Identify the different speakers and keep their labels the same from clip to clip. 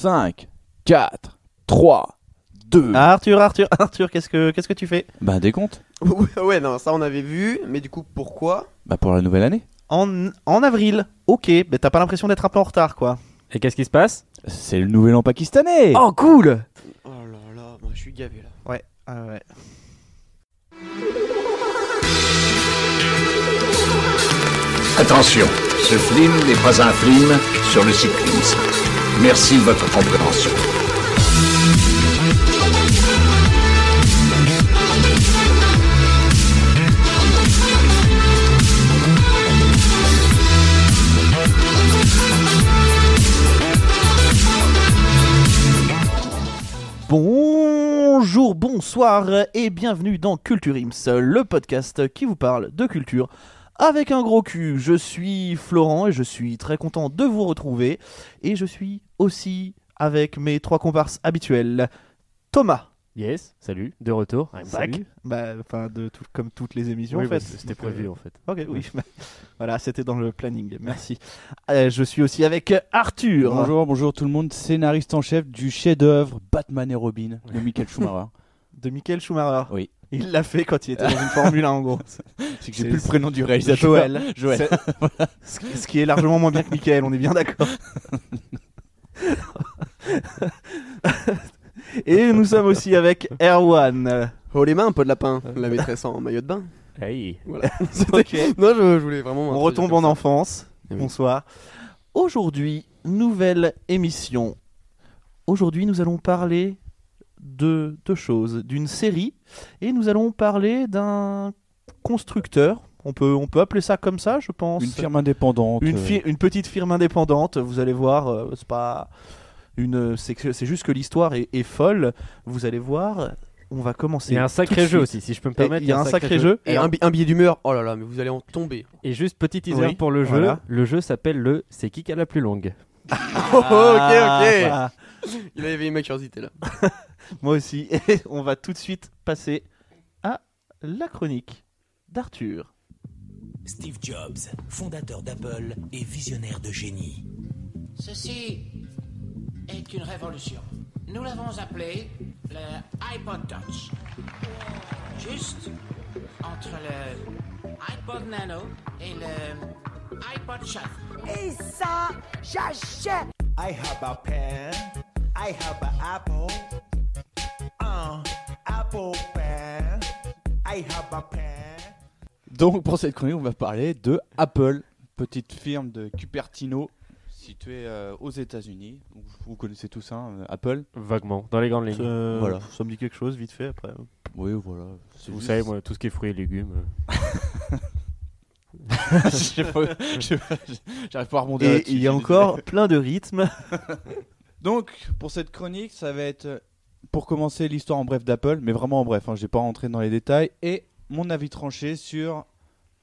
Speaker 1: 5, 4, 3, 2.
Speaker 2: Ah, Arthur, Arthur, Arthur, qu'est-ce que qu'est-ce que tu fais
Speaker 1: Bah, décompte.
Speaker 3: ouais, non, ça on avait vu, mais du coup, pourquoi
Speaker 1: Bah, pour la nouvelle année.
Speaker 2: en, en avril Ok, mais t'as pas l'impression d'être un peu en retard, quoi.
Speaker 4: Et qu'est-ce qui se passe
Speaker 1: C'est le nouvel an pakistanais.
Speaker 4: Oh, cool
Speaker 3: Oh là là, moi je suis gavé là.
Speaker 2: Ah ouais.
Speaker 5: Attention, ce film n'est pas un film sur le cyclisme. Merci de votre compréhension.
Speaker 2: Bonjour, bonsoir et bienvenue dans Culture Ims, le podcast qui vous parle de culture avec un gros cul. Je suis Florent et je suis très content de vous retrouver. Et je suis aussi avec mes trois comparses habituels. Thomas,
Speaker 4: Yes, salut, de retour. I'm
Speaker 2: Salut.
Speaker 4: back.
Speaker 2: bah, enfin, de tout- comme toutes les émissions
Speaker 4: Oui,
Speaker 2: en fait.
Speaker 4: bah, C'était
Speaker 2: Donc, euh,
Speaker 4: prévu en fait.
Speaker 2: Ok, oui. voilà, c'était dans le planning, merci. Euh, je suis aussi avec Arthur.
Speaker 1: Bonjour, bonjour tout le monde, scénariste en chef du chef-d'œuvre Batman et Robin de Michael Schumacher.
Speaker 2: De Michael Schumacher.
Speaker 1: Oui.
Speaker 2: Il l'a fait quand il était dans une Formule 1 en gros.
Speaker 1: C'est que
Speaker 2: C'est-
Speaker 1: j'ai plus le prénom du réalisateur.
Speaker 2: Joël.
Speaker 1: Joël.
Speaker 2: C'est- ce qui- ce qui est largement moins bien que Michael, on est bien d'accord. Et nous sommes aussi avec Erwan.
Speaker 3: Oh les mains, un peu de lapin, la maîtresse en maillot de bain.
Speaker 4: Hey.
Speaker 3: Voilà.
Speaker 2: Ok.
Speaker 3: non, je, je voulais vraiment.
Speaker 2: On retombe en
Speaker 3: enfant.
Speaker 2: enfance.
Speaker 3: Oui.
Speaker 2: Bonsoir. Aujourd'hui, nouvelle émission. Aujourd'hui, nous allons parler de deux choses, d'une série et nous allons parler d'un constructeur. On peut, on peut appeler ça comme ça, je pense.
Speaker 1: Une firme indépendante.
Speaker 2: une,
Speaker 1: euh,
Speaker 2: fi- une petite firme indépendante. Vous allez voir, euh, c'est pas une, c'est que- c'est juste que l'histoire est, est folle. Vous allez voir, on va commencer.
Speaker 4: Il y a un
Speaker 2: tout
Speaker 4: sacré
Speaker 2: de
Speaker 4: jeu
Speaker 2: suite.
Speaker 4: aussi, si je peux me
Speaker 2: Et
Speaker 4: permettre.
Speaker 2: Il y a un sacré jeu.
Speaker 3: Et un, bi- un billet d'humeur, oh là là, mais vous allez en tomber.
Speaker 4: Et juste petit teaser
Speaker 2: Oui,
Speaker 4: pour le jeu.
Speaker 2: voilà.
Speaker 4: Le jeu s'appelle le C'est qui qui a la plus longue
Speaker 3: Oh,
Speaker 2: Ah,
Speaker 3: ok, ok.
Speaker 2: voilà.
Speaker 3: Il a éveillé ma curiosité là.
Speaker 2: Moi aussi. Et on va tout de suite passer à la chronique d'Arthur.
Speaker 6: Steve Jobs, fondateur d'Apple et visionnaire de génie.
Speaker 7: Ceci est une révolution. Nous l'avons appelée le iPod Touch. Juste entre le iPod Nano et le iPod Shuffle.
Speaker 8: Et ça, j'achète.
Speaker 9: I have a pen. I have an apple. Uh, apple pen. I have a pen.
Speaker 1: Donc pour cette chronique, on va parler de Apple, petite firme de Cupertino située euh, aux États-Unis. Donc, Vous connaissez tous ça, hein, Apple.
Speaker 4: Vaguement, dans les grandes lignes.
Speaker 1: Voilà.
Speaker 2: Ça me dit quelque chose vite fait après.
Speaker 1: Oui, voilà. C'est
Speaker 4: Vous
Speaker 1: juste-
Speaker 4: savez, moi, tout ce qui est fruits et légumes.
Speaker 1: Je sais pas- je sais pas, J'arrive pas à rebondir.
Speaker 2: Et
Speaker 1: là-dessus,
Speaker 2: il y
Speaker 1: je
Speaker 2: a
Speaker 1: suis
Speaker 2: encore plein de rythmes.
Speaker 1: Donc, pour cette chronique, ça va être euh, pour commencer l'histoire en bref d'Apple, mais vraiment en bref, hein, je vais pas rentrer dans les détails, et mon avis tranché sur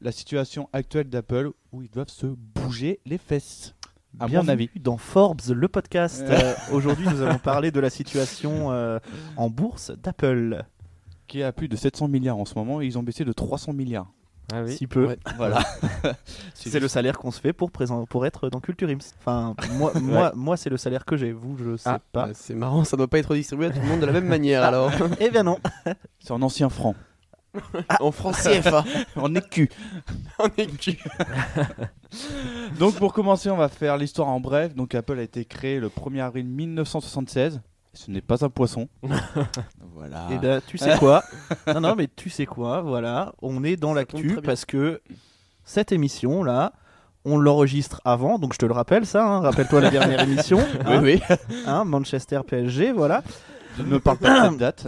Speaker 1: la situation actuelle d'Apple où ils doivent se bouger les fesses. À mon avis.
Speaker 2: dans Forbes, le podcast.
Speaker 1: Ouais.
Speaker 2: Euh, Aujourd'hui, nous allons parler de la situation euh, en bourse d'Apple.
Speaker 1: Qui est à plus de 700 milliards en ce moment, et ils ont baissé de 300 milliards.
Speaker 4: Ah oui.
Speaker 2: Si peu.
Speaker 1: Ouais, voilà.
Speaker 2: C'est le salaire qu'on se fait pour, présent- pour être dans Culture Ims. Enfin, moi, moi, moi c'est le salaire que j'ai. Vous, je sais
Speaker 4: Ah.
Speaker 2: pas.
Speaker 3: Ah, c'est marrant, ça doit pas Ah. être distribué à tout le monde de la même manière alors.
Speaker 2: Eh bien non.
Speaker 1: C'est en ancien franc.
Speaker 3: en franc CFA.
Speaker 1: en écu.
Speaker 3: On est cul.
Speaker 1: Donc pour commencer, on va faire l'histoire en bref. Donc Apple a été créé le 1er avril 1976. Ce n'est pas un poisson. voilà.
Speaker 2: Et ben, tu sais quoi Non, non, mais tu sais quoi Voilà, on est dans
Speaker 3: tombe
Speaker 2: l'actu
Speaker 3: très bien.
Speaker 2: parce que cette émission là. On l'enregistre avant, donc je te le rappelle ça, hein, rappelle-toi la dernière émission, hein,
Speaker 1: oui,
Speaker 2: hein, Manchester PSG, voilà.
Speaker 1: oui. ne parle pas de cette date.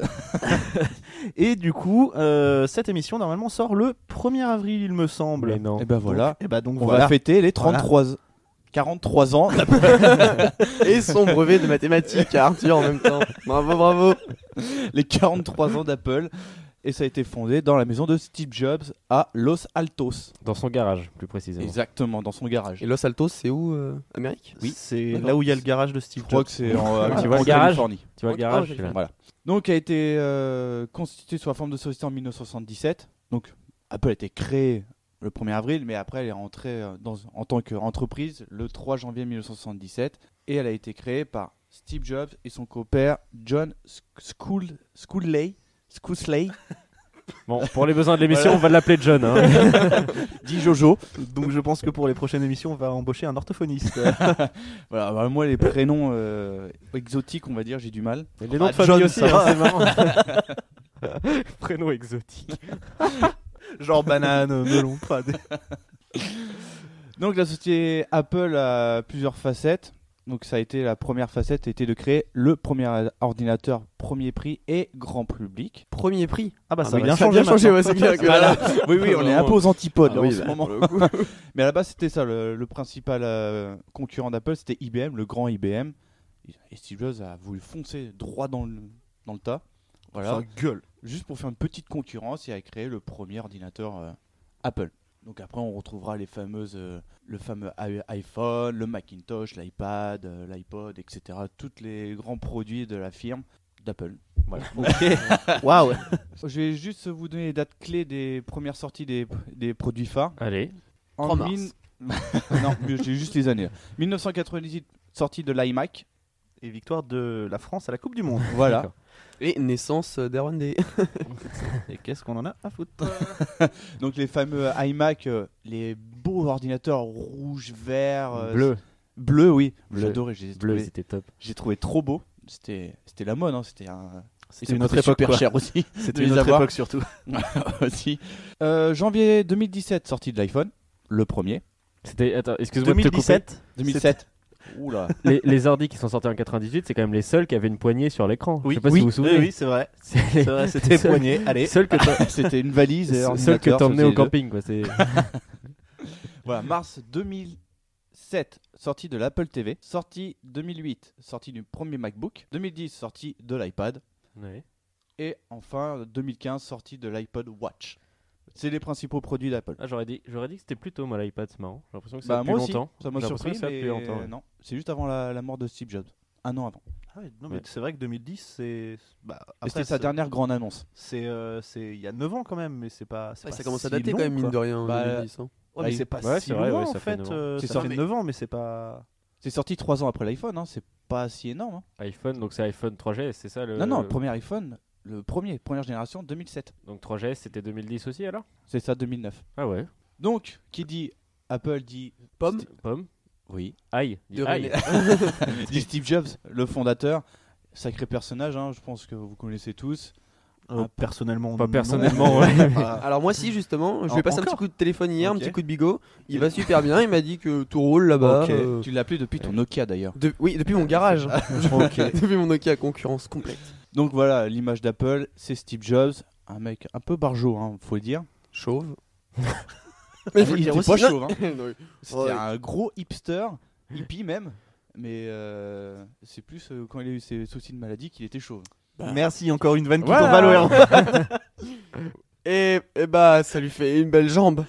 Speaker 2: Et du coup, euh, cette émission normalement sort le 1er avril, il me semble.
Speaker 4: Mais non.
Speaker 1: Et ben voilà.
Speaker 2: Et bah donc
Speaker 1: on
Speaker 2: voilà.
Speaker 1: va fêter les 33 43 ans.
Speaker 3: Et son brevet de mathématiques à Arthur en même temps. Bravo, bravo.
Speaker 1: les 43 ans d'Apple. Et ça a été fondé dans la maison de Steve Jobs à Los Altos.
Speaker 4: Dans son garage, plus précisément.
Speaker 1: Exactement, dans son garage.
Speaker 3: Et Los Altos, c'est où euh, Amérique
Speaker 1: Oui.
Speaker 2: C'est
Speaker 3: D'accord.
Speaker 2: là où il y a le garage de Steve
Speaker 1: Je crois
Speaker 2: Jobs.
Speaker 1: que c'est en, euh,
Speaker 4: Tu
Speaker 1: en
Speaker 4: vois le garage
Speaker 1: Californie.
Speaker 4: Tu
Speaker 2: Oh,
Speaker 4: vois le
Speaker 3: Ah,
Speaker 4: garage
Speaker 3: j'ai
Speaker 4: tu l'as.
Speaker 1: Voilà. Donc a été euh, constitué sous la forme de société en 1977. Donc Apple a été créé le 1er avril, mais après elle est rentrée euh, dans- en tant qu'entreprise le 3 janvier 1977 et elle a été créée par Steve Jobs et son compère John Sc- School Schoolley. Schoolley,
Speaker 4: Bon, pour les besoins de l'émission, on va l'appeler John. hein.
Speaker 1: dit Jojo.
Speaker 2: Donc je pense que pour les prochaines émissions, on va embaucher un orthophoniste.
Speaker 1: Voilà, bah, moi les prénoms euh, exotiques, on va dire, j'ai du mal.
Speaker 4: Et les noms
Speaker 2: Ah,
Speaker 4: de famille
Speaker 2: John,
Speaker 4: aussi,
Speaker 2: ça
Speaker 4: hein,
Speaker 2: va.
Speaker 4: c'est marrant. Prénom exotique.
Speaker 2: Genre banane, melon, pas des-
Speaker 1: Donc la société Apple a plusieurs facettes. Donc ça a été la première facette, a été de créer le premier ordinateur premier prix et grand public.
Speaker 3: Premier prix.
Speaker 2: Ah bah ça
Speaker 3: Ah
Speaker 2: a
Speaker 3: bah,
Speaker 2: bien
Speaker 3: ça a
Speaker 2: changé. maintenant.
Speaker 3: ouais, c'est clair que-
Speaker 1: oui, oui, on est un peu aux antipodes
Speaker 3: Ah
Speaker 1: là,
Speaker 3: oui,
Speaker 1: en ce
Speaker 3: bah,
Speaker 1: moment.
Speaker 3: pour le coup.
Speaker 1: Mais à la base, c'était ça. Le, le principal euh, concurrent d'Apple, c'était IBM, le grand IBM. Et Steve Jobs a voulu foncer droit dans le, dans le tas. Voilà. gueule. Juste pour faire une petite concurrence et a créé le premier ordinateur euh, Apple. Donc après, on retrouvera les fameuses, euh, le fameux i- iPhone, le Macintosh, l'iPad, euh, l'iPod, etc. Tous les grands produits de la firme d'Apple. Voilà.
Speaker 2: Waouh.
Speaker 1: Je vais juste vous donner les dates clés des premières sorties des, des produits phares.
Speaker 4: Allez,
Speaker 1: En
Speaker 3: 3 mars.
Speaker 1: mille- non, mais j'ai juste les années. 1998, sortie de l'iMac.
Speaker 2: Et victoire de la France à la Coupe du Monde.
Speaker 1: Voilà.
Speaker 4: D'accord.
Speaker 3: Et naissance euh, d'Erwan Day.
Speaker 2: Et qu'est-ce qu'on en a à foutre
Speaker 1: Donc les fameux iMac, euh, les beaux ordinateurs rouge, vert,
Speaker 2: Oh,
Speaker 1: euh,
Speaker 4: bleu.
Speaker 1: bleu, oui.
Speaker 4: Bleu.
Speaker 1: J'adorais. J'ai
Speaker 4: Bleu,
Speaker 1: trouvé,
Speaker 4: c'était top.
Speaker 1: j'ai trouvé trop beau. C'était, c'était la mode. hein, C'était un. et
Speaker 2: C'était
Speaker 1: ça
Speaker 2: une autre
Speaker 1: coûtait
Speaker 2: époque,
Speaker 1: Super
Speaker 2: quoi.
Speaker 1: cher aussi.
Speaker 2: C'était
Speaker 1: De
Speaker 2: une
Speaker 1: les
Speaker 2: autre
Speaker 1: avoir.
Speaker 2: époque surtout.
Speaker 1: aussi. Euh, janvier 2017, sortie de l'iPhone, le premier.
Speaker 4: C'était, attends, excuse-moi de te couper.
Speaker 2: 2017.
Speaker 1: 2007. Oula.
Speaker 4: Les, les ordi qui sont sortis en 98, c'est quand même les seuls qui avaient une poignée sur l'écran.
Speaker 2: Oui,
Speaker 4: Je sais pas
Speaker 2: oui,
Speaker 4: si vous vous souvenez.
Speaker 2: oui, oui, c'est vrai.
Speaker 4: C'est
Speaker 2: C'est
Speaker 4: les-
Speaker 2: vrai, c'était
Speaker 4: Seul-
Speaker 2: poignet.
Speaker 4: les
Speaker 2: Allez. Ah,
Speaker 4: seuls que t'as-
Speaker 1: C'était une valise. et
Speaker 4: les seuls que
Speaker 1: ordinateur,
Speaker 4: t'as
Speaker 1: ça
Speaker 4: emmené au
Speaker 1: faisait deux.
Speaker 4: camping, quoi. C'est
Speaker 1: Voilà, mars 2007, sortie de l'Apple TV. Sortie 2008, sortie du premier MacBook. 2010, sortie de l'iPad. Et enfin, 2015, sortie de l'iPod Watch. C'est les principaux produits d'Apple.
Speaker 4: Ah, j'aurais dit, j'aurais dit que c'était plus tôt, moi, l'iPad, c'est marrant. J'ai l'impression que c'est
Speaker 1: Bah,
Speaker 4: depuis
Speaker 1: moi aussi,
Speaker 4: longtemps.
Speaker 1: ça m'a
Speaker 4: J'ai l'impression
Speaker 1: surpris,
Speaker 4: que ça a
Speaker 1: mais
Speaker 4: depuis longtemps, ouais.
Speaker 1: non. C'est juste avant la, la mort de Steve Jobs. Un an avant.
Speaker 2: Ah ouais, non, mais c'est vrai que 2010, c'est. Bah,
Speaker 1: Et
Speaker 2: après,
Speaker 1: C'était sa
Speaker 2: c'est-
Speaker 1: dernière grande annonce.
Speaker 2: C'est euh, c'est il y a 9 ans quand même, mais c'est pas. c'est
Speaker 3: Ouais,
Speaker 2: pas
Speaker 3: ça commence à
Speaker 2: si
Speaker 3: dater
Speaker 2: long,
Speaker 3: quand même, mine
Speaker 2: quoi.
Speaker 3: de rien.
Speaker 1: Bah,
Speaker 3: 2010, hein.
Speaker 2: Ouais, mais c'est pas
Speaker 4: Ouais,
Speaker 2: si
Speaker 4: c'est vrai,
Speaker 2: loin
Speaker 4: ouais,
Speaker 2: en
Speaker 4: ça fait
Speaker 2: fait.
Speaker 4: neuf ans.
Speaker 2: euh,
Speaker 1: C'est
Speaker 2: ça
Speaker 1: sorti-
Speaker 2: fait 9 ans, mais c'est pas.
Speaker 1: C'est sorti trois ans après l'iPhone, hein, c'est pas si énorme. hein.
Speaker 4: iPhone, donc c'est iPhone 3GS, c'est ça le.
Speaker 1: Non, non, le premier iPhone, le premier, première génération, 2007.
Speaker 4: Donc 3GS, c'était 2010 aussi alors
Speaker 1: C'est ça, 2009.
Speaker 4: Ah ouais.
Speaker 1: Donc, qui dit Apple dit
Speaker 3: Pomme.
Speaker 4: Pomme.
Speaker 1: Oui.
Speaker 4: Aïe.
Speaker 3: De
Speaker 4: Aïe.
Speaker 1: dit Steve Jobs, le fondateur. Sacré personnage, hein, je pense que vous connaissez tous.
Speaker 2: Euh,
Speaker 1: Ah,
Speaker 2: personnellement.
Speaker 4: Pas
Speaker 2: non.
Speaker 4: personnellement, ouais.
Speaker 2: Ah,
Speaker 3: Alors moi si justement, je
Speaker 1: En-
Speaker 3: lui ai passé un
Speaker 1: encore
Speaker 3: petit coup de téléphone hier,
Speaker 1: Ok.
Speaker 3: un petit coup de bigot. Il va super bien, il m'a dit que tout roule là-bas.
Speaker 1: Ok.
Speaker 3: euh,
Speaker 1: Tu l'as appelé depuis ton Nokia d'ailleurs.
Speaker 3: de- Oui, depuis mon garage.
Speaker 1: Ok.
Speaker 3: depuis mon Nokia concurrence complète.
Speaker 1: Donc voilà, l'image d'Apple, c'est Steve Jobs, un mec un peu barjot, hein, faut le dire.
Speaker 3: Chauve. Mais
Speaker 1: Il
Speaker 3: dire
Speaker 1: était
Speaker 3: aussi,
Speaker 1: pas
Speaker 3: non.
Speaker 1: chauve, hein.
Speaker 3: Non,
Speaker 1: C'était
Speaker 3: Ouais.
Speaker 1: un gros hipster, hippie même. Mais euh, c'est plus euh, quand il a eu ses soucis de maladie qu'il était chauve.
Speaker 2: Merci, encore une vanne qui
Speaker 4: Voilà.
Speaker 2: tombe à l'eau.
Speaker 3: Et, et bah ça lui fait une belle jambe.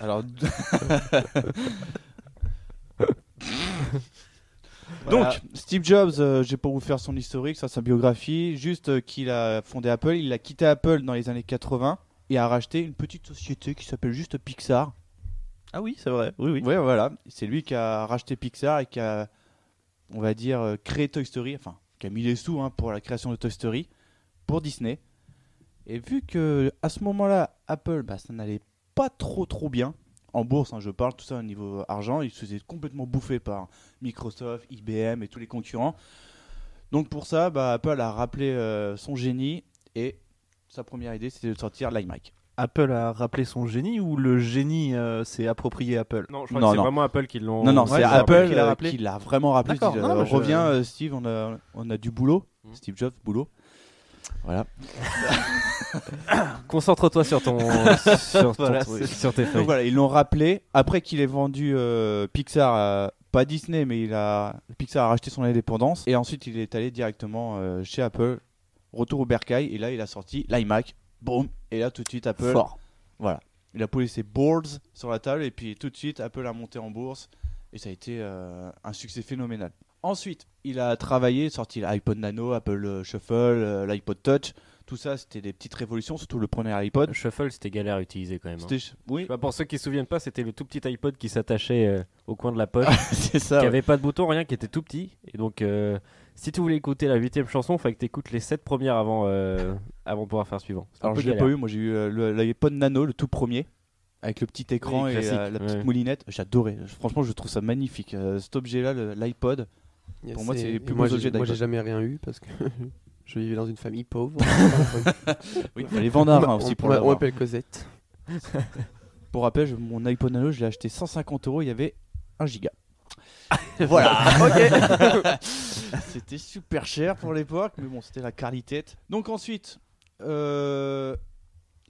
Speaker 1: Alors. Donc, Steve Jobs, euh, j'ai pas vous faire son historique, ça, sa biographie, juste euh, qu'il a fondé Apple, il a quitté Apple dans les années 80 et a racheté une petite société qui s'appelle juste Pixar.
Speaker 2: Ah oui, c'est vrai. Oui, oui.
Speaker 1: Ouais, voilà, c'est lui qui a racheté Pixar et qui a, on va dire, euh, créé Toy Story, enfin, qui a mis les sous hein, pour la création de Toy Story pour Disney. Et vu que à ce moment-là, Apple, bah, ça n'allait pas trop trop bien en bourse, hein, je parle tout ça au niveau argent, il se faisait complètement bouffer par Microsoft, IBM et tous les concurrents. Donc pour ça, bah, Apple a rappelé euh, son génie et sa première idée, c'était de sortir l'iMac.
Speaker 2: Apple a rappelé son génie ou le génie euh, s'est approprié Apple
Speaker 4: Non, je crois
Speaker 1: Non,
Speaker 4: que c'est
Speaker 1: non.
Speaker 4: vraiment Apple qui l'ont.
Speaker 1: Non, non,
Speaker 4: Ouais,
Speaker 1: c'est
Speaker 4: ça
Speaker 1: Apple euh,
Speaker 4: rappelle.
Speaker 1: qui l'a rappelé. Qui l'a vraiment rappelé.
Speaker 2: D'accord,
Speaker 1: Il dit,
Speaker 2: non,
Speaker 1: euh,
Speaker 2: mais je-
Speaker 1: reviens, euh, Steve, on a, on a du boulot.
Speaker 4: Mm.
Speaker 1: Steve Jobs, boulot. Voilà.
Speaker 4: Concentre-toi sur ton. sur, ton-
Speaker 2: Voilà,
Speaker 4: oui,
Speaker 2: c'est-
Speaker 4: sur tes
Speaker 1: Donc
Speaker 4: feuilles.
Speaker 1: voilà, ils l'ont rappelé. Après qu'il ait vendu euh, Pixar, à- pas Disney, mais il a, Pixar a racheté son indépendance. Et ensuite, il est allé directement euh, chez Apple. Retour au bercail. Et là, il a sorti l'iMac. Boum. Et là, tout de suite, Apple.
Speaker 3: Fort.
Speaker 1: Il a posé ses boards sur la table et puis tout de suite, Apple a monté en bourse et ça a été euh, un succès phénoménal. Ensuite, il a travaillé, sorti l'iPod Nano, Apple euh, Shuffle, euh, l'iPod Touch. Tout ça, c'était des petites révolutions, surtout le premier iPod.
Speaker 4: Shuffle, c'était galère à utiliser quand même. hein.
Speaker 1: C'était ch-
Speaker 4: Ah, Je sais
Speaker 1: Oui,
Speaker 4: pas, pour ceux qui se souviennent pas, c'était le tout petit iPod qui s'attachait euh, au coin de la poche,
Speaker 1: c'est
Speaker 4: qui
Speaker 1: Ah, ça. ouais.
Speaker 4: avait pas de bouton, rien, qui était tout petit. Et donc, euh, si tu voulais écouter la huitième chanson, il fallait que tu écoutes les sept premières avant, euh, avant de pouvoir faire suivant. C'était un
Speaker 1: Alors
Speaker 4: peu
Speaker 1: je l'ai
Speaker 4: galère.
Speaker 1: pas eu, moi j'ai eu euh, le- l'iPod Nano, le tout premier, avec le petit écran
Speaker 4: Oui,
Speaker 1: et la,
Speaker 4: classique,
Speaker 1: la petite
Speaker 4: ouais.
Speaker 1: moulinette. J'adorais. Franchement, je trouve ça magnifique. Euh, cet objet-là, le- l'iPod.
Speaker 3: Yes,
Speaker 1: Pour moi,
Speaker 3: et-
Speaker 1: c'est les
Speaker 3: et
Speaker 1: plus
Speaker 3: moi,
Speaker 1: beaux
Speaker 3: j'ai-
Speaker 1: objets
Speaker 3: Moi, j'ai
Speaker 1: d'iPod.
Speaker 3: jamais rien eu parce que je vivais dans une famille pauvre.
Speaker 1: Oui, les Vandar Ah, aussi
Speaker 3: on,
Speaker 1: pour
Speaker 3: on- on
Speaker 1: l'avoir. Ah,
Speaker 3: appelle Cosette.
Speaker 1: Pour rappel, je- mon iPod Nano, je l'ai acheté 150 euros, il y avait 1 giga. voilà, Ah, ok. c'était super cher pour l'époque, mais bon, c'était la qualité. Donc ensuite, euh,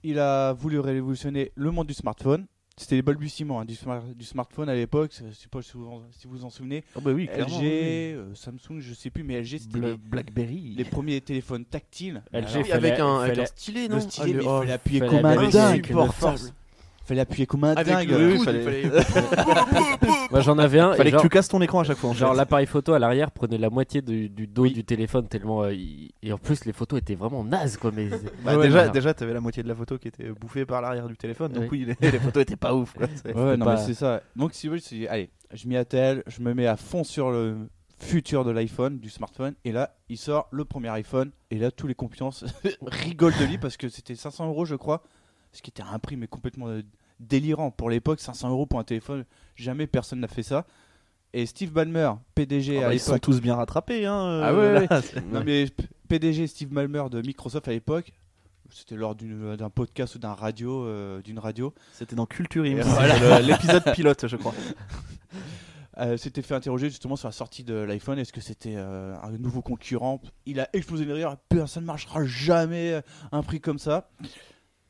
Speaker 1: il a voulu révolutionner le monde du smartphone. C'était les balbutiements hein, du, smar- du smartphone à l'époque, je sais pas si vous en- si vous vous en souvenez.
Speaker 2: Oh bah oui,
Speaker 1: LG,
Speaker 2: clairement.
Speaker 1: euh, Samsung, je sais plus, mais LG c'était
Speaker 2: Bla-
Speaker 1: les,
Speaker 2: Blackberry.
Speaker 1: les premiers téléphones tactiles.
Speaker 4: LG,
Speaker 1: Alors,
Speaker 4: fallait-
Speaker 3: avec, un, avec
Speaker 4: fallait-
Speaker 3: un stylet, non
Speaker 1: le stylet, mais il
Speaker 3: Ah,
Speaker 1: fallait appuyer
Speaker 4: fallait
Speaker 1: comme un
Speaker 4: appuyer
Speaker 1: dingue.
Speaker 4: avec une autre
Speaker 3: Insupportable.
Speaker 4: force.
Speaker 1: Fallait appuyer comme un
Speaker 2: Ah,
Speaker 3: Avec
Speaker 1: dingue.
Speaker 3: le
Speaker 1: Oui,
Speaker 3: coude,
Speaker 1: euh, fallait-
Speaker 3: il
Speaker 4: Moi j'en avais un. et
Speaker 2: Fallait
Speaker 4: genre-
Speaker 2: que tu casses ton écran à chaque fois. en
Speaker 4: Genre
Speaker 2: fait.
Speaker 4: l'appareil photo à l'arrière prenait la moitié du, du dos
Speaker 1: Oui.
Speaker 4: du téléphone tellement euh, il- et en plus les photos étaient vraiment nazes quoi mais
Speaker 2: Bah,
Speaker 4: Ouais,
Speaker 2: déjà,
Speaker 4: voilà.
Speaker 2: déjà t'avais la moitié de la photo qui était bouffée par l'arrière du téléphone, donc
Speaker 4: Oui.
Speaker 2: oui, les, les photos étaient pas ouf. quoi. C'est-
Speaker 1: Ouais, non,
Speaker 4: pas-
Speaker 1: mais c'est ça. Donc, si vous voulez, je me suis dit, allez, je m'y attelle, je me mets à fond sur le futur de l'iPhone, du smartphone, et là, il sort le premier iPhone, et là, tous les confiants rigolent de lui parce que c'était 500 euros, je crois, ce qui était un prix, mais complètement euh, délirant pour l'époque. 500 euros pour un téléphone, jamais personne n'a fait ça. Et Steve Ballmer, PDG à
Speaker 2: Ah bah, ils se sont
Speaker 1: l'époque.
Speaker 2: tous bien rattrapés. Hein, euh,
Speaker 3: Ah ouais,
Speaker 2: là, c'est-
Speaker 1: Non, mais P- PDG Steve Ballmer de Microsoft à l'époque, c'était lors d'une- d'un podcast ou d'un radio, euh, d'une radio.
Speaker 2: C'était dans Culture Im,
Speaker 1: Et
Speaker 2: c'était le- l'épisode pilote, je crois.
Speaker 1: Euh, s'était fait interroger justement sur la sortie de l'iPhone. Est-ce que c'était euh, un nouveau concurrent Il a explosé de rire. Personne ne marchera jamais euh, un prix comme ça.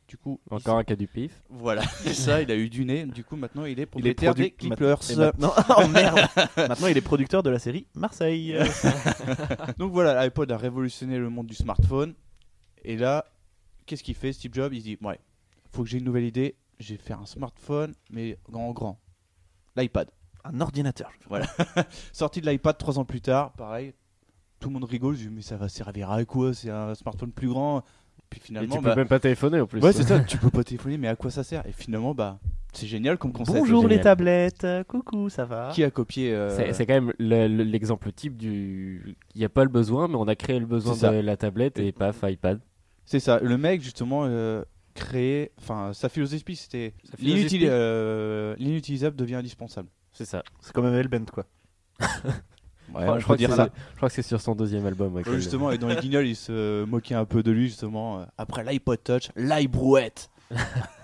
Speaker 1: Du coup, il
Speaker 4: encore un cas du pif.
Speaker 1: s'est- voilà, c'est ça, il a eu du nez. Du coup, maintenant, il est
Speaker 2: Il est
Speaker 1: propriétaire des
Speaker 2: produit- ma-
Speaker 1: Clippers.
Speaker 2: Et maintenant, oh merde Maintenant, il est producteur de la série Marseille.
Speaker 1: Donc voilà, l'iPod a révolutionné le monde du smartphone. Et là, qu'est-ce qu'il fait Steve Jobs Il se dit Ouais, faut que j'ai une nouvelle idée. Je vais faire un smartphone, mais grand, grand. L'iPad.
Speaker 2: Un ordinateur.
Speaker 1: Sorti de l'iPad trois ans plus tard, pareil. Tout le monde rigole, je dis, mais ça va servir à quoi C'est un smartphone plus grand. Puis
Speaker 4: Et
Speaker 1: finalement,
Speaker 4: tu peux
Speaker 1: bah,
Speaker 4: même pas téléphoner en plus.
Speaker 1: ouais, c'est ça, tu peux pas téléphoner, mais à quoi ça sert Et finalement, bah, c'est génial comme concept.
Speaker 2: Bonjour les
Speaker 4: génial.
Speaker 2: tablettes, coucou, ça va
Speaker 1: Qui a copié euh,
Speaker 4: C'est- c'est quand même le- le- l'exemple type du. Il n'y a pas le besoin, mais on a créé le besoin
Speaker 1: C'est ça.
Speaker 4: de la tablette et paf, iPad.
Speaker 1: C'est ça, le mec justement euh, créé, enfin sa philosophie c'était
Speaker 4: Sa philosophie.
Speaker 1: l'inutile, euh, l'inutilisable devient indispensable.
Speaker 4: C'est ça.
Speaker 2: C'est comme un Bent quoi.
Speaker 1: Ouais,
Speaker 4: Enfin,
Speaker 1: on peut
Speaker 4: je, crois que c'est- je crois que c'est sur son deuxième album. ouais,
Speaker 1: Ouais,
Speaker 4: qu'elle-
Speaker 1: Euh, justement, et dans les guignols, ils se moquaient un peu de lui, justement. euh, Après l'iPod Touch, l'iBrouette.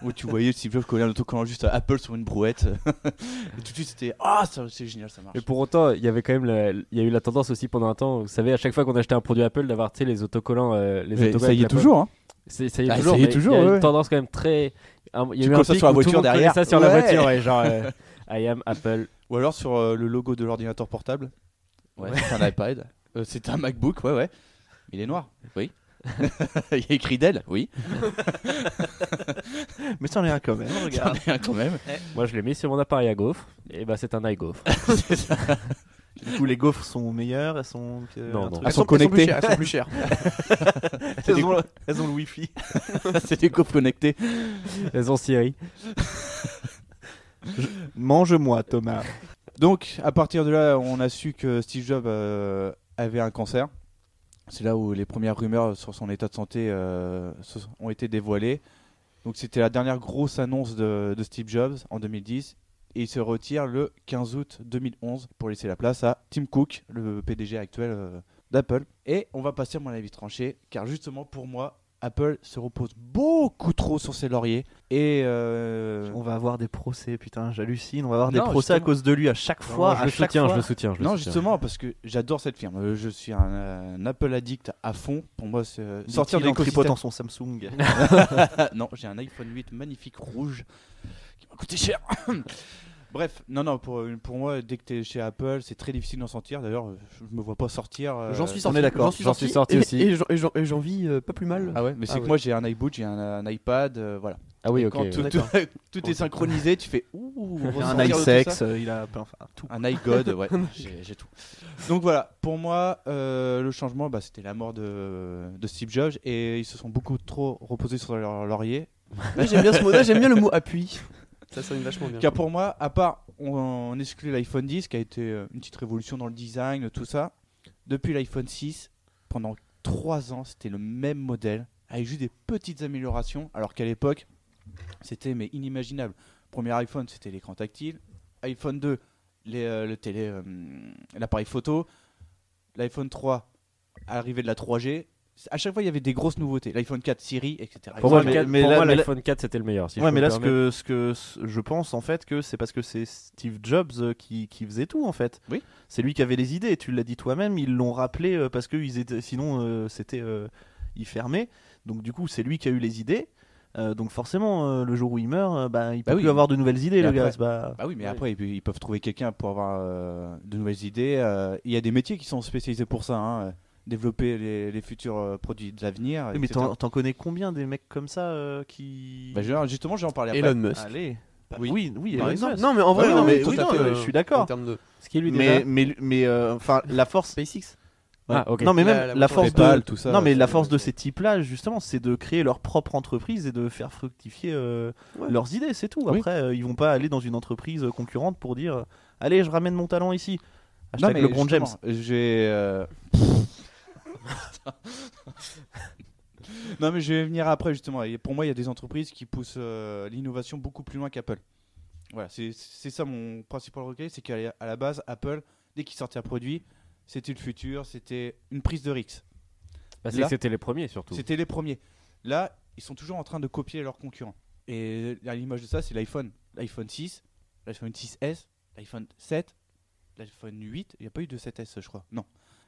Speaker 1: où tu voyais Steve Jobs coller un autocollant juste à Apple sur une brouette. et tout de suite, c'était Ah, ça c'est génial, ça marche.
Speaker 4: Et pour autant, il y avait quand même la- il y a eu la tendance aussi pendant un temps, vous savez, à chaque fois qu'on achetait un produit Apple, d'avoir tu sais, les autocollants. euh, les autocollants avec la pomme.
Speaker 1: hein.
Speaker 4: C'est- Ça y est
Speaker 1: Ah,
Speaker 4: toujours.
Speaker 1: ça y est
Speaker 4: mais
Speaker 1: toujours,
Speaker 4: Il y a
Speaker 1: ouais,
Speaker 4: une tendance quand même très. un- Il y a
Speaker 1: Tu
Speaker 4: eu un
Speaker 1: colles ça
Speaker 4: pic
Speaker 1: sur la
Speaker 4: où tout le
Speaker 1: voiture
Speaker 4: monde collait
Speaker 1: derrière.
Speaker 4: Ça sur la
Speaker 1: Ouais.
Speaker 4: voiture, ouais, genre euh, I am Apple.
Speaker 1: Ou alors sur euh, le logo de l'ordinateur portable. Ouais, c'est un iPad. Euh, c'est un MacBook, ouais, ouais. Il est noir, oui. il y a écrit Dell, oui.
Speaker 2: Mais c'en est un quand même, regarde.
Speaker 1: Bien, quand même.
Speaker 4: Moi, je l'ai mis sur mon appareil à gaufre. Et bah, c'est un iGoff.
Speaker 2: du coup, les gaufres sont meilleures, elles sont. euh, un
Speaker 4: Non, non.
Speaker 2: truc-
Speaker 1: Elles
Speaker 3: Elles
Speaker 1: sont
Speaker 3: sont, elles sont plus
Speaker 1: connectées.
Speaker 3: chères, elles sont plus chères.
Speaker 2: Elles ont, elles ont le wifi.
Speaker 1: c'est des coffres connectés.
Speaker 4: Elles ont Siri.
Speaker 2: Mange-moi, Thomas.
Speaker 1: Donc, à partir de là, on a su que Steve Jobs euh, avait un cancer. C'est là où les premières rumeurs sur son état de santé euh, se- ont été dévoilées. Donc, c'était la dernière grosse annonce de, de Steve Jobs en 2010. Et il se retire le 15 août 2011 pour laisser la place à Tim Cook, le PDG actuel euh, d'Apple. Et on va passer à mon avis tranché, car justement pour moi, Apple se repose beaucoup trop sur ses lauriers. Et euh,
Speaker 2: On va avoir des procès, putain, j'hallucine. On va avoir des
Speaker 1: Non,
Speaker 2: procès à
Speaker 1: justement.
Speaker 2: cause de lui à chaque fois.
Speaker 4: je
Speaker 2: à
Speaker 4: le
Speaker 2: chaque
Speaker 4: soutiens,
Speaker 2: fois.
Speaker 4: je le soutiens. je le
Speaker 1: Non,
Speaker 4: soutiens.
Speaker 1: justement, parce que j'adore cette firme. Euh, Je suis un, euh, un Apple addict à fond. Pour moi, c'est euh, sortir de
Speaker 2: en tripotant
Speaker 1: l'écosystème.
Speaker 2: son Samsung.
Speaker 1: non, j'ai un iPhone 8 magnifique rouge qui m'a coûté cher. Bref, non, non, pour, euh, pour moi, dès que t'es chez Apple, c'est très difficile d'en sortir. D'ailleurs, je je me vois pas sortir. euh,
Speaker 3: J'en suis
Speaker 2: on
Speaker 3: sorti.
Speaker 2: est d'accord,
Speaker 4: j'en suis sorti
Speaker 3: et-
Speaker 4: aussi.
Speaker 3: Et, j'en- et j'en- et j'en vis euh, pas plus mal.
Speaker 1: Ah ouais Mais c'est
Speaker 3: Ah
Speaker 1: que
Speaker 3: ouais.
Speaker 1: moi, j'ai un iBoot, j'ai un, un iPad, euh, voilà.
Speaker 4: Ah oui, ok.
Speaker 1: Quand tout,
Speaker 4: ouais.
Speaker 1: tout- tout est synchronisé, tu fais ouh,
Speaker 2: Il a un
Speaker 1: ressortir de tout ça.
Speaker 2: iSex, euh, il a enfin tout.
Speaker 1: Un iGod, ouais, j'ai j'ai tout. Donc voilà, pour moi, euh, le changement, bah, c'était la mort de, de Steve Jobs et ils se sont beaucoup trop reposés sur leur laurier.
Speaker 3: Moi, J'aime bien ce mot. là, J'aime bien le mot appui. Ça sonne vachement bien.
Speaker 1: Car pour moi, à part, on, on exclut l'iPhone 10 qui a été euh, une petite révolution dans le design, tout ça. Depuis l'iPhone 6, pendant 3 ans, c'était le même modèle avec juste des petites améliorations, alors qu'à l'époque, c'était mais inimaginable. Premier iPhone, c'était l'écran tactile. iPhone 2, les, euh, le télé, euh, l'appareil photo. L'iPhone 3, à l'arrivée de la 3G. À chaque fois, il y avait des grosses nouveautés. L'iPhone 4, Siri, etc.
Speaker 4: Pour
Speaker 2: Ouais,
Speaker 4: moi, le
Speaker 2: mais-
Speaker 4: quatre-
Speaker 2: mais
Speaker 4: pour
Speaker 2: là-
Speaker 4: moi,
Speaker 2: mais là-
Speaker 4: l'iPhone 4, c'était le meilleur. si je
Speaker 2: ouais,
Speaker 4: peux
Speaker 2: mais
Speaker 4: me
Speaker 2: là, ce
Speaker 4: permettre.
Speaker 2: que, ce que ce- je pense en fait que c'est parce que c'est Steve Jobs euh, qui, qui faisait tout en fait.
Speaker 1: Oui.
Speaker 2: C'est lui qui avait les idées. Tu l'as dit toi-même. Ils l'ont rappelé euh, parce que ils étaient, sinon euh, c'était euh, ils fermaient. Donc du coup, c'est lui qui a eu les idées. Euh, donc forcément, euh, le jour où il meurt, euh, bah, il peut
Speaker 1: Bah
Speaker 2: plus
Speaker 1: oui.
Speaker 2: avoir de nouvelles idées,
Speaker 1: Et
Speaker 2: le
Speaker 1: après-
Speaker 2: gars. C'est pas-
Speaker 1: Bah oui, mais
Speaker 4: Ouais.
Speaker 1: après, ils pe- ils peuvent trouver quelqu'un pour avoir euh, de nouvelles idées. Euh, Il y a des métiers qui sont spécialisés pour ça, hein, euh, développer les, les futurs euh, produits de l'avenir.
Speaker 2: Oui, mais
Speaker 1: etc.
Speaker 2: t'en t'en connais combien des mecs comme ça euh, qui.
Speaker 1: Bah, je- justement, j'en parlais après.
Speaker 3: Elon Musk.
Speaker 2: Allez.
Speaker 1: Bah,
Speaker 2: oui, oui,
Speaker 3: Par
Speaker 2: Elon
Speaker 3: exemple.
Speaker 2: Musk.
Speaker 3: Non, mais en
Speaker 2: Ah
Speaker 3: vrai,
Speaker 2: oui,
Speaker 3: non,
Speaker 2: non,
Speaker 3: mais
Speaker 2: mais
Speaker 3: tout
Speaker 2: oui,
Speaker 3: à
Speaker 2: non,
Speaker 3: fait,
Speaker 2: euh,
Speaker 3: euh,
Speaker 2: je suis d'accord.
Speaker 3: En termes de
Speaker 4: Ce qui est lui déjà.
Speaker 2: mais mais mais euh, enfin la force
Speaker 3: SpaceX.
Speaker 4: Ah, ok.
Speaker 2: Non mais
Speaker 3: La-
Speaker 2: même
Speaker 3: la
Speaker 2: la,
Speaker 3: voiture
Speaker 2: force de
Speaker 1: PayPal, tout ça,
Speaker 2: non mais
Speaker 1: c'est-
Speaker 2: la force de ces types-là justement c'est de créer leur propre entreprise et de faire fructifier euh,
Speaker 3: Ouais.
Speaker 2: leurs idées c'est tout
Speaker 1: Oui.
Speaker 2: après euh, ils vont pas aller dans une entreprise euh, concurrente pour dire allez je ramène mon talent ici
Speaker 1: Non,
Speaker 2: hashtag
Speaker 1: mais
Speaker 2: LeBron James
Speaker 1: justement, J'ai. euh, non, mais je vais venir après, justement. Et pour moi, il y a des entreprises qui poussent euh, l'innovation beaucoup plus loin qu'Apple. Voilà, c'est c'est ça mon principal regret c'est qu'à la- à la base, Apple, dès qu'il sortait un produit, c'était le futur, c'était une prise de risque.
Speaker 4: Bah, c'est
Speaker 1: là-
Speaker 4: que c'était les premiers surtout.
Speaker 1: C'était les premiers. Là, ils sont toujours en train de copier leurs concurrents. Et à l'image de ça, c'est l'iPhone. L'iPhone 6, l'iPhone 6S, l'iPhone 7, l'iPhone 8. Il n'y a pas eu de 7S, je crois. Non.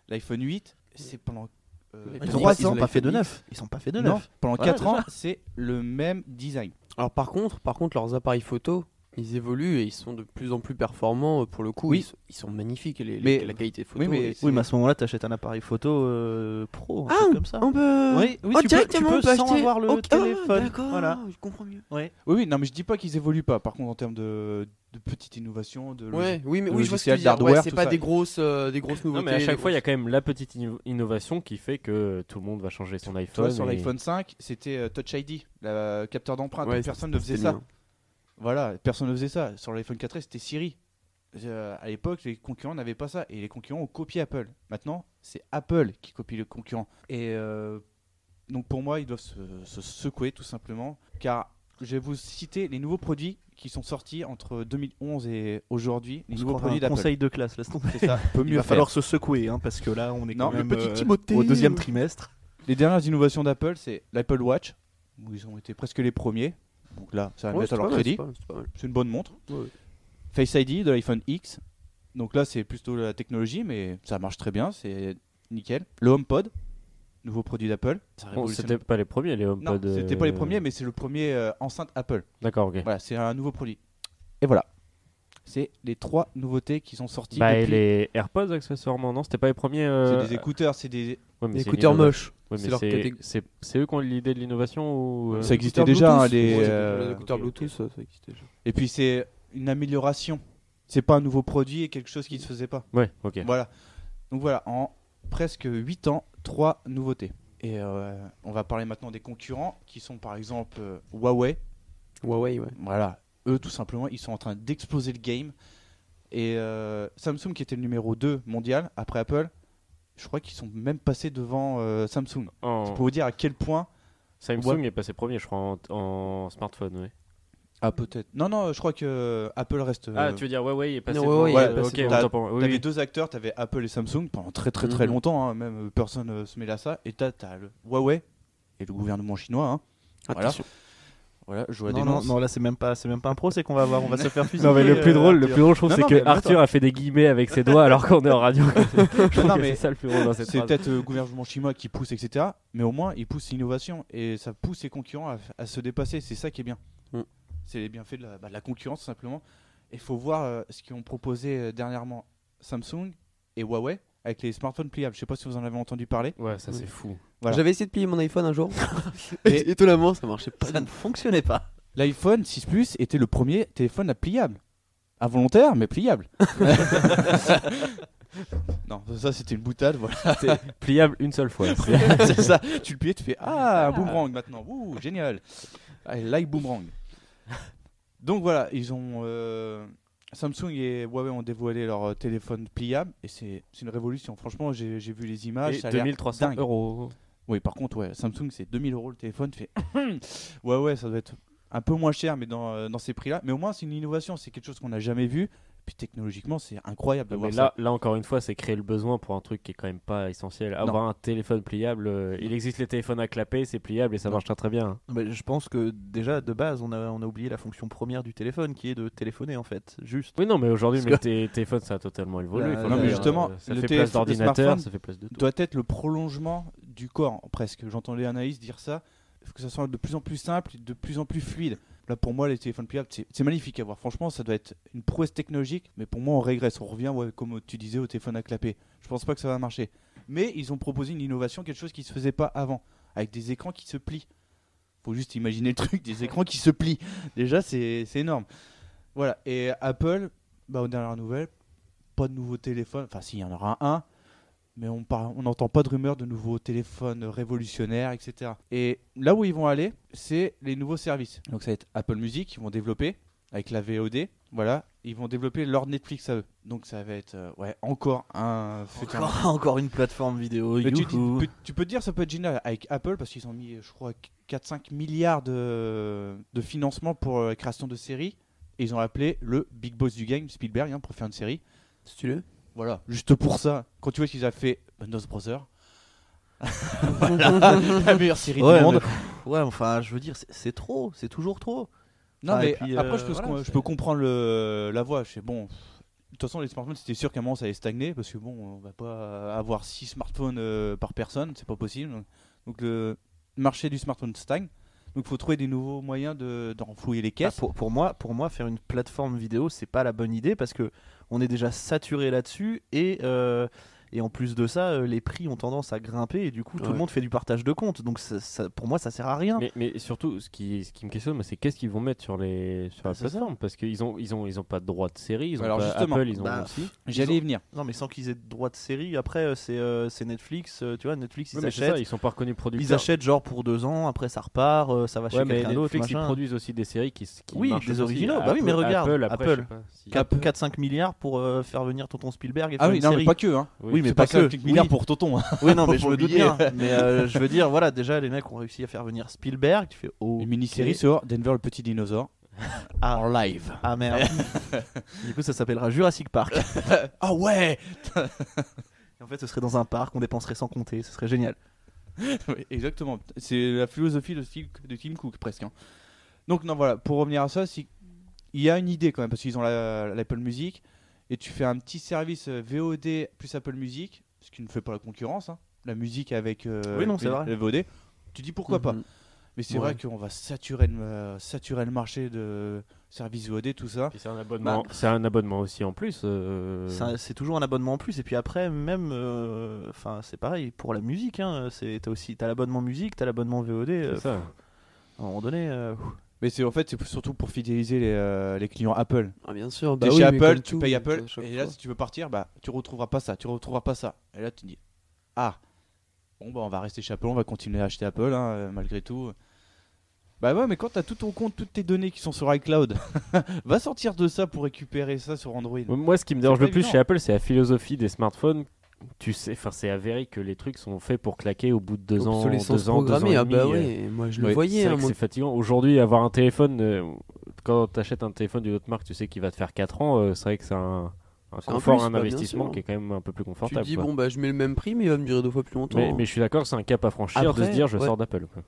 Speaker 1: L'iPhone 8, c'est pendant. euh,
Speaker 3: Ils
Speaker 2: ils
Speaker 3: ont
Speaker 2: ont,
Speaker 3: pas-
Speaker 2: pas,
Speaker 3: ils ont
Speaker 2: pas fait de
Speaker 3: l'iPhone
Speaker 2: neuf ils sont pas fait de
Speaker 1: non,
Speaker 2: neuf
Speaker 1: pendant
Speaker 2: Ouais,
Speaker 1: 4
Speaker 2: c'est
Speaker 1: ans, c'est le même design.
Speaker 3: Alors par contre, par contre, leurs appareils photo, ils évoluent et ils sont de plus en plus performants euh, pour le coup.
Speaker 1: Oui.
Speaker 3: Ils, sont- ils sont magnifiques les, les-
Speaker 1: Mais-
Speaker 3: la qualité photo.
Speaker 1: oui, mais-
Speaker 3: est-
Speaker 2: oui mais à ce moment-là t'achètes un appareil photo euh, pro un
Speaker 3: Ah,
Speaker 2: truc comme ça
Speaker 3: on peut.
Speaker 2: Oui, oui,
Speaker 3: Oh,
Speaker 2: tu peux-
Speaker 3: directement
Speaker 2: tu peux
Speaker 3: on peut
Speaker 2: sans
Speaker 3: acheter.
Speaker 2: avoir le
Speaker 3: Ok, ah,
Speaker 2: téléphone.
Speaker 3: d'accord,
Speaker 2: Voilà.
Speaker 3: Je comprends mieux.
Speaker 1: Oui, oui, non, mais je dis pas qu'ils évoluent pas. Par contre, en termes de, de petites innovations, de.
Speaker 3: Ouais, oui, mais
Speaker 1: le
Speaker 3: oui, je vois ce que
Speaker 1: logiciel,
Speaker 3: tu veux dire.
Speaker 1: l'hardware,
Speaker 3: Ouais, c'est
Speaker 1: tout
Speaker 3: pas
Speaker 1: ça.
Speaker 3: des grosses, euh, des grosses
Speaker 4: Non,
Speaker 3: nouveautés.
Speaker 4: mais à chaque
Speaker 3: des
Speaker 4: fois, il y a
Speaker 3: grosses-
Speaker 4: quand même la petite inno- innovation qui fait que tout le monde va changer
Speaker 1: Tu
Speaker 4: son
Speaker 1: vois,
Speaker 4: iPhone.
Speaker 1: sur
Speaker 4: et-
Speaker 1: l'iPhone 5, c'était euh, Touch ID, le capteur d'empreinte.
Speaker 3: Ouais,
Speaker 1: personne ne faisait
Speaker 3: c'était
Speaker 1: ça.
Speaker 3: mignon.
Speaker 1: Voilà, personne ne faisait ça. Sur l'iPhone 4S, c'était Siri. Euh, à l'époque, les concurrents n'avaient pas ça. Et les concurrents ont copié Apple. Maintenant, c'est Apple qui copie le concurrent. Et euh, donc, pour moi, ils doivent se, se secouer, tout simplement. Car je vais vous citer les nouveaux produits qui sont sortis entre 2011 et aujourd'hui. Les
Speaker 2: On se
Speaker 1: nouveaux
Speaker 2: croirait
Speaker 1: produits
Speaker 2: un
Speaker 1: d'Apple.
Speaker 2: conseil de classe laisse tomber
Speaker 1: C'est ça, peut
Speaker 2: il
Speaker 1: mieux
Speaker 2: va
Speaker 1: faire.
Speaker 2: falloir se secouer hein, parce que là on est
Speaker 1: Non,
Speaker 2: quand
Speaker 1: le
Speaker 2: même
Speaker 1: petit
Speaker 2: euh,
Speaker 3: Timothée.
Speaker 2: au deuxième trimestre
Speaker 1: Les dernières innovations d'Apple, c'est l'Apple Watch, où ils ont été presque les premiers. Donc là, ça va
Speaker 3: Ouais,
Speaker 1: mettre
Speaker 3: c'est
Speaker 1: à leur
Speaker 3: pas mal,
Speaker 1: crédit.
Speaker 3: c'est pas mal, c'est pas mal.
Speaker 1: C'est une bonne montre.
Speaker 3: Ouais.
Speaker 1: Face ID de l'iPhone X. Donc là, c'est plutôt la technologie, mais ça marche très bien, c'est nickel. Le HomePod, nouveau produit d'Apple. Ça
Speaker 4: Bon,
Speaker 1: révolutionne-
Speaker 4: c'était pas les premiers, les
Speaker 1: Non,
Speaker 4: HomePod.
Speaker 1: c'était
Speaker 4: euh,
Speaker 1: pas les premiers, Bah, mais c'est le premier euh, enceinte Apple.
Speaker 4: D'accord, ok.
Speaker 1: Voilà, c'est un nouveau produit. Et voilà. C'est les trois nouveautés qui sont sorties.
Speaker 4: Bah, et
Speaker 1: depuis.
Speaker 4: les AirPods, accessoirement, non C'était pas les premiers. euh,
Speaker 1: C'est des écouteurs, c'est des.
Speaker 4: ouais, mais
Speaker 3: Des
Speaker 4: c'est une
Speaker 3: écouteurs
Speaker 4: innova-
Speaker 3: moches.
Speaker 4: Ouais,
Speaker 3: C'est
Speaker 4: mais
Speaker 3: leur
Speaker 4: C'est
Speaker 3: catég-
Speaker 4: c'est- c'est eux qui ont l'idée de l'innovation ou. euh,
Speaker 1: Ça existait
Speaker 3: Écouteurs
Speaker 1: déjà, hein,
Speaker 3: Bluetooth.
Speaker 1: les.
Speaker 3: Ouais,
Speaker 1: euh,
Speaker 3: Les écouteurs
Speaker 4: ok, ok.
Speaker 3: Bluetooth, ça ça existait déjà.
Speaker 1: Et puis c'est une amélioration. C'est pas un nouveau produit et quelque chose qui ne se faisait pas.
Speaker 4: Ouais, ok.
Speaker 1: Voilà. Donc voilà, en presque 8 ans, 3 nouveautés. Et euh, on va parler maintenant des concurrents qui sont par exemple euh, Huawei.
Speaker 3: Huawei, ouais.
Speaker 1: Voilà, eux tout simplement, ils sont en train d'exploser le game. Et euh, Samsung qui était le numéro 2 mondial après Apple, je crois qu'ils sont même passés devant euh, Samsung.
Speaker 4: En-
Speaker 1: C'est pour vous dire à quel point.
Speaker 4: Samsung est passé premier, je crois, en, en smartphone, ouais.
Speaker 1: Ah, peut-être. Non, non, je crois que euh, Apple reste. euh,
Speaker 4: Ah, tu veux dire Huawei est passé
Speaker 3: Non,
Speaker 4: devant,
Speaker 3: Huawei
Speaker 1: est
Speaker 4: euh,
Speaker 1: passé
Speaker 4: ok,
Speaker 1: devant.
Speaker 4: autant pour moi. Oui,
Speaker 1: T'avais
Speaker 4: oui.
Speaker 1: deux acteurs, t'avais Apple et Samsung pendant très très très
Speaker 3: Mhm.
Speaker 1: longtemps, hein, même euh, personne euh, se met là ça. Et t'as t'as le Huawei et le gouvernement chinois. hein. Voilà.
Speaker 3: Ah, Attention.
Speaker 1: Voilà, je vois des
Speaker 2: non, non, non, là c'est même pas c'est même pas un pro c'est qu'on va avoir on va se faire fusiller
Speaker 4: Non mais le
Speaker 2: euh,
Speaker 4: plus drôle, le
Speaker 2: Arthur.
Speaker 4: plus drôle je trouve
Speaker 1: Non,
Speaker 4: c'est
Speaker 1: non,
Speaker 4: que
Speaker 1: mais même
Speaker 4: Arthur a fait des guillemets avec ses doigts alors qu'on est en radio. je trouve
Speaker 1: Non,
Speaker 4: que
Speaker 1: mais
Speaker 4: c'est ça le plus drôle dans cette
Speaker 1: C'est
Speaker 4: phrase.
Speaker 1: peut-être euh, le gouvernement chinois qui pousse, etc. Mais au moins, il pousse l'innovation et ça pousse ses concurrents à, à se dépasser. C'est ça qui est bien.
Speaker 3: Mm.
Speaker 1: C'est les bienfaits de la, bah, de la concurrence, simplement. Il faut voir euh, ce qu'ils ont proposé euh, dernièrement Samsung et Huawei avec les smartphones pliables. Je sais pas si vous en avez entendu parler.
Speaker 4: Ouais, ça
Speaker 3: Oui.
Speaker 4: c'est fou.
Speaker 1: Voilà.
Speaker 3: J'avais essayé de plier mon iPhone un jour. et étonnamment, ça marchait pas.
Speaker 2: Ça ne fonctionnait pas.
Speaker 1: L'iPhone 6 Plus était le premier téléphone à pliable. Involontaire, mais pliable. non, ça c'était une boutade. Voilà.
Speaker 4: Pliable une seule fois.
Speaker 1: C'est ça. Tu le plies, tu fais Ah, un boomerang maintenant. Ouh, génial. Ah, I like boomerang. Donc voilà, ils ont. euh, Samsung et Huawei ont dévoilé leur euh, téléphone pliable et c'est c'est une révolution. Franchement, j'ai j'ai vu les images.
Speaker 4: Et
Speaker 1: ça a l'air
Speaker 4: 2300
Speaker 1: Ah, dingue.
Speaker 4: euros.
Speaker 1: Oui, par contre, ouais, Samsung c'est 2000 euros le téléphone. Tu fais ouais, ouais, ça doit être un peu moins cher, mais dans, euh, dans ces prix-là. Mais au moins, c'est une innovation, c'est quelque chose qu'on n'a jamais vu. Puis technologiquement, c'est incroyable de
Speaker 4: Ah, Mais
Speaker 1: voir
Speaker 4: là, là, encore une fois, c'est créer le besoin pour un truc qui est quand même pas essentiel. Avoir un téléphone pliable, euh, il existe les téléphones à clapper, c'est pliable et ça
Speaker 2: Non.
Speaker 4: marche très très bien. hein.
Speaker 2: Mais je pense que déjà de base on a, on a oublié la fonction première du téléphone qui est de téléphoner en fait. Juste.
Speaker 4: Oui, non, mais aujourd'hui,
Speaker 2: Parce
Speaker 4: mais le té- téléphone, ça a totalement évolué.
Speaker 2: Là,
Speaker 4: Enfin,
Speaker 2: Bah, non, mais
Speaker 4: je veux dire,
Speaker 1: justement,
Speaker 4: euh, ça
Speaker 1: le
Speaker 4: fait
Speaker 1: téléphone,
Speaker 4: place
Speaker 1: le
Speaker 4: d'ordinateur,
Speaker 1: smartphone
Speaker 4: ça fait place de tout.
Speaker 1: ça. Doit être le prolongement du corps, presque. J'entendais Anaïs dire ça. Il faut que ça soit de plus en plus simple, et de plus en plus fluide. Là, pour moi, les téléphones pliables, c'est c'est magnifique à voir. Franchement, ça doit être une prouesse technologique. Mais pour moi, on régresse. On revient, ouais, comme tu disais, au téléphone à clapper. Je pense pas que ça va marcher. Mais ils ont proposé une innovation, quelque chose qui se faisait pas avant, avec des écrans qui se plient. Faut juste imaginer le truc, des écrans qui se plient. Déjà, c'est c'est énorme. Voilà. Et Apple, bah, aux dernières nouvelles, pas de nouveau téléphone. Enfin, s'il y en aura un, mais on par- on n'entend pas de rumeurs de nouveaux téléphones révolutionnaires, etc. Et là où ils vont aller, c'est les nouveaux services. Donc ça va être Apple Music, ils vont développer avec la VOD. Voilà, ils vont développer leur Netflix à eux. Donc ça va être euh, ouais encore un futur-
Speaker 2: Encore, encore une plateforme vidéo.
Speaker 1: Mais tu,
Speaker 2: youhou.
Speaker 1: tu peux- tu peux te dire ça peut être génial avec Apple parce qu'ils ont mis je crois 4-5 milliards de, de financement pour euh, la création de séries et ils ont appelé le big boss du game Spielberg hein, pour faire une série
Speaker 3: Si tu veux.
Speaker 1: voilà juste pour ça quand tu vois qu'ils ont fait Band of Brothers la meilleure série
Speaker 2: Ouais,
Speaker 1: du monde
Speaker 2: mais- ouais, enfin, je veux dire, c'est- c'est trop, c'est toujours trop.
Speaker 1: non
Speaker 2: Ah, et
Speaker 1: mais
Speaker 2: puis,
Speaker 1: après
Speaker 2: euh,
Speaker 1: je peux,
Speaker 2: voilà,
Speaker 1: je
Speaker 2: c'est-
Speaker 1: peux comprendre le- la voix je sais bon pff, de toute façon les smartphones c'était sûr qu'à un moment ça allait stagner parce que bon on va pas avoir 6 smartphones euh, par personne c'est pas possible donc le marché du smartphone stagne donc faut trouver des nouveaux moyens de d'enflouer les
Speaker 2: Ah,
Speaker 1: caisses
Speaker 2: pour, pour moi, pour moi, faire une plateforme vidéo, c'est pas la bonne idée parce que on est déjà saturé là-dessus et euh, et en plus de ça, euh, les prix ont tendance à grimper et du coup, tout le
Speaker 3: Ouais.
Speaker 2: monde fait du partage de comptes. Donc, ça, ça- pour moi, ça sert à rien.
Speaker 4: Mais, mais surtout, ce qui, ce qui me questionne, moi, c'est qu'est-ce qu'ils vont mettre sur, les, sur la
Speaker 2: Ah, c'est ça.
Speaker 4: plateforme Parce qu'ils n'ont ils ont, ils ont pas de droit de série, ils ont
Speaker 1: Alors,
Speaker 4: pas
Speaker 1: justement,
Speaker 4: Apple, ils ont
Speaker 2: bah,
Speaker 4: aussi.
Speaker 1: Ah, j'allais y venir
Speaker 2: Non, mais sans qu'ils aient de droit de série. Après, euh, c'est euh, c'est Netflix, euh, tu vois, Netflix ils
Speaker 4: Ouais, mais c'est
Speaker 2: achètent.
Speaker 4: ça, ils sont pas reconnus producteurs.
Speaker 2: Ils achètent genre pour deux ans, après ça repart, euh, ça va
Speaker 4: Ouais,
Speaker 2: chez
Speaker 4: mais
Speaker 2: quelqu'un d'autre.
Speaker 4: Netflix, ils
Speaker 2: machin.
Speaker 4: produisent aussi des séries qui, s- qui
Speaker 2: Oui,
Speaker 4: marchent
Speaker 2: des
Speaker 4: aussi.
Speaker 2: originaux.
Speaker 4: Apple-
Speaker 2: Bah oui, mais regarde,
Speaker 4: Apple, après,
Speaker 2: Apple.
Speaker 4: je sais pas si-
Speaker 2: Quatre- 4-5 milliards pour euh, faire venir tonton Spielberg et faire
Speaker 1: ah oui
Speaker 2: une
Speaker 1: non mais
Speaker 2: série.
Speaker 1: pas que hein
Speaker 2: Oui, mais
Speaker 1: C'est
Speaker 2: pas
Speaker 1: ça,
Speaker 2: que.
Speaker 1: le truc milliard
Speaker 2: Oui.
Speaker 1: pour Tonton hein.
Speaker 2: Oui, non,
Speaker 1: Faut
Speaker 2: mais je
Speaker 1: pas
Speaker 2: me doute
Speaker 1: oublier.
Speaker 2: bien. Mais euh, je veux dire, voilà, déjà, les mecs ont réussi à faire venir Spielberg. Tu fais, oh,
Speaker 1: une mini-série sur Denver le petit dinosaure
Speaker 2: Ah.
Speaker 1: en live
Speaker 2: ah merde. du coup, ça s'appellera Jurassic Park.
Speaker 1: ah ouais
Speaker 2: Et en fait, ce serait dans un parc, on dépenserait sans compter, ce serait génial.
Speaker 1: Oui, exactement. C'est la philosophie de Steve- de Tim Cook presque. hein. Donc non voilà, pour revenir à ça, c'est- il y a une idée quand même parce qu'ils ont la- l'Apple Music et tu fais un petit service euh, VOD plus Apple Music, ce qui ne fait pas la concurrence. hein. La musique avec euh,
Speaker 2: Oui, non, c'est vrai.
Speaker 1: la VOD. Tu dis pourquoi pas.
Speaker 3: Mhm.
Speaker 1: Mais c'est
Speaker 3: Ouais.
Speaker 1: vrai qu'on va saturer le, euh, saturer le marché de services VOD tout ça.
Speaker 4: Puis c'est un abonnement. Bah, C'est un abonnement aussi en plus. euh,
Speaker 2: Ça- C'est toujours un abonnement en plus. Et puis après, même, euh, enfin, c'est pareil pour la musique. Hein, c'est- T'as aussi, t'as l'abonnement musique, t'as l'abonnement VOD. euh,
Speaker 4: c'est ça.
Speaker 2: à un moment donné, euh, pff,
Speaker 1: Mais c'est en fait c'est surtout pour fidéliser les, euh, les clients Apple.
Speaker 3: Ah, bien sûr.
Speaker 1: T'es
Speaker 3: bah oui,
Speaker 1: chez
Speaker 3: mais comme
Speaker 1: Apple, tu
Speaker 3: tout,
Speaker 1: payes
Speaker 3: à
Speaker 1: Apple,
Speaker 3: chaque
Speaker 1: et là,
Speaker 3: fois.
Speaker 1: si tu veux partir, bah, tu retrouveras pas ça, tu retrouveras pas ça. Et là, tu te dis, ah, bon, bah, on va rester chez Apple, on va continuer à acheter Apple, hein, euh, malgré tout. Bah ouais, mais quand t'as tout ton compte, toutes tes données qui sont sur iCloud, va sortir de ça pour récupérer ça sur Android.
Speaker 4: Moi, ce qui me dérange
Speaker 1: pas
Speaker 4: le plus
Speaker 1: évident.
Speaker 4: chez Apple, c'est la philosophie des smartphones. Tu sais, enfin, c'est avéré que les trucs sont faits pour claquer au bout de deux ans,
Speaker 3: Obsolescence
Speaker 4: deux ans, deux ans
Speaker 3: programmée.
Speaker 4: et
Speaker 3: Ah bah
Speaker 4: demi, euh,
Speaker 3: ouais, moi je le
Speaker 4: Ouais,
Speaker 3: voyais.
Speaker 4: C'est
Speaker 3: hein,
Speaker 4: vrai que
Speaker 3: moi.
Speaker 4: c'est fatigant. Aujourd'hui, avoir un téléphone, euh, quand t'achètes un téléphone d'une autre marque, tu sais qu'il va te faire 4 ans. euh, c'est vrai que c'est un, un
Speaker 3: C'est un
Speaker 4: confort,
Speaker 3: plus,
Speaker 4: un
Speaker 3: bah, bien
Speaker 4: investissement
Speaker 3: sûr.
Speaker 4: qui est quand même un peu plus
Speaker 3: Tu te
Speaker 4: confortable.
Speaker 3: dis,
Speaker 4: quoi.
Speaker 3: bon, bah je mets le même prix, mais il va me durer deux fois plus longtemps.
Speaker 4: mais, mais je suis d'accord, c'est un cap à franchir de
Speaker 3: Après,
Speaker 4: se dire je
Speaker 3: ouais.
Speaker 4: sors d'Apple. quoi.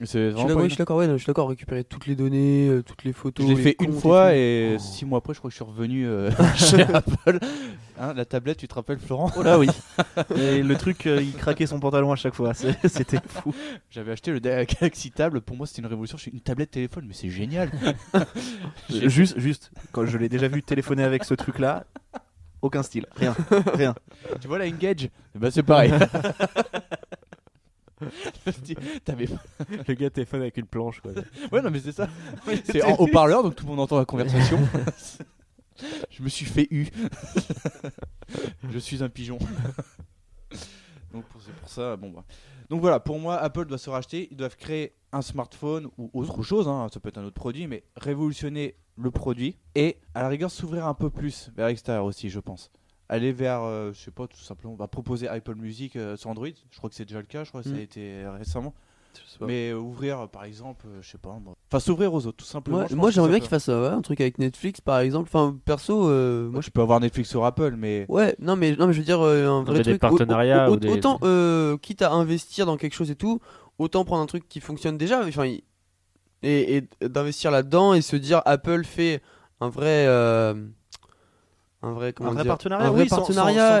Speaker 1: Et C'est
Speaker 3: Je suis
Speaker 1: vraiment
Speaker 3: d'accord,
Speaker 1: pas
Speaker 3: oui, je suis d'accord, ouais, non, je suis d'accord, récupérer toutes les données, euh, toutes les photos.
Speaker 1: Je l'ai
Speaker 3: les
Speaker 1: fait une
Speaker 3: comptes
Speaker 1: fois
Speaker 3: tout.
Speaker 1: et
Speaker 3: Oh.
Speaker 1: six mois après, je crois que je suis revenu euh, chez Apple. Hein, la tablette, tu te rappelles, Florent
Speaker 2: Oh là oui. Et le truc, euh, il craquait son pantalon à chaque fois. C'est- C'était fou.
Speaker 1: J'avais acheté le Galaxy Table. Pour moi, c'était une révolution. Je suis une tablette téléphone, mais c'est génial. J'ai-
Speaker 2: Juste, juste, quand je l'ai déjà vu téléphoner avec ce truc-là, aucun style. Rien, rien.
Speaker 1: tu vois la Engage Eh ben, c'est pareil. T'avais pas-
Speaker 4: Le gars téléphone avec une planche, quoi.
Speaker 1: Ouais, non, mais c'est ça. C'est en haut-parleur, donc tout le monde entend la conversation. je me suis fait eu. je suis un pigeon. donc pour- c'est pour ça, bon bah. Donc voilà, pour moi, Apple doit se racheter. Ils doivent créer un smartphone ou autre chose, hein, ça peut être un autre produit, mais révolutionner le produit et à la rigueur s'ouvrir un peu plus vers l'extérieur aussi, je pense. Aller vers, euh, je sais pas, tout simplement, bah, proposer Apple Music euh, sur Android. Je crois que c'est déjà le cas, je crois que ça
Speaker 3: Mm.
Speaker 1: a été euh, récemment.
Speaker 3: Je sais pas.
Speaker 1: Mais euh, ouvrir, euh, par exemple, euh, je sais pas, moi. Enfin, s'ouvrir aux autres, tout simplement.
Speaker 3: Moi,
Speaker 1: je
Speaker 3: moi,
Speaker 1: pense que
Speaker 3: j'aimerais
Speaker 1: ça
Speaker 3: bien
Speaker 1: peut-
Speaker 3: qu'il fasse euh, ouais, un truc avec Netflix par exemple. Enfin, perso, euh, moi
Speaker 1: Moi, tu peux avoir Netflix sur Apple, mais.
Speaker 3: Ouais, non mais, non mais je veux dire euh, un vrai
Speaker 4: mais des
Speaker 3: truc. au-
Speaker 4: partenariats
Speaker 3: au- au-
Speaker 4: ou des-
Speaker 3: Autant euh, quitte à investir dans quelque chose et tout, autant prendre un truc qui fonctionne déjà. Enfin, il- et, et d'investir là-dedans et se dire Apple fait un vrai, euh, un vrai, comment
Speaker 2: Un vrai
Speaker 3: dire,
Speaker 2: partenariat,
Speaker 3: un vrai
Speaker 2: oui, sans- sans-
Speaker 3: partenariat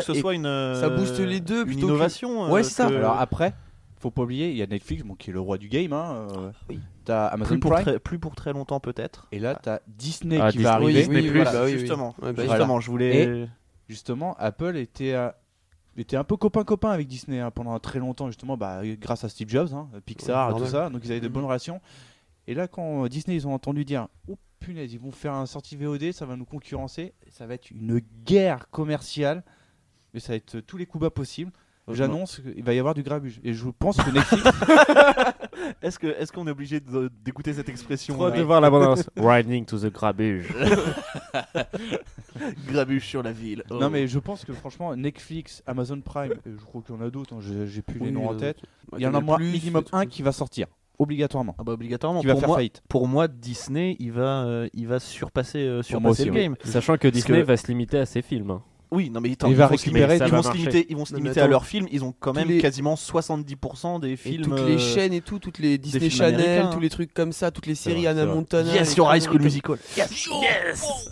Speaker 2: sans que ce
Speaker 3: et-
Speaker 2: soit une. euh,
Speaker 3: ça booste les deux
Speaker 2: Une
Speaker 3: plutôt que-
Speaker 2: innovation.
Speaker 3: Ouais,
Speaker 2: euh,
Speaker 3: c'est ça.
Speaker 2: que-
Speaker 1: Alors après, faut pas oublier, il y a Netflix, bon, qui est le roi du game. Hein, euh,
Speaker 3: Ah oui.
Speaker 1: T'as Amazon
Speaker 2: plus, pour
Speaker 1: Prime.
Speaker 2: très, plus pour très longtemps, peut-être.
Speaker 1: Et là, t'as Disney
Speaker 4: Ah,
Speaker 1: qui
Speaker 4: Disney.
Speaker 1: va
Speaker 3: Oui,
Speaker 1: arriver.
Speaker 3: oui,
Speaker 4: mais
Speaker 3: voilà,
Speaker 4: plus,
Speaker 3: oui, oui.
Speaker 2: justement,
Speaker 3: Ouais, bah,
Speaker 2: justement, je voulais.
Speaker 1: Justement, Apple était. euh, était un peu copain-copain avec Disney hein, pendant très longtemps, justement, bah, grâce à Steve Jobs, hein, Pixar,
Speaker 3: Ouais,
Speaker 1: et tout
Speaker 3: normal. Mm-hmm.
Speaker 1: ça. Donc, ils avaient de bonnes relations. Et là, quand euh, Disney, ils ont entendu dire Oh punaise, ils vont faire un sortie VOD, ça va nous concurrencer. Ça va être une guerre commerciale. Mais ça va être euh, tous les coups bas possibles.
Speaker 3: Oh,
Speaker 1: J'annonce qu'il va y avoir du grabuge. Et je pense que Netflix.
Speaker 2: Est-ce que est-ce qu'on est obligé de- d'écouter cette expression
Speaker 4: Trop
Speaker 2: euh,
Speaker 4: de voir l'abondance. Riding to the grabuge.
Speaker 2: grabuche sur la ville Oh.
Speaker 1: Non, mais je pense que franchement, Netflix, Amazon Prime, et je crois qu'il y en a d'autres, hein, j'ai j'ai
Speaker 2: Oh.
Speaker 1: plus les
Speaker 3: Oui,
Speaker 1: noms en
Speaker 3: euh,
Speaker 1: tête.
Speaker 3: bah,
Speaker 1: Il y en a
Speaker 3: t'en as
Speaker 1: moins
Speaker 3: plus,
Speaker 1: minimum
Speaker 3: des trucs
Speaker 1: un
Speaker 3: comme
Speaker 1: qui va sortir, obligatoirement.
Speaker 2: Ah bah obligatoirement.
Speaker 1: Qui va
Speaker 2: pour
Speaker 1: faire
Speaker 2: moi,
Speaker 1: faillite.
Speaker 2: pour moi, Disney, il va, euh, il va surpasser, euh,
Speaker 1: Pour moi
Speaker 2: surpasser
Speaker 1: aussi,
Speaker 2: le
Speaker 1: oui.
Speaker 2: game.
Speaker 4: Sachant que Disney
Speaker 2: que-
Speaker 4: va se limiter à ses films. hein.
Speaker 2: Oui, non mais attends,
Speaker 1: Il
Speaker 2: ils
Speaker 1: va
Speaker 2: vont se
Speaker 1: récupérer,
Speaker 2: limiter-
Speaker 4: ça
Speaker 2: ils
Speaker 4: va
Speaker 2: vont se
Speaker 4: marcher.
Speaker 2: limiter, ils vont se
Speaker 3: Non, mais
Speaker 2: limiter à
Speaker 3: attends.
Speaker 2: leurs films. Ils ont quand
Speaker 3: Tous
Speaker 2: même
Speaker 3: les-
Speaker 2: quasiment 70% des
Speaker 3: Et
Speaker 2: films.
Speaker 3: toutes les
Speaker 2: euh,
Speaker 3: chaînes et tout, toutes les Disney
Speaker 2: films
Speaker 3: Channel,
Speaker 2: américains.
Speaker 3: tous les trucs comme ça, toutes les
Speaker 4: vrai,
Speaker 3: séries
Speaker 4: hein. c'est
Speaker 3: Anna
Speaker 4: vrai.
Speaker 3: Montana.
Speaker 2: Yes,
Speaker 3: les
Speaker 2: your high
Speaker 3: conneries
Speaker 2: school musical.
Speaker 3: comme-
Speaker 2: Yes, yes.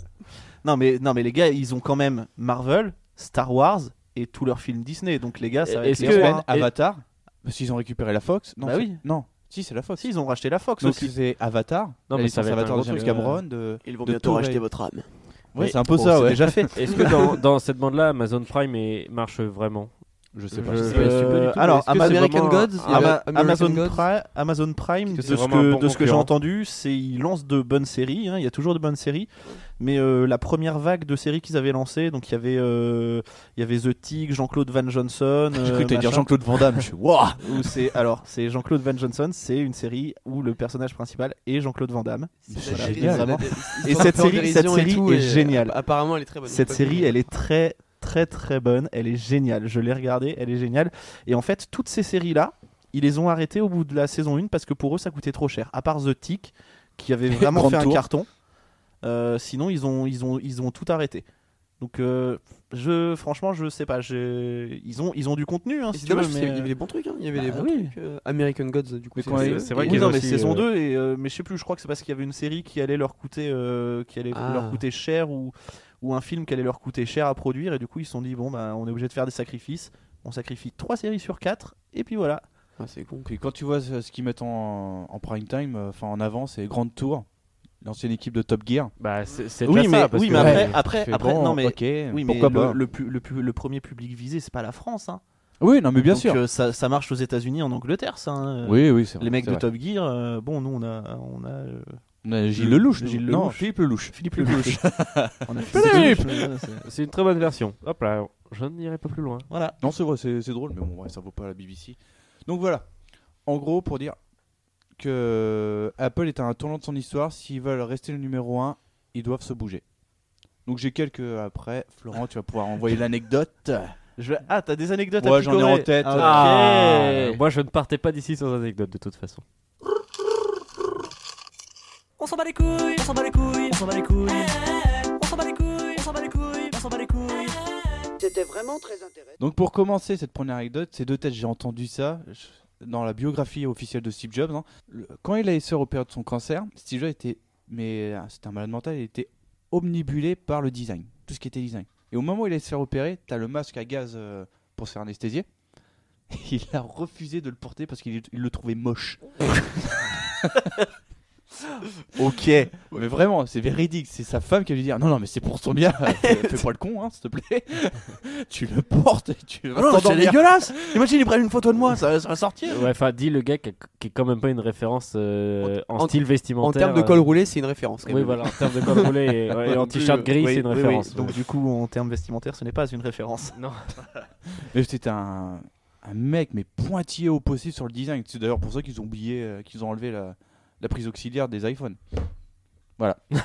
Speaker 2: Non mais non mais les gars, ils ont quand même Marvel, Star Wars et tous leurs films Disney. Donc les gars, ça va être
Speaker 4: Est-ce
Speaker 2: les
Speaker 1: Et
Speaker 4: que-
Speaker 2: rois.
Speaker 1: X-Men, Ben, Avatar, parce qu'ils ont récupéré la Fox. Non,
Speaker 2: Bah
Speaker 1: c'est-
Speaker 2: oui.
Speaker 1: Non, si, c'est la Fox.
Speaker 2: Si, ils ont racheté la Fox
Speaker 1: Donc
Speaker 2: aussi.
Speaker 1: c'est Avatar,
Speaker 4: Non,
Speaker 1: non,
Speaker 4: mais
Speaker 1: mais
Speaker 4: ça va être un
Speaker 1: Avatar de
Speaker 4: gros
Speaker 1: James
Speaker 4: truc,
Speaker 1: Cameron. De...
Speaker 3: Ils vont
Speaker 1: de
Speaker 3: bientôt
Speaker 1: Touré.
Speaker 3: racheter votre âme.
Speaker 1: Ouais,
Speaker 4: Mais-
Speaker 1: c'est un peu
Speaker 2: euh, Bon,
Speaker 1: ça,
Speaker 2: c'est
Speaker 1: ouais.
Speaker 2: déjà fait.
Speaker 4: Est-ce que dans, dans cette bande-là, Amazon Prime est- marche vraiment
Speaker 1: Je sais pas.
Speaker 4: Je-
Speaker 1: je sais
Speaker 4: je-
Speaker 1: pas.
Speaker 4: sais pas du tout,
Speaker 2: alors,
Speaker 4: mais est-ce que c'est
Speaker 2: American
Speaker 4: vraiment
Speaker 3: Gods,
Speaker 4: un-
Speaker 3: il y
Speaker 4: un-
Speaker 3: avait-
Speaker 2: Ama-
Speaker 3: American
Speaker 2: Amazon,
Speaker 3: Gods.
Speaker 2: Pri- Amazon Prime,
Speaker 4: Parce
Speaker 2: de
Speaker 4: que c'est
Speaker 2: ce
Speaker 4: vraiment un
Speaker 2: que,
Speaker 4: bon
Speaker 2: de ce que j'ai
Speaker 4: concurrent.
Speaker 2: entendu, c'est ils lancent de bonnes séries. hein, Il y a toujours de bonnes séries, mais euh, la première vague de séries qu'ils avaient lancées, donc il y avait, euh, il y avait The Tick, Jean-Claude Van Johnson.
Speaker 1: J'ai cru
Speaker 2: euh,
Speaker 1: que t'allais dire
Speaker 2: machin,
Speaker 1: Jean-Claude Van Damme. Je suis waouh.
Speaker 2: où c'est alors c'est Jean-Claude Van Johnson, c'est une série où le personnage principal est Jean-Claude Van Damme.
Speaker 1: Voilà,
Speaker 3: Ils
Speaker 1: génial,
Speaker 3: sont
Speaker 2: vraiment.
Speaker 3: en
Speaker 2: Et cette série-
Speaker 3: dérision
Speaker 2: cette
Speaker 3: et
Speaker 2: série
Speaker 3: tout,
Speaker 2: est
Speaker 3: et, euh,
Speaker 2: géniale.
Speaker 3: Apparemment, elle est très bonne.
Speaker 2: Cette série, elle est très très très bonne, elle est géniale, je l'ai regardée, elle est géniale. Et en fait, toutes ces séries-là, ils les ont arrêtées au bout de la saison 1 parce que pour eux, ça coûtait trop cher. À part The Tick, qui avait vraiment
Speaker 1: Grande
Speaker 2: fait un
Speaker 1: tour.
Speaker 2: carton, Euh, sinon ils ont, ils, ont, ils ont tout arrêté. Donc euh, je, franchement, je sais pas, je- ils, ont, ils ont du contenu. Hein,
Speaker 3: Et
Speaker 2: si
Speaker 3: C'est
Speaker 2: tu veux,
Speaker 3: dommage, parce qu'il y
Speaker 2: mais-
Speaker 3: avait- il y avait des bons trucs, hein. il y avait des
Speaker 2: Bah
Speaker 3: bons
Speaker 2: oui.
Speaker 3: trucs. euh, American Gods, du coup.
Speaker 1: Mais quand il-
Speaker 4: C'est vrai
Speaker 2: Oui,
Speaker 4: qu'il y
Speaker 2: non,
Speaker 4: avait
Speaker 2: mais
Speaker 4: aussi,
Speaker 2: saison
Speaker 4: euh,
Speaker 2: 2, et, euh, mais je sais plus, je crois que c'est parce qu'il y avait une série qui allait leur coûter, euh, qui allait
Speaker 3: Ah.
Speaker 2: leur coûter cher ou, ou un film qui allait leur coûter cher à produire, et du coup ils se sont dit, bon, bah, on est obligé de faire des sacrifices, on sacrifie 3 séries sur 4, et puis voilà.
Speaker 3: Ah, c'est con.
Speaker 1: Puis quand tu vois ce ce qu'ils mettent en, en prime time, euh, enfin en avant, c'est Grand Tour, l'ancienne équipe de Top Gear.
Speaker 4: Bah, c'est c'est
Speaker 2: Oui,
Speaker 4: déjà
Speaker 2: mais-
Speaker 4: ça, parce
Speaker 2: oui,
Speaker 4: que- euh,
Speaker 2: mais après-
Speaker 1: Ouais,
Speaker 2: après-
Speaker 1: tu fais,
Speaker 2: après,
Speaker 1: bon,
Speaker 2: non, mais-
Speaker 1: ok,
Speaker 2: Oui, mais
Speaker 1: pourquoi
Speaker 2: le,
Speaker 1: pas
Speaker 2: le pu- le pu- le premier public visé, c'est pas la France. hein.
Speaker 1: Oui, non, Ah, mais bien
Speaker 2: Donc,
Speaker 1: sûr.
Speaker 2: euh, ça, ça marche aux États-Unis, en Angleterre, ça. hein.
Speaker 1: Oui, oui, c'est vrai,
Speaker 2: Les mecs
Speaker 1: c'est
Speaker 2: de
Speaker 1: vrai.
Speaker 2: Top Gear, euh, bon, nous on a, on a euh,
Speaker 1: On a Gilles Lelouch,
Speaker 2: Gilles
Speaker 1: nous. non,
Speaker 2: Lelouch.
Speaker 1: Philippe Lelouch.
Speaker 2: Philippe Lelouch. on a
Speaker 1: Philippe
Speaker 2: Lelouch, c'est-
Speaker 4: C'est une très bonne version. Hop là, je n'irai pas plus loin.
Speaker 2: Voilà.
Speaker 1: Non, c'est vrai, c'est c'est drôle, mais bon, ouais, ça vaut pas la BBC. Donc voilà, en gros, pour dire que Apple est à un tournant de son histoire, s'ils veulent rester le numéro 1, ils doivent se bouger. Donc j'ai quelques après. Florent, tu vas pouvoir envoyer l'anecdote.
Speaker 2: Je vais- Ah, t'as des anecdotes à
Speaker 1: Ouais, j'en ai
Speaker 2: picorer.
Speaker 1: en tête.
Speaker 2: Ah, ok.
Speaker 4: Ah, moi, je ne partais pas d'ici sans anecdote de toute façon.
Speaker 6: On s'en bat les couilles, on s'en bat les couilles, on s'en bat les couilles.
Speaker 4: Ah,
Speaker 6: On s'en bat les couilles, on s'en bat les couilles, on s'en bat les couilles.
Speaker 8: C'était vraiment très intéressant.
Speaker 1: Donc pour commencer cette première anecdote, c'est deux têtes, j'ai entendu ça. Je- dans la biographie officielle de Steve Jobs, hein, le- quand il a été opéré de son cancer, Steve Jobs était, mais euh, c'était un malade mental, il était omnibulé par le design, tout ce qui était design. Et au moment où il allait se faire opérer, t'as le masque à gaz euh, pour se faire anesthésier. Il a refusé de le porter parce qu'il il le trouvait moche.
Speaker 2: Ok.
Speaker 1: Mais vraiment, c'est véridique. C'est sa femme qui a dû dire Non, non, mais c'est pour son bien. Fais fais pas le con, hein, s'il te plaît. tu le portes et tu vas
Speaker 2: non, Oh, c'est
Speaker 1: t'endormir.
Speaker 2: dégueulasse Imagine, ils prennent une photo de moi, ça, va- ça va sortir
Speaker 4: Ouais, enfin, dis le gars qui, a- qui est quand même pas une référence euh, en,
Speaker 3: en-
Speaker 4: style vestimentaire.
Speaker 3: En termes de
Speaker 4: euh,
Speaker 3: col roulé, c'est une référence. quand
Speaker 4: Oui,
Speaker 3: même.
Speaker 4: voilà, en termes de col roulé et, ouais, et en t-shirt gris,
Speaker 2: Oui,
Speaker 4: c'est une
Speaker 2: oui, oui.
Speaker 4: référence.
Speaker 2: Donc, du coup, en termes vestimentaires, ce n'est pas une référence.
Speaker 4: Non.
Speaker 1: Mais c'était un, un mec, mais pointillé au possible sur le design. C'est d'ailleurs pour ça qu'ils ont oublié, euh, qu'ils ont enlevé la, la prise auxiliaire des iPhones.
Speaker 2: Voilà, donc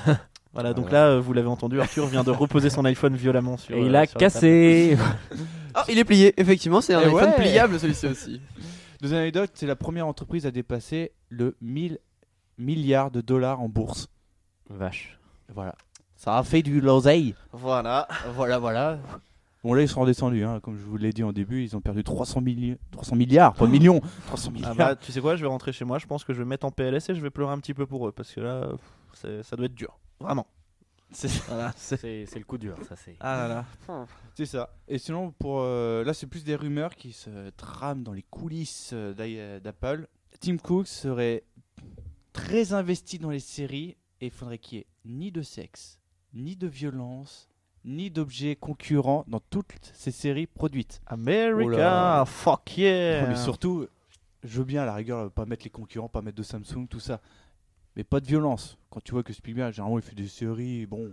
Speaker 1: Voilà.
Speaker 2: là, euh, vous l'avez entendu, Arthur vient de reposer son iPhone violemment sur.
Speaker 4: Ah, Et
Speaker 2: euh,
Speaker 4: il a
Speaker 2: sur la table.
Speaker 4: cassé
Speaker 3: Ah, il est plié, effectivement, c'est un
Speaker 1: Eh
Speaker 3: iPhone
Speaker 1: ouais.
Speaker 3: pliable celui-ci aussi.
Speaker 1: Deuxième anecdote c'est la première entreprise à dépasser le 1000 milliards de dollars en bourse.
Speaker 4: Vache.
Speaker 1: Voilà. Ça a fait du l'oseille.
Speaker 2: Voilà, voilà, voilà.
Speaker 1: Bon, là, ils sont redescendus. hein. Comme je vous l'ai dit en début, ils ont perdu 300, milli- 300 milliards, pas de millions. 300 milliards.
Speaker 2: Ah bah, tu sais quoi, je vais rentrer chez moi, je pense que je vais me mettre en PLS et je vais pleurer un petit peu pour eux, parce que là, pff, c'est- ça doit être dur. Vraiment. Voilà, c'est-
Speaker 4: C'est c'est le coup dur, ça c'est.
Speaker 2: Ah là là.
Speaker 1: C'est ça. Et sinon, pour euh, là, c'est plus des rumeurs qui se trament dans les coulisses euh, d'i- d'Apple. Tim Cook serait très investi dans les séries et il faudrait qu'il n'y ait ni de sexe, ni de violence, ni d'objets concurrents dans toutes ces séries produites.
Speaker 2: America,
Speaker 3: Oh là.
Speaker 2: fuck yeah.
Speaker 1: Mais surtout, je veux bien à la rigueur euh, pas mettre les concurrents, pas mettre de Samsung, tout ça. Mais pas de violence. Quand tu vois que Spielberg, généralement, il fait des séries, bon,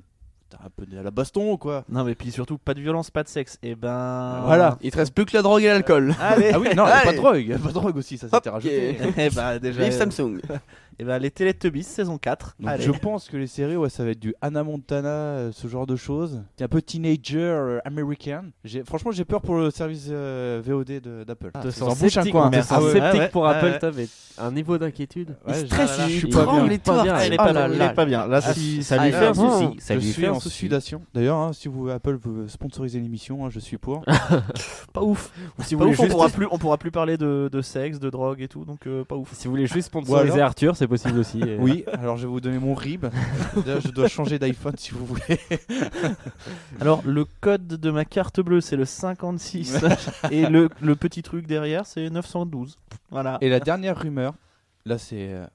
Speaker 1: t'as un peu de la baston, quoi.
Speaker 2: Non, mais puis surtout, pas de violence, pas de sexe. Et ben.
Speaker 1: Voilà.
Speaker 3: Il te reste plus que la drogue et l'alcool.
Speaker 2: Allez.
Speaker 1: Ah oui, non, y a pas de
Speaker 3: Allez.
Speaker 1: drogue, y a pas de drogue aussi, ça c'était
Speaker 3: Hop,
Speaker 1: rajouté.
Speaker 3: yeah.
Speaker 2: Eh bah, déjà.
Speaker 3: Vive Samsung.
Speaker 2: Et bah, les Teletubbies, saison 4.
Speaker 1: Donc,
Speaker 2: Allez.
Speaker 1: je pense que les séries, ouais, ça va être du Hannah Montana, euh, ce genre de choses. C'est un peu teenager euh, américain. J'ai- Franchement, j'ai peur pour le service euh, VOD de- d'Apple.
Speaker 4: Te
Speaker 1: Ça
Speaker 4: sens
Speaker 1: embouche un
Speaker 4: sceptique,
Speaker 1: coin,
Speaker 4: mon
Speaker 1: hein.
Speaker 2: mais
Speaker 4: mec.
Speaker 1: Ça,
Speaker 2: ah
Speaker 4: Un
Speaker 2: ouais,
Speaker 4: sceptique
Speaker 2: ouais,
Speaker 4: pour
Speaker 2: ouais,
Speaker 4: Apple,
Speaker 2: ouais.
Speaker 4: t'as mais un niveau d'inquiétude.
Speaker 1: Ouais, j'ai-
Speaker 3: stresse,
Speaker 1: ah là là,
Speaker 3: il
Speaker 1: je suis
Speaker 3: est
Speaker 1: pas
Speaker 3: grand,
Speaker 1: bien.
Speaker 3: il est tordu.
Speaker 4: bien,
Speaker 2: Elle est
Speaker 4: elle
Speaker 2: pas là,
Speaker 4: est pas
Speaker 2: elle est
Speaker 4: Oh là.
Speaker 2: pas bien. Là,
Speaker 4: Ah,
Speaker 2: si-
Speaker 4: ça lui
Speaker 2: ah,
Speaker 4: fait un
Speaker 2: non.
Speaker 4: souci. Ça
Speaker 1: je
Speaker 4: lui
Speaker 1: suis
Speaker 4: fait
Speaker 1: en
Speaker 4: un souci.
Speaker 1: sudation. D'ailleurs, hein, si vous Apple veut sponsoriser l'émission, hein, je suis pour.
Speaker 2: Pas ouf.
Speaker 4: Ou si vous
Speaker 2: Pas
Speaker 4: voulez
Speaker 2: ouf, on
Speaker 4: juste.
Speaker 2: pourra plus, on pourra plus parler de, de sexe, de drogue et tout, donc euh, pas ouf.
Speaker 4: Si vous voulez juste sponsoriser
Speaker 1: Ou alors-
Speaker 4: Arthur, c'est possible aussi. et-
Speaker 1: oui, alors je vais vous donner mon RIB. D'ailleurs, je dois changer d'iPhone si vous voulez.
Speaker 2: Alors, le code de ma carte bleue, c'est le 56. et le, le petit truc derrière, c'est 912. Voilà.
Speaker 1: Et la dernière rumeur, là c'est euh,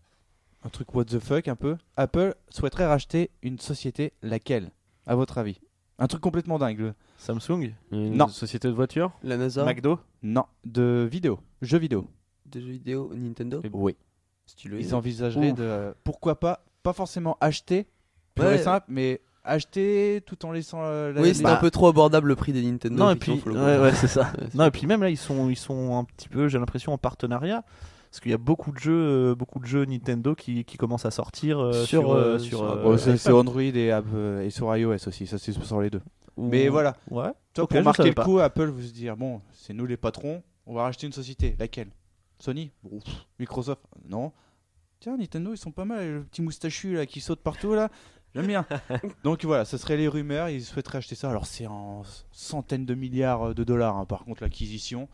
Speaker 1: un truc what the fuck un peu. Apple souhaiterait racheter une société, laquelle À votre avis Un truc complètement dingue. le-
Speaker 2: Samsung
Speaker 4: Une
Speaker 1: Non.
Speaker 4: société de voiture
Speaker 3: La NASA,
Speaker 2: McDo
Speaker 1: Non, de vidéo, jeux vidéo.
Speaker 3: des jeux vidéo, Nintendo.
Speaker 1: Oui.
Speaker 3: Stylé.
Speaker 1: Ils envisageraient
Speaker 3: Ouf.
Speaker 1: de, pourquoi pas, pas forcément acheter, pur
Speaker 3: Ouais.
Speaker 1: et simple, mais acheter tout en laissant euh, la.
Speaker 3: Oui, c'est
Speaker 1: la-
Speaker 3: un peu trop abordable le prix des Nintendo.
Speaker 2: Non, et
Speaker 3: effectivement,
Speaker 2: puis,
Speaker 3: faut le
Speaker 2: ouais,
Speaker 3: comprendre.
Speaker 2: ouais, c'est ça. non, et puis même là, ils sont, ils sont un petit peu, j'ai l'impression, en partenariat. Parce qu'il y a beaucoup de jeux, euh, beaucoup de jeux Nintendo qui, qui commencent à sortir euh,
Speaker 3: Sur,
Speaker 2: sur, euh,
Speaker 3: euh,
Speaker 2: sur,
Speaker 3: sur-
Speaker 2: euh,
Speaker 1: Oh, c'est c'est Android et, Apple- et sur iOS aussi, ça c'est sur les deux.
Speaker 2: ou-
Speaker 1: Mais voilà,
Speaker 2: Ouais.
Speaker 1: Toi,
Speaker 2: Ok, je
Speaker 1: pour marquer
Speaker 2: savais
Speaker 1: le
Speaker 2: pas.
Speaker 1: coup, Apple vous se dire bon, c'est nous les patrons, on va racheter une société. Laquelle Sony Bon, pff, Microsoft Non. Tiens, Nintendo, ils sont pas mal, le petit moustachu là qui saute partout là. J'aime bien. Donc voilà, ce serait les rumeurs, ils souhaiteraient acheter ça. Alors c'est en centaines de milliards de dollars hein, par contre l'acquisition.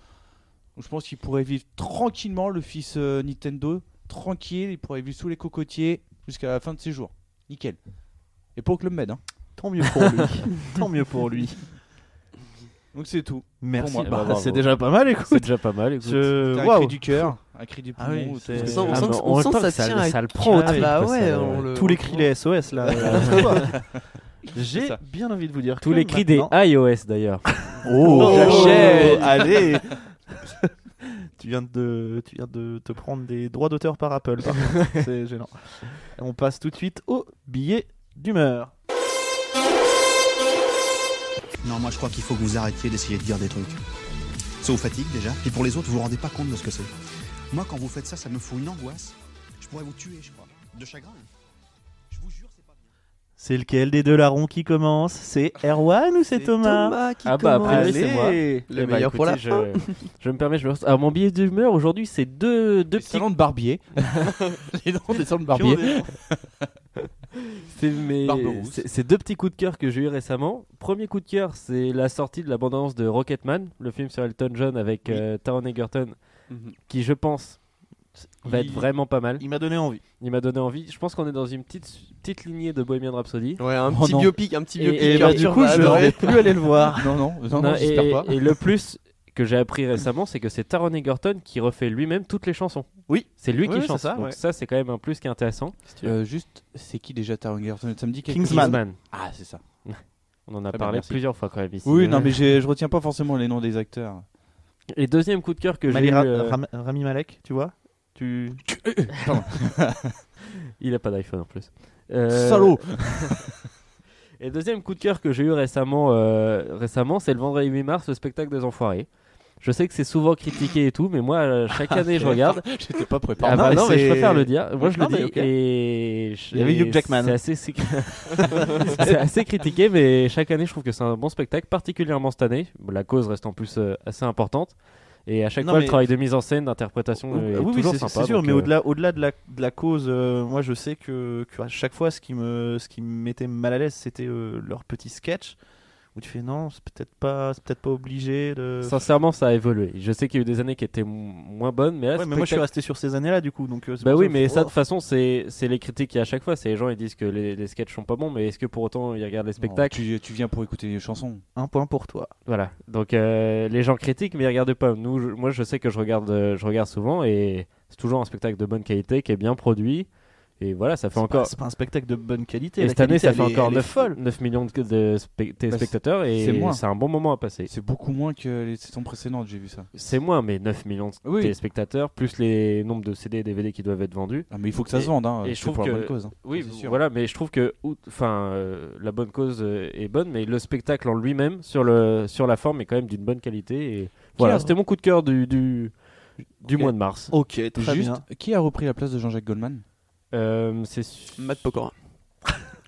Speaker 1: Donc, Je pense qu'ils pourraient vivre tranquillement le fils euh, Nintendo, tranquille, il pourrait vivre sous les cocotiers jusqu'à la fin de ses jours. Nickel. Et pour que le med. Hein.
Speaker 2: Tant mieux pour lui. Tant mieux pour lui.
Speaker 1: Donc c'est tout.
Speaker 2: Merci.
Speaker 1: moi.
Speaker 2: bah,
Speaker 4: Eh ben, bravo.
Speaker 2: c'est déjà pas mal,
Speaker 4: C'est
Speaker 2: écoute.
Speaker 4: déjà pas mal. écoute. Euh,
Speaker 2: Je-
Speaker 1: T'as un
Speaker 2: waouh.
Speaker 1: cri du cœur, un cri du
Speaker 2: Ah oui,
Speaker 1: poumon. tout
Speaker 2: c'est-
Speaker 1: ce que-
Speaker 2: On sent- on
Speaker 4: Ah,
Speaker 3: sent
Speaker 4: mais
Speaker 3: que-
Speaker 4: en
Speaker 3: on
Speaker 4: même
Speaker 3: sent
Speaker 4: temps
Speaker 3: que ça
Speaker 4: ça,
Speaker 3: tient à-
Speaker 4: ça le prend. au
Speaker 3: Ah
Speaker 4: truc,
Speaker 3: bah
Speaker 4: quoi,
Speaker 3: ouais,
Speaker 4: ça-
Speaker 3: on le-
Speaker 2: Tous les
Speaker 3: on-
Speaker 2: cris les SOS là. euh, J'ai
Speaker 1: ça.
Speaker 2: bien envie de vous dire.
Speaker 4: Tous
Speaker 2: que
Speaker 4: les cris des
Speaker 2: maintenant-
Speaker 4: iOS d'ailleurs.
Speaker 2: Oh,
Speaker 1: j'achète.
Speaker 2: Allez Tu viens de tu viens de te prendre des droits d'auteur par Apple. par contre. C'est gênant. On passe tout de suite au billet d'humeur.
Speaker 10: Non, moi je crois qu'il faut que vous arrêtiez d'essayer de dire des trucs. Ça vous fatigue déjà, puis pour les autres, vous vous rendez pas compte de ce que c'est. Moi, quand vous faites ça, ça me fout une angoisse. Je pourrais vous tuer, je crois. De chagrin. hein. Je vous jure, c'est pas bien.
Speaker 2: C'est lequel des deux larrons qui commence C'est Erwan ou c'est
Speaker 3: C'est
Speaker 2: Thomas,
Speaker 3: qui
Speaker 4: Ah bah après
Speaker 2: Allez.
Speaker 4: c'est moi.
Speaker 3: Le
Speaker 4: Eh bah,
Speaker 3: meilleur pour la
Speaker 4: écoutez, je, je me permets, je me lance. Alors mon billet d'humeur aujourd'hui c'est deux, deux
Speaker 1: Les
Speaker 4: petits
Speaker 1: salons de barbier. les noms des salons de barbier.
Speaker 4: C'est mes-
Speaker 3: Barberousse.
Speaker 4: c'est- c'est deux petits coups de cœur que j'ai eu récemment. Premier coup de cœur, c'est la sortie de l'abondance de Rocketman, le film sur Elton John avec euh, Taron Egerton,
Speaker 3: Mhm.
Speaker 4: qui je pense va
Speaker 2: Il-
Speaker 4: être vraiment pas mal.
Speaker 2: Il m'a donné envie.
Speaker 4: Il m'a donné envie. Je pense qu'on est dans une petite, petite lignée de Bohemian Rhapsody.
Speaker 3: Ouais, un
Speaker 1: Oh
Speaker 3: petit
Speaker 1: non.
Speaker 3: biopic, un petit
Speaker 4: Et-
Speaker 3: biopic.
Speaker 4: et
Speaker 3: hein,
Speaker 4: bah,
Speaker 3: tu
Speaker 4: du
Speaker 3: vas
Speaker 4: coup, je
Speaker 3: adorer.
Speaker 2: vais plus aller le voir.
Speaker 1: Non, non, non, non,
Speaker 4: Non, et,
Speaker 1: j'espère pas.
Speaker 4: et le plus que j'ai appris récemment, c'est que c'est Taron Egerton qui refait lui-même toutes les chansons.
Speaker 2: Oui.
Speaker 4: C'est lui
Speaker 2: Oui,
Speaker 4: qui
Speaker 2: oui,
Speaker 4: chante.
Speaker 2: c'est ça,
Speaker 4: Donc
Speaker 2: ouais.
Speaker 4: ça, c'est quand même un plus qui est intéressant.
Speaker 1: Euh, juste, c'est qui déjà Taron Egerton Ça me dit quelque
Speaker 2: Kingsman. Ah, bah,
Speaker 1: chose.
Speaker 4: Kingsman.
Speaker 1: Ah, c'est ça.
Speaker 4: On en a
Speaker 1: Très bien,
Speaker 4: parlé
Speaker 1: merci.
Speaker 4: plusieurs fois quand même ici.
Speaker 1: Oui, non, mais j'ai- je retiens pas forcément les noms des acteurs.
Speaker 4: Et deuxième coup de cœur que j'ai eu,
Speaker 2: Mali- Ra-
Speaker 4: euh,
Speaker 2: Ram- Rami Malek, tu vois tu...
Speaker 4: il a pas d'iPhone en plus. Euh,
Speaker 1: Salaud
Speaker 4: Et deuxième coup de cœur que j'ai eu récemment, euh, récemment, c'est le vendredi 8 mars, le spectacle des Enfoirés. Je sais que c'est souvent critiqué et tout, mais moi, euh, chaque année, je regarde.
Speaker 1: J'étais pas préparé.
Speaker 4: Ah
Speaker 2: non,
Speaker 4: bah
Speaker 2: mais
Speaker 4: non, mais,
Speaker 2: c'est-
Speaker 4: je préfère le dire. Moi, je
Speaker 2: Non,
Speaker 4: le dis.
Speaker 2: mais ok.
Speaker 4: Et je-
Speaker 2: Il y avait Hugh
Speaker 4: et
Speaker 2: Jackman.
Speaker 4: C'est assez, c'est- c'est assez critiqué, mais chaque année, je trouve que c'est un bon spectacle, particulièrement cette année. La cause reste en plus euh, assez importante. Et à chaque
Speaker 2: Non,
Speaker 4: fois,
Speaker 2: mais-
Speaker 4: le travail de mise en scène, d'interprétation
Speaker 2: Oui,
Speaker 4: euh, est
Speaker 2: oui,
Speaker 4: toujours
Speaker 2: c'est-
Speaker 4: sympa.
Speaker 2: c'est sûr,
Speaker 4: donc,
Speaker 2: mais
Speaker 4: euh,
Speaker 2: au-delà, au-delà de la, de la cause, euh, moi je sais que, que à chaque fois, ce qui me, ce qui me mettait mal à l'aise, c'était euh, leur petit sketch où tu fais non, c'est peut-être pas, c'est peut-être pas obligé de.
Speaker 4: Sincèrement, ça a évolué. Je sais qu'il y a eu des années qui étaient m- moins bonnes, mais là,
Speaker 2: Ouais, mais moi je suis
Speaker 4: spectacle-
Speaker 2: resté sur ces années-là du coup, donc. euh, c'est
Speaker 4: Bah
Speaker 2: pour
Speaker 4: oui,
Speaker 2: que-
Speaker 4: mais ça, de
Speaker 2: Oh.
Speaker 4: toute façon, c'est c'est les critiques qu'il y a à chaque fois. C'est les gens, ils disent que les, les sketchs sont pas bons, mais est-ce que pour autant ils regardent les spectacles
Speaker 1: tu, tu viens pour écouter les chansons.
Speaker 2: oh, Un point pour toi.
Speaker 4: Voilà. Donc euh, les gens critiquent, mais ils regardent pas. Nous, je- moi, je sais que je regarde, euh, je regarde souvent, et c'est toujours un spectacle de bonne qualité, qui est bien produit. Et voilà, ça fait
Speaker 2: C'est pas,
Speaker 4: encore.
Speaker 2: c'est pas un spectacle de bonne qualité.
Speaker 4: Et
Speaker 2: la
Speaker 4: cette année,
Speaker 2: qualité,
Speaker 4: ça fait
Speaker 2: elle est-
Speaker 4: encore
Speaker 2: elle est
Speaker 4: 9,
Speaker 2: folle. Bah,
Speaker 4: 9 millions de, de spe- téléspectateurs,
Speaker 1: c'est
Speaker 4: et
Speaker 1: moins.
Speaker 4: c'est un bon moment à passer.
Speaker 1: C'est beaucoup moins que les saisons précédentes, j'ai vu ça.
Speaker 4: C'est moins, mais 9 millions de
Speaker 1: Oui.
Speaker 4: téléspectateurs, plus les nombres de CD et DVD qui doivent être vendus.
Speaker 1: Ah, mais il faut que ça se vende, hein.
Speaker 4: et je
Speaker 1: c'est
Speaker 4: trouve
Speaker 1: pour
Speaker 4: que-
Speaker 1: la bonne cause. hein.
Speaker 4: Oui,
Speaker 1: Ça, c'est
Speaker 4: v-
Speaker 1: sûr.
Speaker 4: voilà, mais je trouve que ou- enfin euh, la bonne cause euh, est bonne, mais le spectacle en lui-même sur le sur la forme est quand même d'une bonne qualité. Et voilà,
Speaker 2: a-
Speaker 4: c'était mon coup de cœur du du, du
Speaker 1: Ok.
Speaker 4: mois de mars.
Speaker 2: Ok, Oh. très
Speaker 1: Juste,
Speaker 2: bien.
Speaker 1: qui a repris la place de Jean-Jacques Goldman
Speaker 4: Euh, c'est su-
Speaker 3: Matt Pokora.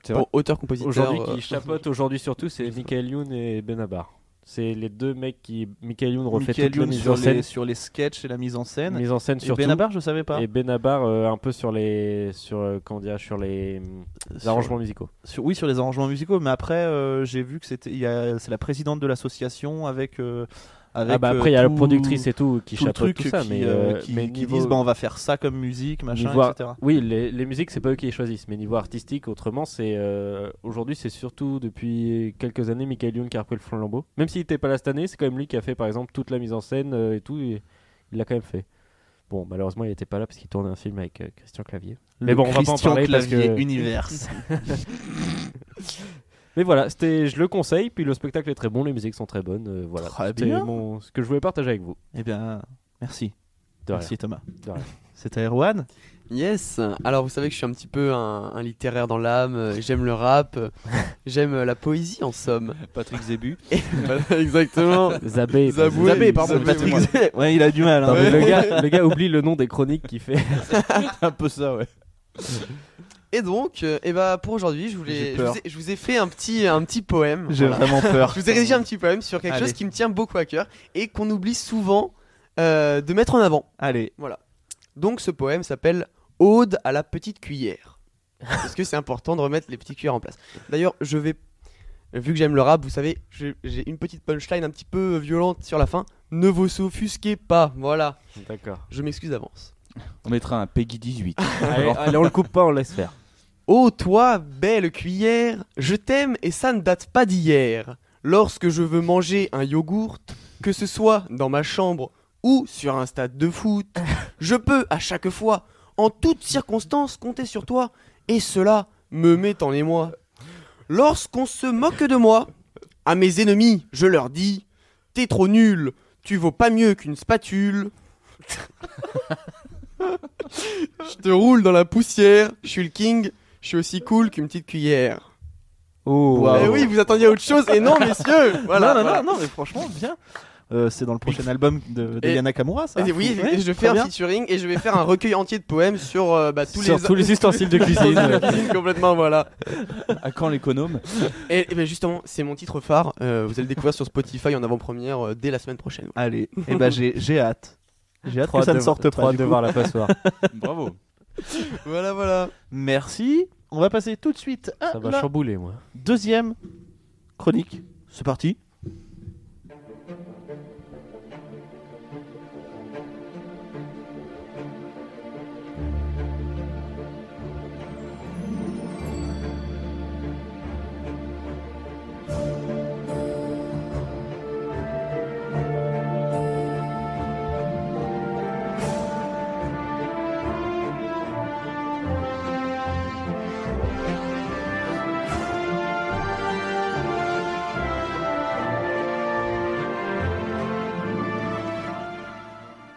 Speaker 1: C'est
Speaker 3: Bon, auteur-compositeur.
Speaker 4: aujourd'hui
Speaker 3: euh,
Speaker 4: qui chapote aujourd'hui surtout, c'est Michael Youn et Benabar. C'est les deux mecs qui Michael Youn refait
Speaker 2: Michael
Speaker 4: toute
Speaker 2: Youn
Speaker 4: la mise
Speaker 2: sur
Speaker 4: en scène,
Speaker 2: les, sur les sketchs et la mise en scène.
Speaker 4: mise en scène
Speaker 2: et
Speaker 4: surtout.
Speaker 2: Benabar, je savais pas.
Speaker 4: Et Benabar euh, un peu sur les sur euh, comment dire sur les hum,
Speaker 2: Sur-
Speaker 4: arrangements musicaux.
Speaker 2: sur- oui, sur les arrangements musicaux, mais après, euh, j'ai vu que c'était, il y a- c'est la présidente de l'association avec. euh, avec
Speaker 4: Ah bah
Speaker 2: euh,
Speaker 4: après il y a la
Speaker 2: tout-
Speaker 4: productrice et tout qui
Speaker 2: tout le
Speaker 4: chapeaute
Speaker 2: truc
Speaker 4: tout ça,
Speaker 2: qui,
Speaker 4: mais
Speaker 2: euh,
Speaker 4: euh,
Speaker 2: qui,
Speaker 4: mais
Speaker 2: qui
Speaker 4: niveau-
Speaker 2: disent bah, on va faire ça comme musique, machin,
Speaker 4: Niveau-
Speaker 2: etc.
Speaker 4: Oui, les, les musiques, c'est pas eux qui les choisissent, mais niveau artistique, autrement, c'est euh, aujourd'hui, c'est surtout depuis quelques années Michael Youn qui a repris le flambeau. Même s'il était pas là cette année, c'est quand même lui qui a fait par exemple toute la mise en scène euh, et tout, et il l'a quand même fait. Bon, malheureusement, il était pas là parce qu'il tournait un film avec euh, Christian Clavier. Mais
Speaker 2: Le
Speaker 4: bon, on va pas en
Speaker 2: Christian
Speaker 4: parler parce
Speaker 2: Clavier
Speaker 4: que-
Speaker 2: Universe.
Speaker 4: Mais voilà, c'était, je le conseille. Puis le spectacle est très bon, les musiques sont très bonnes. euh, voilà,
Speaker 2: Très
Speaker 4: C'était
Speaker 2: bien.
Speaker 4: mon- ce que je voulais partager avec vous.
Speaker 2: eh bien, merci.
Speaker 4: De rien,
Speaker 2: Merci Thomas.
Speaker 4: de rien.
Speaker 2: C'était Erwan.
Speaker 3: Yes. Alors vous savez que je suis un petit peu un, un littéraire dans l'âme. euh, J'aime le rap. euh, J'aime euh, la poésie en somme.
Speaker 1: Patrick Zébu.
Speaker 3: Voilà, Exactement.
Speaker 4: Zabé,
Speaker 3: Zabou- Oui,
Speaker 2: Zabé, pardon.
Speaker 3: Zabé,
Speaker 2: Patrick
Speaker 3: oui.
Speaker 2: Zabé. Ouais, il a du mal. hein.
Speaker 4: Non, mais le, gars, le gars oublie le nom des chroniques qu'il fait.
Speaker 1: un peu ça, ouais.
Speaker 3: Et donc, euh, eh ben, pour aujourd'hui, je,
Speaker 2: J'ai
Speaker 3: voulais, je,
Speaker 2: peur.
Speaker 3: vous ai- je vous ai fait un petit, un petit poème.
Speaker 2: J'ai
Speaker 3: Voilà.
Speaker 2: vraiment peur.
Speaker 3: Je vous ai rédigé un petit poème sur quelque
Speaker 2: Allez.
Speaker 3: chose qui me tient beaucoup à cœur et qu'on oublie souvent euh, de mettre en avant.
Speaker 2: Allez,
Speaker 3: Donc ce poème s'appelle Ode à la petite cuillère. Parce que c'est important de remettre les petites cuillères en place. D'ailleurs, je vais. Vu que j'aime le rap, vous savez, je- j'ai une petite punchline un petit peu violente sur la fin. Ne vous offusquez pas, voilà.
Speaker 4: D'accord.
Speaker 3: Je m'excuse d'avance.
Speaker 1: On mettra un Peggy 18.
Speaker 4: Allez, allez, on le coupe pas, on laisse faire.
Speaker 3: Ô Oh, toi, belle cuillère, je t'aime et ça ne date pas d'hier. Lorsque je veux manger un yogourt, que ce soit dans ma chambre ou sur un stade de foot, je peux à chaque fois, en toutes circonstances, compter sur toi, et cela me met en émoi. Lorsqu'on se moque de moi, à mes ennemis, je leur dis T'es trop nul, tu vaux pas mieux qu'une spatule. Je te roule dans la poussière, je suis le king, je suis aussi cool qu'une petite cuillère.
Speaker 4: Oh,
Speaker 2: Waouh.
Speaker 3: Eh oui, vous attendiez à autre chose, et non, messieurs Voilà,
Speaker 2: non, non,
Speaker 3: voilà.
Speaker 2: non, non, mais franchement, bien. Euh, c'est dans le prochain album de, de
Speaker 3: Et-
Speaker 2: Yana Kamura, ça.
Speaker 3: Et oui,
Speaker 2: Ouais,
Speaker 3: je
Speaker 2: très
Speaker 3: fais un
Speaker 2: bien.
Speaker 3: featuring et je vais faire un recueil entier de poèmes sur euh, bah, tous
Speaker 4: sur
Speaker 3: les
Speaker 4: tous les ustensiles de cuisine.
Speaker 3: cuisine complètement voilà.
Speaker 1: à quand l'économe
Speaker 3: Et, et ben justement, c'est mon titre phare. euh, vous allez le découvrir sur Spotify en avant-première euh, dès la semaine prochaine.
Speaker 2: Allez, eh ben, j'ai j'ai hâte. J'ai hâte que
Speaker 4: Trois
Speaker 2: ça ne
Speaker 4: de-
Speaker 2: sorte pas.
Speaker 4: trois
Speaker 2: du
Speaker 4: de
Speaker 2: coup.
Speaker 4: voir la passoire.
Speaker 1: Bravo.
Speaker 3: Voilà voilà.
Speaker 2: Merci. On va passer tout de suite à
Speaker 4: Ça va
Speaker 2: la
Speaker 4: chambouler, moi.
Speaker 2: deuxième chronique. C'est parti.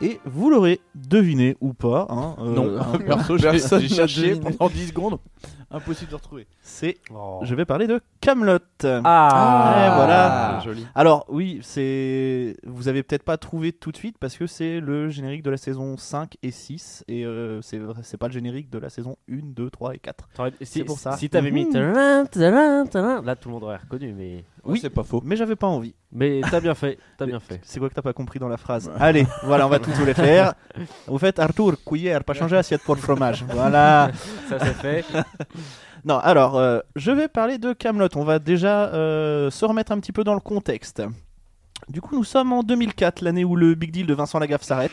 Speaker 2: Et vous l'aurez deviné ou pas. hein, euh,
Speaker 1: Non,
Speaker 2: hein,
Speaker 1: perso, j'ai-
Speaker 2: personne
Speaker 1: j'ai
Speaker 2: n'a
Speaker 1: cherché
Speaker 2: deviné.
Speaker 1: pendant 10 secondes. Impossible de retrouver.
Speaker 2: C'est.
Speaker 4: Oh.
Speaker 2: Je vais parler de Camelot.
Speaker 4: Ah.
Speaker 2: voilà.
Speaker 3: Joli.
Speaker 2: Alors oui, c'est vous avez peut-être pas trouvé tout de suite parce que c'est le générique de la saison 5 et 6 et euh, c'est c'est pas le générique de la saison 1, 2, 3 et 4.
Speaker 4: T'aurais- Si,
Speaker 2: C'est pour ça.
Speaker 4: si t'avais mis. tadam, tadam, tadam, Là, tout le monde aurait reconnu, mais.
Speaker 2: Oui.
Speaker 1: Ah, c'est pas faux.
Speaker 2: Mais j'avais pas envie.
Speaker 4: Mais t'as bien fait. T'as bien fait.
Speaker 2: C'est quoi que t'as pas compris dans la phrase Allez, voilà, on va tous les faire. Au fait, Arthur, cuillère, pas changer assiette pour le fromage. Voilà.
Speaker 4: Ça, c'est fait.
Speaker 2: Non, alors, euh, je vais parler de Camelot. On va déjà euh, se remettre un petit peu dans le contexte. Du coup, nous sommes en 2004, l'année où le Big Deal de Vincent Lagaffe s'arrête.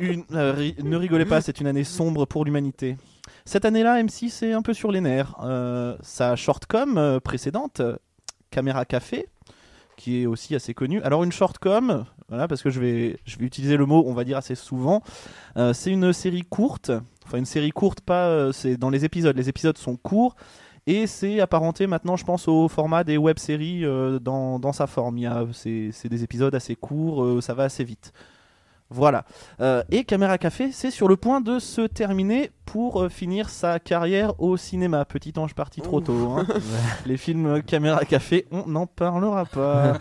Speaker 2: Une- euh, ri- ne rigolez pas, c'est une année sombre pour l'humanité. Cette année-là, M6 est un peu sur les nerfs. Euh, sa shortcom euh, précédente, euh, Caméra Café, qui est aussi assez connue. Alors, une shortcom, voilà, parce que je vais, je vais utiliser le mot, on va dire, assez souvent. Euh, c'est une série courte, enfin une série courte, pas euh, c'est dans les épisodes. Les épisodes sont courts et c'est apparenté maintenant, je pense, au format des web-séries euh, dans, dans sa forme. Il y a- c'est c'est des épisodes assez courts, euh, ça va assez vite. Voilà. Euh, et Caméra Café, c'est sur le point de se terminer pour euh, finir sa carrière au cinéma. Petit ange parti trop tôt. hein. Les films Caméra Café, on n'en parlera pas.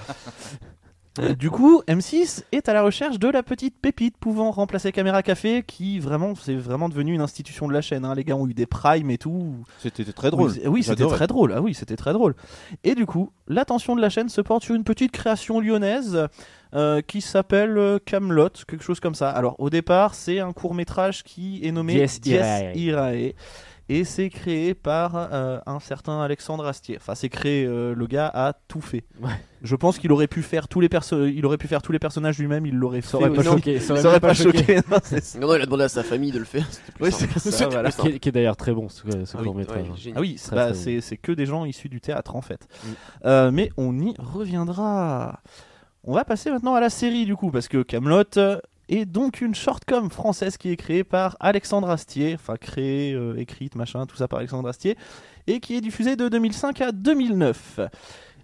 Speaker 2: Euh, Du coup, M6 est à la recherche de la petite pépite pouvant remplacer Caméra Café, qui vraiment, c'est vraiment devenu une institution de la chaîne. hein. Les gars ont eu des primes et tout.
Speaker 1: C'était très drôle.
Speaker 2: Oui, c'est- Oui, c'était
Speaker 1: J'adorais.
Speaker 2: très drôle. Ah oui, c'était très drôle. Et du coup, l'attention de la chaîne se porte sur une petite création lyonnaise euh, qui s'appelle Camelot, quelque chose comme ça. Alors, au départ, c'est un court métrage qui est nommé
Speaker 4: Dies Irae.
Speaker 2: Irae. Et c'est créé par euh, un certain Alexandre Astier. Enfin, c'est créé. euh, le gars a tout fait.
Speaker 4: Ouais.
Speaker 2: Je pense qu'il aurait pu faire tous les perso- il aurait pu faire tous les personnages lui-même. Il l'aurait fait.
Speaker 4: Ça aurait pas
Speaker 2: aussi.
Speaker 4: choqué.
Speaker 2: Ça aurait pas choqué. Non, c'est ça.
Speaker 3: Non, non, il a demandé à sa famille de le faire. c'était plus
Speaker 2: Oui,
Speaker 3: simple.
Speaker 2: c'est
Speaker 3: C'était
Speaker 2: ça.
Speaker 3: plus
Speaker 2: voilà.
Speaker 4: Qui est, qui est d'ailleurs très bon ce, ce
Speaker 3: Ah oui,
Speaker 4: court métrage.
Speaker 3: ouais, génial.
Speaker 2: Ah oui,
Speaker 4: Très,
Speaker 2: bah,
Speaker 4: très bon.
Speaker 2: c'est c'est que des gens issus du théâtre en fait.
Speaker 4: Mm.
Speaker 2: Euh, mais on y reviendra. On va passer maintenant à la série du coup, parce que Camelot est donc une shortcom française qui est créée par Alexandre Astier, enfin créée, euh, écrite, machin, tout ça par Alexandre Astier, et qui est diffusée de 2005 à 2009.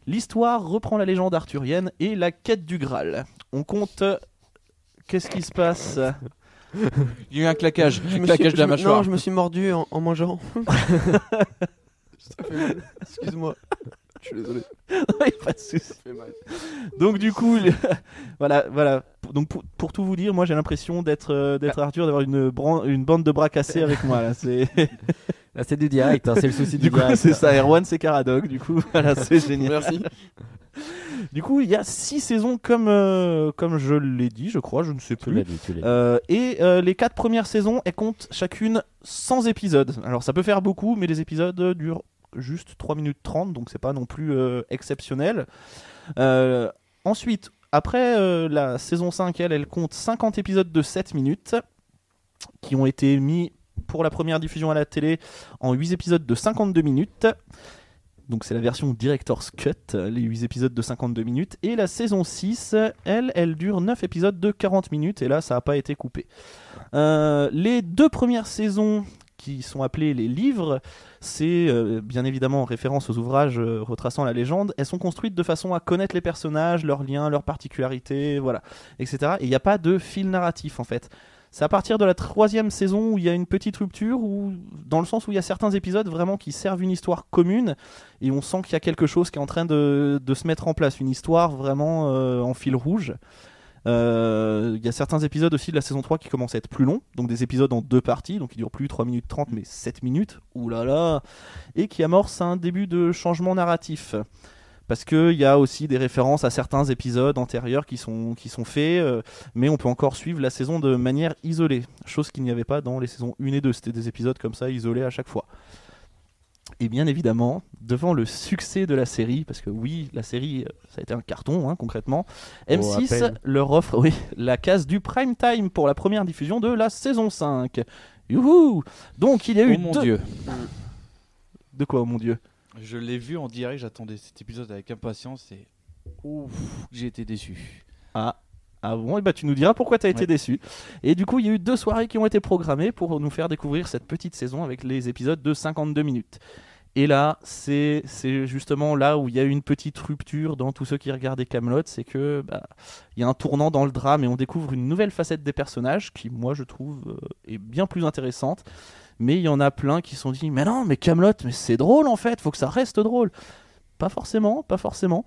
Speaker 2: L'histoire reprend la légende arthurienne et la quête du Graal. On compte. euh, Qu'est-ce qui se passe
Speaker 1: Il y a eu un claquage.
Speaker 3: Je me
Speaker 1: claquage
Speaker 3: suis-
Speaker 1: de la
Speaker 3: je me- Non,
Speaker 1: mâchoire.
Speaker 3: je me suis mordu en, en mangeant. Ça fait mal. Excuse-moi. Je suis désolé.
Speaker 2: Pas de souci.
Speaker 3: Ça fait mal.
Speaker 2: Donc du coup, le- voilà, voilà. P- Donc pour, pour tout vous dire, moi j'ai l'impression d'être euh,
Speaker 3: Ah.
Speaker 2: d'être Arthur, d'avoir une, bran- une bande de bras cassés avec moi là. C'est
Speaker 4: Là, c'est du direct. hein, c'est le souci
Speaker 2: du coup c'est ça. Erwan c'est Caradoc. Du coup voilà c'est génial.
Speaker 3: Merci.
Speaker 2: Du coup il y a six saisons comme euh, comme je l'ai dit, je crois, je ne sais
Speaker 4: Tu
Speaker 2: plus.
Speaker 4: l'as dit, tu l'as dit.
Speaker 2: Euh, et euh, les quatre premières saisons, elles comptent chacune 100 épisodes. Alors ça peut faire beaucoup, mais les épisodes euh, durent juste 3 minutes 30, donc c'est pas non plus euh, exceptionnel. Euh, ensuite, après euh, la saison 5, elle, elle compte 50 épisodes de 7 minutes qui ont été mis pour la première diffusion à la télé en 8 épisodes de 52 minutes. Donc c'est la version Director's Cut, euh, les 8 épisodes de 52 minutes. Et la saison 6, euh, elle, elle dure 9 épisodes de 40 minutes, et là, ça n'a pas été coupé. Euh, les deux premières saisons, qui sont appelées les livres, c'est euh, bien évidemment en référence aux ouvrages euh, retraçant la légende, elles sont construites de façon à connaître les personnages, leurs liens, leurs particularités, voilà, etc. Et il n'y a pas de fil narratif, en fait. C'est à partir de la troisième saison où il y a une petite rupture, où, dans le sens où il y a certains épisodes vraiment qui servent une histoire commune, et on sent qu'il y a quelque chose qui est en train de, de se mettre en place, une histoire vraiment euh, en fil rouge. Euh, Il y a certains épisodes aussi de la saison 3 qui commencent à être plus longs, donc des épisodes en deux parties, donc qui durent plus 3 minutes 30 mais 7 minutes, oulala, là là, et qui amorcent un début de changement narratif. Parce qu'il y a aussi des références à certains épisodes antérieurs qui sont, qui sont faits, euh, mais on peut encore suivre la saison de manière isolée, chose qu'il n'y avait pas dans les saisons 1 et 2, c'était des épisodes comme ça isolés à chaque fois. Et bien évidemment, devant le succès de la série, parce que oui, la série, euh, ça a été un carton hein, concrètement,
Speaker 4: Oh, à
Speaker 2: M6
Speaker 4: peine.
Speaker 2: leur offre oui, la case du prime time pour la première diffusion de la saison 5. Youhou Donc il y a eu
Speaker 1: Oh mon
Speaker 2: deux-
Speaker 1: Dieu.
Speaker 2: De quoi, oh mon Dieu
Speaker 1: Je l'ai vu en direct, j'attendais cet épisode avec impatience et ouf, j'ai été déçu.
Speaker 2: Ah. Ah bon, et bah tu nous diras pourquoi t'as été
Speaker 1: Ouais.
Speaker 2: déçu. Et du coup, il y a eu deux soirées qui ont été programmées pour nous faire découvrir cette petite saison avec les épisodes de 52 minutes. Et là, c'est c'est justement là où il y a eu une petite rupture dans tous ceux qui regardaient Camelot, c'est que bah, il y a un tournant dans le drame et on découvre une nouvelle facette des personnages qui, moi, je trouve euh, est bien plus intéressante. Mais il y en a plein qui se sont dit mais non, mais Camelot, mais c'est drôle en fait, faut que ça reste drôle. Pas forcément, pas forcément.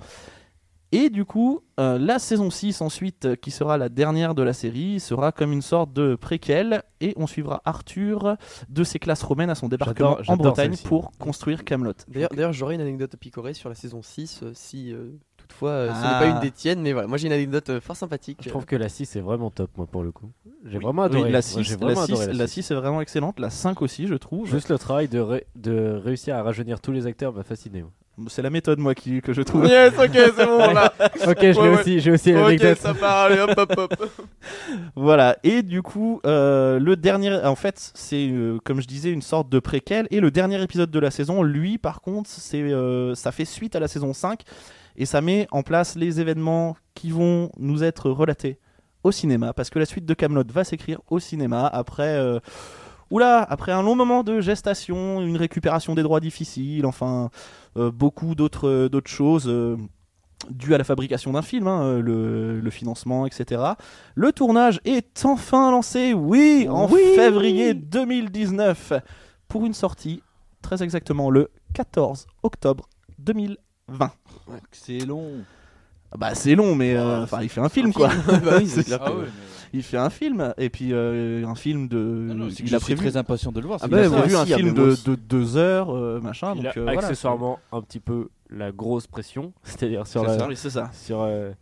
Speaker 2: Et du coup, euh, la saison 6 ensuite, euh, qui sera la dernière de la série, sera comme une sorte de préquel, et on suivra Arthur de ses classes romaines à son débarquement
Speaker 4: J'adore-
Speaker 2: en
Speaker 4: j'adore
Speaker 2: Bretagne
Speaker 4: celle-ci.
Speaker 2: pour construire Camelot.
Speaker 3: D'ailleurs, d'ailleurs, j'aurais une anecdote à picorer sur la saison 6, euh, si euh, toutefois euh, ce
Speaker 2: Ah.
Speaker 3: n'est pas une des tiennes, mais voilà, moi j'ai une anecdote euh, fort sympathique.
Speaker 4: Je trouve que la 6 est vraiment top, moi, pour le coup. J'ai
Speaker 2: Oui.
Speaker 4: vraiment adoré.
Speaker 2: Oui, la
Speaker 4: Moi,
Speaker 2: 6,
Speaker 4: j'ai
Speaker 2: la,
Speaker 4: vraiment adoré
Speaker 2: 6,
Speaker 4: la
Speaker 2: la
Speaker 4: six.
Speaker 2: 6 est vraiment excellente, la 5 aussi, je trouve.
Speaker 4: Juste le travail de, ré- de réussir à rajeunir tous les acteurs m'a fasciné. moi.
Speaker 2: C'est la méthode, moi, qui, que je trouve.
Speaker 3: Yes, ok, c'est bon, là.
Speaker 4: Ok, je l'ai
Speaker 3: Ouais, ouais.
Speaker 4: aussi, j'ai aussi
Speaker 3: Ok,
Speaker 4: l'anecdote.
Speaker 3: ça part, allez, hop, hop,
Speaker 2: Euh,
Speaker 3: hop.
Speaker 2: voilà, et du coup, euh, le dernier. En fait, c'est, euh, comme je disais, une sorte de préquel. Et le dernier épisode de la saison, lui, par contre, c'est, euh, ça fait suite à la saison 5. Et ça met en place les événements qui vont nous être relatés au cinéma. Parce que la suite de Camelot va s'écrire au cinéma après. euh, Oula, après un long moment de gestation, une récupération des droits difficiles, enfin euh, beaucoup d'autres euh, d'autres choses euh, dues à la fabrication d'un film, hein, euh, le, le financement, etc. Le tournage est enfin lancé, oui, en février 2019, pour une sortie très exactement le 14 octobre 2020.
Speaker 1: C'est long.
Speaker 2: Ah Bah c'est long, mais euh, enfin il fait un film quoi.
Speaker 3: Bah oui,
Speaker 2: C'est
Speaker 3: c'est clair
Speaker 1: Ah
Speaker 2: ça.
Speaker 1: Euh,
Speaker 3: que-
Speaker 2: Il fait un film et puis euh, un film de.
Speaker 1: c'est que
Speaker 2: il
Speaker 1: je
Speaker 2: a
Speaker 1: suis
Speaker 2: prévu
Speaker 1: très impatient de le voir.
Speaker 3: Ah
Speaker 1: c'est
Speaker 3: bah,
Speaker 1: bien
Speaker 2: il a
Speaker 1: ça.
Speaker 3: moi
Speaker 2: prévu un
Speaker 3: aussi, ah,
Speaker 2: film
Speaker 3: mais moi
Speaker 2: de,
Speaker 3: aussi.
Speaker 2: de deux heures euh, machin.
Speaker 4: Il
Speaker 2: donc,
Speaker 4: a
Speaker 2: euh, voilà.
Speaker 4: accessoirement un petit peu la grosse pression, c'est-à-dire sur
Speaker 1: C'est
Speaker 4: la.
Speaker 1: ça.
Speaker 2: Oui, c'est ça.
Speaker 4: Sur, euh,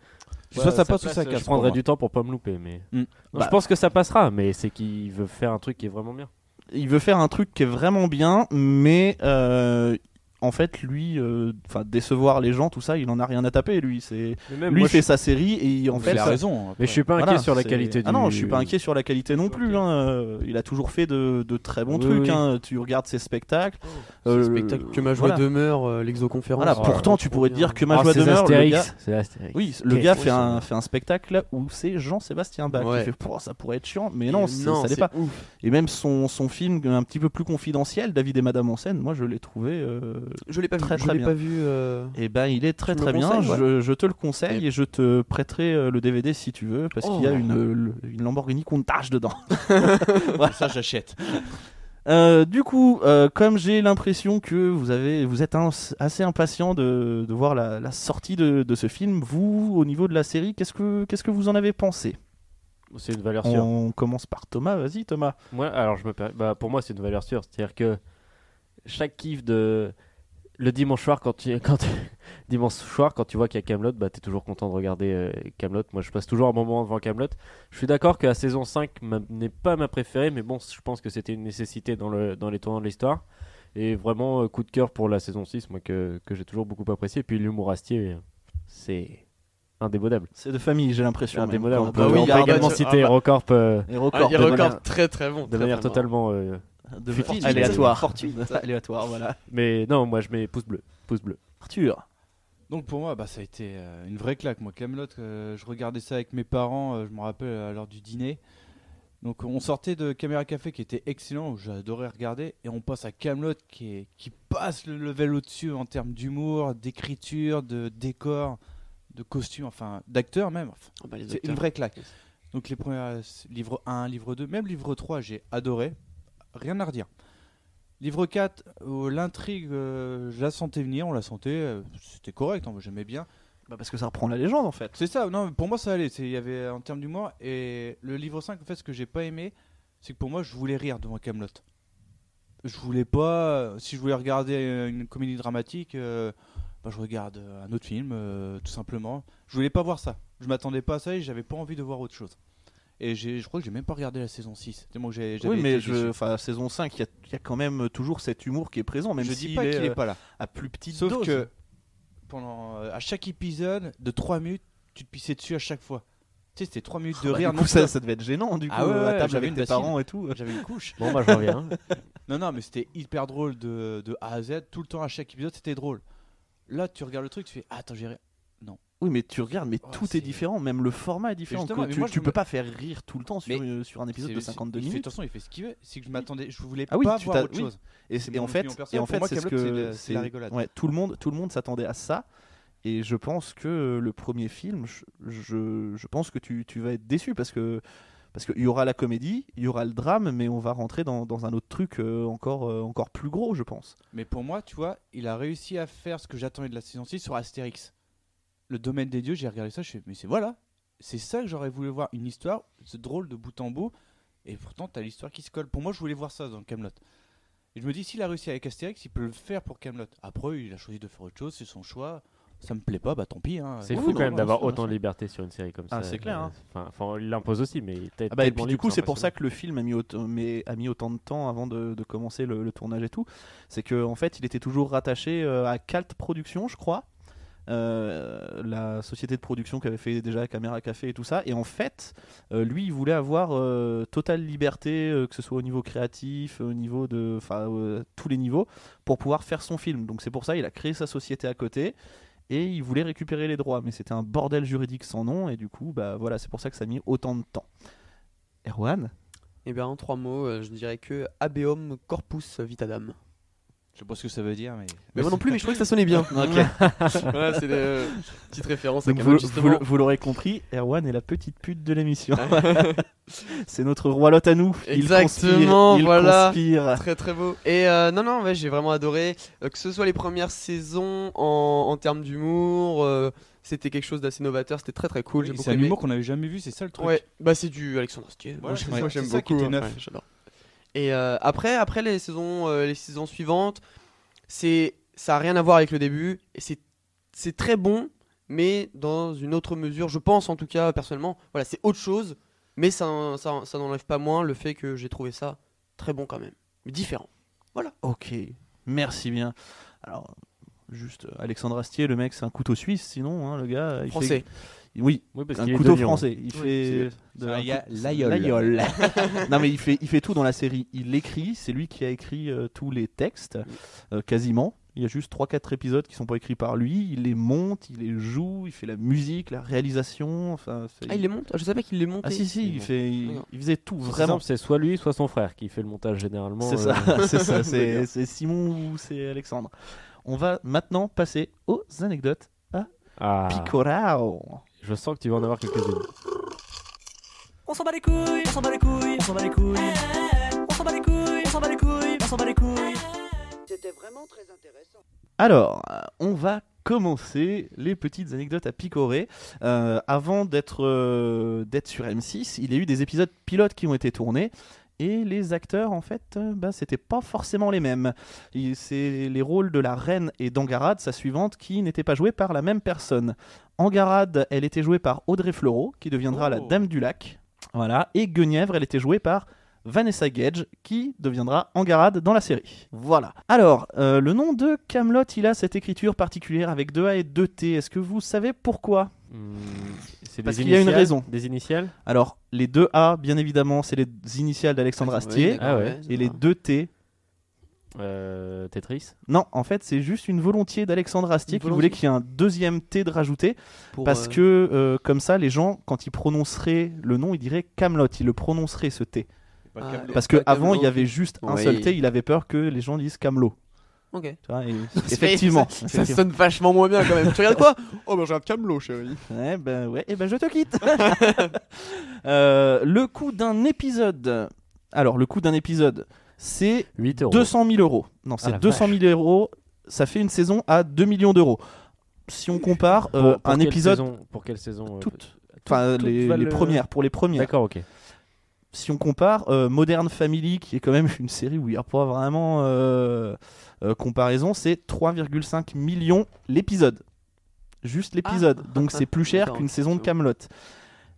Speaker 1: Soit ça
Speaker 4: sa
Speaker 1: passe ou ça casse pour
Speaker 4: Je prendrais
Speaker 1: moi.
Speaker 4: du temps pour pas me louper, mais.
Speaker 1: Mm.
Speaker 4: Non,
Speaker 2: Bah.
Speaker 4: Je pense que ça passera, mais c'est qu'il veut faire un truc qui est vraiment bien.
Speaker 2: il veut faire un truc qui est vraiment bien, mais euh, en fait, lui, euh, enfin décevoir les gens, tout ça, il en a rien à taper. Lui, c'est
Speaker 4: Mais
Speaker 2: lui fait sa série et en fait,
Speaker 1: Il a
Speaker 2: ça-
Speaker 1: raison.
Speaker 4: Mais je suis pas inquiet
Speaker 2: voilà,
Speaker 4: sur la
Speaker 2: c'est-
Speaker 4: qualité
Speaker 2: Ah
Speaker 4: du-
Speaker 2: non, je suis pas inquiet sur la qualité non plus.
Speaker 4: Ok.
Speaker 2: hein, euh, Il a toujours fait de, de très bons
Speaker 4: Oui,
Speaker 2: trucs.
Speaker 4: oui.
Speaker 2: hein, Tu regardes ses spectacles.
Speaker 3: C'est
Speaker 2: Euh,
Speaker 3: le spectacle que ma joie
Speaker 2: voilà.
Speaker 3: demeure, euh, l'exoconférence.
Speaker 2: Voilà,
Speaker 4: Oh,
Speaker 2: pourtant, tu pourrais te dire que ma joie
Speaker 4: Ah, c'est
Speaker 2: demeure. Le gars,
Speaker 4: Astérix. C'est Astérix.
Speaker 2: oui, le
Speaker 4: Qu'est-ce
Speaker 2: gars
Speaker 4: que
Speaker 2: fait
Speaker 4: c'est
Speaker 2: un, fait un spectacle où c'est Jean-Sébastien Bach. qui
Speaker 3: Ouais.
Speaker 2: fait, Pouah, ça pourrait être chiant, mais non, c'est- ça l'est
Speaker 3: c'est
Speaker 2: pas.
Speaker 3: ouf.
Speaker 2: Et même son, son film un petit peu plus confidentiel, David et Madame en scène, moi je l'ai trouvé. euh,
Speaker 3: Je l'ai pas vu,
Speaker 2: Très,
Speaker 3: je
Speaker 2: très
Speaker 3: l'ai
Speaker 2: bien.
Speaker 3: pas vu. euh,
Speaker 2: Eh ben, il est très
Speaker 3: Tu me
Speaker 2: très
Speaker 3: le
Speaker 2: bien.
Speaker 3: conseilles,
Speaker 2: Je, je te le conseille et je te prêterai euh, le DVD si tu veux, parce qu'il y a
Speaker 3: Oh.
Speaker 2: une, euh, le- une Lamborghini Countach dedans.
Speaker 1: Ça, j'achète.
Speaker 2: Euh, du coup, euh, comme j'ai l'impression que vous avez, vous êtes un- assez impatient de, de voir la, la sortie de, de ce film, vous, au niveau de la série, qu'est-ce que qu'est-ce que vous en avez pensé
Speaker 4: C'est une valeur sûre.
Speaker 2: On commence par Thomas. Vas-y, Thomas.
Speaker 4: Moi, alors je me permets- bah, pour moi c'est une valeur sûre, c'est-à-dire que chaque kiff de le dimanche soir quand tu quand dimanche soir quand tu vois qu'il y a Camelot, bah t'es toujours content de regarder euh, Camelot. Moi, je passe toujours un bon moment devant Camelot. Je suis d'accord que la saison 5 m'a- n'est pas ma préférée, mais bon, je pense que c'était une nécessité dans le dans les tournants de l'histoire. Et vraiment euh, coup de cœur pour la saison 6, moi que, que j'ai toujours beaucoup apprécié. Et puis l'humour Astier, euh, c'est indémodable.
Speaker 2: C'est de famille, j'ai l'impression. même,
Speaker 4: Indémodable.
Speaker 2: quand on
Speaker 3: Ah
Speaker 4: On peut,
Speaker 2: parle.
Speaker 3: oui,
Speaker 4: on
Speaker 3: il y
Speaker 4: peut
Speaker 3: a un
Speaker 4: également
Speaker 3: match-
Speaker 4: citer
Speaker 3: ah bah-
Speaker 4: Rocorp euh,
Speaker 2: Et
Speaker 3: Ah,
Speaker 2: record,
Speaker 3: il
Speaker 2: de
Speaker 3: record
Speaker 2: manière-
Speaker 3: très très bon.
Speaker 4: de manière totalement euh,
Speaker 2: de
Speaker 4: Fortuite.
Speaker 2: aléatoire.
Speaker 3: Fortuite.
Speaker 2: aléatoire, voilà.
Speaker 4: Mais non, moi je mets pouce bleu. Pouce bleu.
Speaker 2: Arthur.
Speaker 1: Donc pour moi, bah, ça a été euh, une vraie claque. Moi, Camelot, euh, je regardais ça avec mes parents, euh, je me rappelle à l'heure du dîner. Donc on sortait de Caméra Café qui était excellent, où j'adorais regarder, et on passe à Camelot qui, est- qui passe le level au-dessus en termes d'humour, d'écriture, de décor, de costume, enfin d'acteur même. Enfin,
Speaker 3: Ah bah, les
Speaker 1: c'est
Speaker 3: acteurs.
Speaker 1: une vraie claque. Donc les premiers euh, livre 1, livre 2, même livre 3, j'ai adoré. Rien à redire. Livre 4, où l'intrigue, euh, je la sentais venir, on la sentait, euh, c'était correct, hein, j'aimais bien.
Speaker 2: Bah parce que ça reprend la légende en fait.
Speaker 1: C'est ça, non, mais pour moi ça allait, c'est- il y avait euh, en termes d'humour. Et le livre 5, en fait, ce que j'ai pas aimé, c'est que pour moi, je voulais rire devant Camelot. Je voulais pas, euh, si je voulais regarder euh, une comédie dramatique, euh, bah, je regarde euh, un autre film, euh, tout simplement. Je voulais pas voir ça. Je m'attendais pas à ça et j'avais pas envie de voir autre chose. Et j'ai- je crois que j'ai même pas regardé la saison 6. C'est moi que j'ai- j'avais
Speaker 2: Oui, mais
Speaker 1: été
Speaker 2: je,
Speaker 1: déçu.
Speaker 2: enfin, saison 5, il y, a- il y a quand même toujours cet humour qui est présent, même
Speaker 1: je
Speaker 2: s'il
Speaker 1: dis pas qu'il
Speaker 2: est,
Speaker 1: est
Speaker 2: euh,
Speaker 1: pas là.
Speaker 2: à plus petite
Speaker 1: Sauf
Speaker 2: dose.
Speaker 1: que pendant euh, à chaque épisode de 3 minutes, tu te pissais dessus à chaque fois. Tu sais, c'était 3 minutes de
Speaker 2: Bah,
Speaker 1: rire.
Speaker 2: du
Speaker 1: non
Speaker 2: coup, ça,
Speaker 1: stop.
Speaker 2: ça devait être gênant, du coup, euh,
Speaker 1: Ah ouais, ouais,
Speaker 2: à table
Speaker 1: j'avais
Speaker 2: avec
Speaker 1: une
Speaker 2: tes
Speaker 1: bassine.
Speaker 2: parents et tout.
Speaker 1: J'avais une couche.
Speaker 4: Bon, bah, je reviens.
Speaker 1: non, non, mais c'était hyper drôle de, de A à Z. Tout le temps, à chaque épisode, c'était drôle. Là, tu regardes le truc, tu fais Attends, j'ai rien.
Speaker 2: Oui, mais tu regardes, mais
Speaker 1: Oh,
Speaker 2: tout est...
Speaker 1: c'est-
Speaker 2: différent, même le format est différent.
Speaker 1: justement,
Speaker 2: que
Speaker 1: mais
Speaker 2: tu
Speaker 1: moi, je
Speaker 2: tu
Speaker 1: me-
Speaker 2: peux pas faire rire tout le temps sur,
Speaker 1: Mais
Speaker 2: euh, sur un épisode
Speaker 1: C'est-
Speaker 2: de
Speaker 1: c'est-
Speaker 2: 52
Speaker 1: il fait- De
Speaker 2: minutes.
Speaker 1: toute façon, il fait ce qu'il veut. C'est que je m'attendais, je voulais
Speaker 2: Ah oui,
Speaker 1: pas
Speaker 2: tu
Speaker 1: voir
Speaker 2: t'as-
Speaker 1: autre
Speaker 2: oui.
Speaker 1: chose.
Speaker 2: Et,
Speaker 1: C'est
Speaker 2: et
Speaker 1: mon
Speaker 2: en fait,
Speaker 1: opinion
Speaker 2: et
Speaker 1: personnelle.
Speaker 2: en
Speaker 1: Pour
Speaker 2: fait,
Speaker 1: moi,
Speaker 2: c'est ce
Speaker 1: Kaamelott, c'est de-
Speaker 2: que
Speaker 1: c'est de la rigolade.
Speaker 2: Ouais, tout le monde, tout le monde s'attendait à ça. Et je pense que le premier film, je, je, je pense que tu, tu vas être déçu parce que parce qu'il y aura la comédie, il y aura le drame, mais on va rentrer dans, dans un autre truc euh, encore euh, encore plus gros, je pense.
Speaker 1: Mais pour moi, tu vois, il a réussi à faire ce que j'attendais de la saison 6 sur Astérix. Le domaine des dieux, j'ai regardé ça, je fais, mais c'est voilà, c'est ça que j'aurais voulu voir, une histoire, ce drôle de bout en bout, et pourtant t'as l'histoire qui se colle. Pour moi, je voulais voir ça dans Camelot. Et je me dis, s'il a réussi avec Astérix, il peut le faire pour Camelot. Après, il a choisi de faire autre chose, c'est son choix. Ça me plaît pas, bah tant pis. hein.
Speaker 4: C'est
Speaker 1: Oui,
Speaker 4: fou
Speaker 1: non,
Speaker 4: quand même
Speaker 1: non,
Speaker 4: d'avoir
Speaker 1: bien sûr,
Speaker 4: autant de
Speaker 1: bien sûr.
Speaker 4: liberté sur une série comme ça.
Speaker 2: Ah, c'est clair, hein.
Speaker 4: Enfin, enfin, il l'impose aussi, mais t'es
Speaker 2: Ah bah, et
Speaker 4: tellement
Speaker 2: puis du
Speaker 4: libre,
Speaker 2: coup, c'est pour ça
Speaker 4: impressionnant.
Speaker 2: que le film a mis autant, mais a mis autant de temps avant de, de commencer le, le tournage et tout. C'est que en fait, il était toujours rattaché euh, à Calt Productions, je crois, Euh, la société de production qui avait fait déjà Caméra Café et tout ça. Et en fait, euh, lui, il voulait avoir euh, totale liberté, euh, que ce soit au niveau créatif, au niveau de, enfin, euh, tous les niveaux, pour pouvoir faire son film. Donc c'est pour ça, il a créé sa société à côté. Et il voulait récupérer les droits, mais c'était un bordel juridique sans nom, et du coup, bah voilà, c'est pour ça que ça a mis autant de temps. Erwan
Speaker 3: Et bien en trois mots, euh, je dirais que Abeum corpus vitadam.
Speaker 1: Je sais pas ce que ça veut dire, mais.
Speaker 3: Mais moi non plus, mais je trouvais que ça sonnait bien. voilà, c'est des petites références à Camelot, justement.
Speaker 2: l'aurez compris, Erwan est la petite pute de l'émission. c'est notre roi lot à nous. Il conspire,
Speaker 3: Exactement,
Speaker 2: il
Speaker 3: voilà.
Speaker 2: conspire.
Speaker 3: Très très beau. Et euh, non, non, ouais, j'ai vraiment adoré. Euh, que ce soit les premières saisons en, en termes d'humour, euh, c'était quelque chose d'assez novateur, c'était très très cool. j'ai
Speaker 1: Oui,
Speaker 3: beaucoup
Speaker 1: c'est un
Speaker 3: aimé.
Speaker 1: humour qu'on n'avait jamais vu, c'est ça le truc.
Speaker 3: Ouais, bah c'est du Alexandre Astier.
Speaker 1: Voilà, c'est ça,
Speaker 3: moi, j'aime- moi,
Speaker 1: c'est
Speaker 3: j'aime
Speaker 1: ça qui
Speaker 3: beaucoup.
Speaker 1: était
Speaker 3: hein.
Speaker 1: neuf.
Speaker 3: Ouais, j'adore. Et euh, après, après les saisons, euh, les saisons suivantes, c'est ça a rien à voir avec le début. Et c'est c'est très bon, mais dans une autre mesure, je pense en tout cas personnellement. Voilà, c'est autre chose, mais ça en- ça, ça n'enlève pas moins le fait que j'ai trouvé ça très bon quand même, mais différent.
Speaker 2: Ok, merci bien. Alors, juste euh, Alexandre Astier, le mec, c'est un couteau suisse, sinon, hein, le gars. il
Speaker 3: Français.
Speaker 2: fait- Oui,
Speaker 4: Oui, parce
Speaker 2: un
Speaker 4: qu'il est
Speaker 2: couteau
Speaker 4: de Lyon.
Speaker 2: français. Il fait. de-
Speaker 1: C'est un
Speaker 2: un
Speaker 1: gars
Speaker 2: coup-
Speaker 1: l'aïeul.
Speaker 2: l'aïeul. non, mais il fait, il fait tout dans la série. Il écrit, c'est lui qui a écrit euh, tous les textes, euh, quasiment. Il y a juste 3-4 épisodes qui sont pas écrits par lui. Il les monte, il les joue, il fait la musique, la réalisation. Enfin, c'est-
Speaker 3: Ah, il les monte. Je savais qu'il les montait.
Speaker 2: Ah, si, si,
Speaker 4: Il
Speaker 2: il,
Speaker 4: monte.
Speaker 2: fait, il,
Speaker 3: Non.
Speaker 2: il faisait tout,
Speaker 4: C'est
Speaker 2: vraiment.
Speaker 4: simple, C'est soit lui, soit son frère qui fait le montage généralement.
Speaker 2: C'est
Speaker 4: euh,
Speaker 2: ça, c'est ça, c'est c'est Simon ou c'est Alexandre. On va maintenant passer aux anecdotes
Speaker 4: Ah,
Speaker 2: Picorao.
Speaker 4: je sens que tu vas en avoir quelques-unes.
Speaker 6: On s'en bat les couilles, on s'en bat les couilles, on s'en bat les couilles. On s'en bat les couilles, on s'en bat les couilles, on s'en bat les couilles.
Speaker 8: C'était vraiment très intéressant.
Speaker 2: Alors, euh, on va commencer les petites anecdotes à picorer. Euh, avant d'être euh, d'être sur M6, il y a eu des épisodes pilotes qui ont été tournés. Et les acteurs, en fait, euh, bah, c'était pas forcément les mêmes. Il- C'est les rôles de la reine et d'Angarade, sa suivante, qui n'étaient pas joués par la même personne. Angarade, elle était jouée par Audrey Fleurot, qui deviendra la
Speaker 1: Oh.
Speaker 2: Dame du Lac. Voilà. Et Guenièvre, elle était jouée par Vanessa Gage, qui deviendra Angarade dans la série. Voilà. Alors, euh, le nom de Camelot, il a cette écriture particulière avec deux A et deux T. Est-ce que vous savez pourquoi
Speaker 4: Hmm, c'est
Speaker 2: Parce
Speaker 4: des
Speaker 2: qu'il y a une
Speaker 4: initiales-
Speaker 2: raison.
Speaker 4: Des initiales
Speaker 2: Alors, les deux A, bien évidemment, c'est les initiales d'Alexandre Astier.
Speaker 4: Ah ouais.
Speaker 2: et les deux T.
Speaker 4: Euh, Tetris
Speaker 2: Non, en fait, c'est juste une volonté d'Alexandre Astier
Speaker 3: Une
Speaker 2: qui
Speaker 3: volonté.
Speaker 2: voulait qu'il y ait un deuxième T de rajouter.
Speaker 3: Pour,
Speaker 2: parce
Speaker 3: euh,
Speaker 2: que, euh, comme ça, les gens, quand ils prononceraient le nom, ils diraient Camelot. Ils le prononceraient ce T.
Speaker 1: Pas
Speaker 3: Ah,
Speaker 1: Kaamelott.
Speaker 2: Parce
Speaker 3: Pas
Speaker 2: qu'avant, il y
Speaker 3: Kaamelott.
Speaker 2: avait juste un
Speaker 3: Oui.
Speaker 2: seul T. Il avait peur que les gens disent Camelot.
Speaker 3: Ok.
Speaker 2: Tu vois, et- effectivement.
Speaker 3: Ça, ça
Speaker 2: effectivement.
Speaker 3: sonne vachement moins bien quand même. tu regardes quoi Oh bah j'ai un Camelot, chérie.
Speaker 2: Ouais, ben ouais, et ben je te quitte. Euh, le coût d'un épisode. Alors, le coût d'un épisode, c'est
Speaker 4: 8 euros.
Speaker 2: 200 000 euros. Non,
Speaker 4: Ah la
Speaker 2: c'est 200 000 euros. Ça fait une saison à 2 millions d'euros. Si on compare
Speaker 4: Pour-
Speaker 2: euh,
Speaker 4: pour
Speaker 2: un
Speaker 4: quelle
Speaker 2: épisode,
Speaker 4: saison- Pour quelle saison euh,
Speaker 2: toutes,
Speaker 4: toutes-
Speaker 2: enfin
Speaker 4: toutes
Speaker 2: les,
Speaker 4: valent
Speaker 2: les
Speaker 4: le-
Speaker 2: premières, pour les premières.
Speaker 4: D'accord, ok.
Speaker 2: Si on compare euh, Modern Family, qui est quand même une série où il n'y a pas vraiment euh, euh, comparaison, c'est 3,5 millions l'épisode. Juste l'épisode. Donc c'est plus cher
Speaker 3: Ah. D'accord,
Speaker 2: qu'une
Speaker 3: ok,
Speaker 2: saison de
Speaker 3: c'est bon.
Speaker 2: Camelot.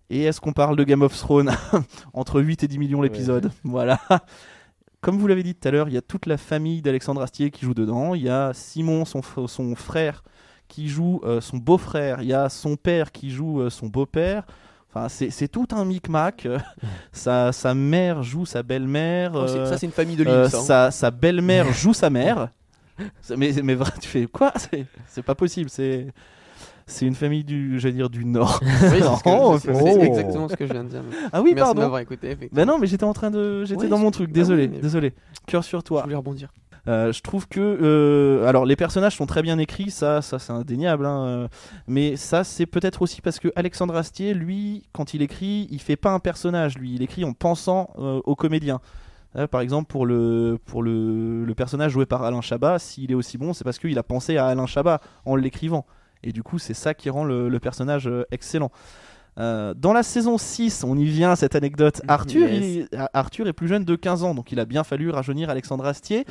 Speaker 2: Et est-ce qu'on parle de Game of Thrones Entre 8 et 10 millions l'épisode. Voilà. Comme vous l'avez dit tout à l'heure, il y a toute la famille d'Alexandre Astier qui joue dedans. Il y a Simon, son, fr- son frère, qui joue euh, son beau-frère. Il y a son père qui joue euh, son beau-père. Enfin, c'est c'est tout un micmac. Euh, sa, sa mère joue sa belle-mère.
Speaker 3: Oh, c'est-
Speaker 2: euh,
Speaker 3: ça, c'est une famille de
Speaker 2: euh,
Speaker 3: Lynx, hein.
Speaker 2: sa, sa belle-mère joue sa mère. Ça- Mais, mais vrai, tu fais quoi C'est- C'est pas possible. C'est c'est une famille du, j'allais dire, du Nord.
Speaker 3: c'est ce que-
Speaker 2: Non,
Speaker 3: c'est- c'est
Speaker 2: oh.
Speaker 3: exactement ce que je viens de dire.
Speaker 2: Ah oui,
Speaker 3: Merci
Speaker 2: pardon.
Speaker 3: d'avoir écouté, effectivement.
Speaker 2: Bah non, mais j'étais en train de, j'étais
Speaker 3: Oui,
Speaker 2: dans mon
Speaker 3: c'est-
Speaker 2: truc.
Speaker 3: bah oui,
Speaker 2: Désolé,
Speaker 3: mais-
Speaker 2: désolé. Cœur sur toi. Je
Speaker 3: voulais rebondir.
Speaker 2: je trouve que euh, alors les personnages sont très bien écrits, ça, ça c'est indéniable. hein, euh, mais ça c'est peut-être aussi parce que Alexandre Astier, lui, quand il écrit, il fait pas un personnage, lui, il écrit en pensant euh, aux comédiens. Là, par exemple, pour le pour le, le personnage joué par Alain Chabat, s'il est aussi bon, c'est parce qu'il a pensé à Alain Chabat en l'écrivant. Et du coup, c'est ça qui rend le, le personnage euh, excellent. Euh, dans la saison 6, on y vient à cette anecdote. Arthur,
Speaker 3: Yes.
Speaker 2: il- Ar- Arthur est plus jeune de 15 ans, donc il a bien fallu rajeunir Alexandre Astier.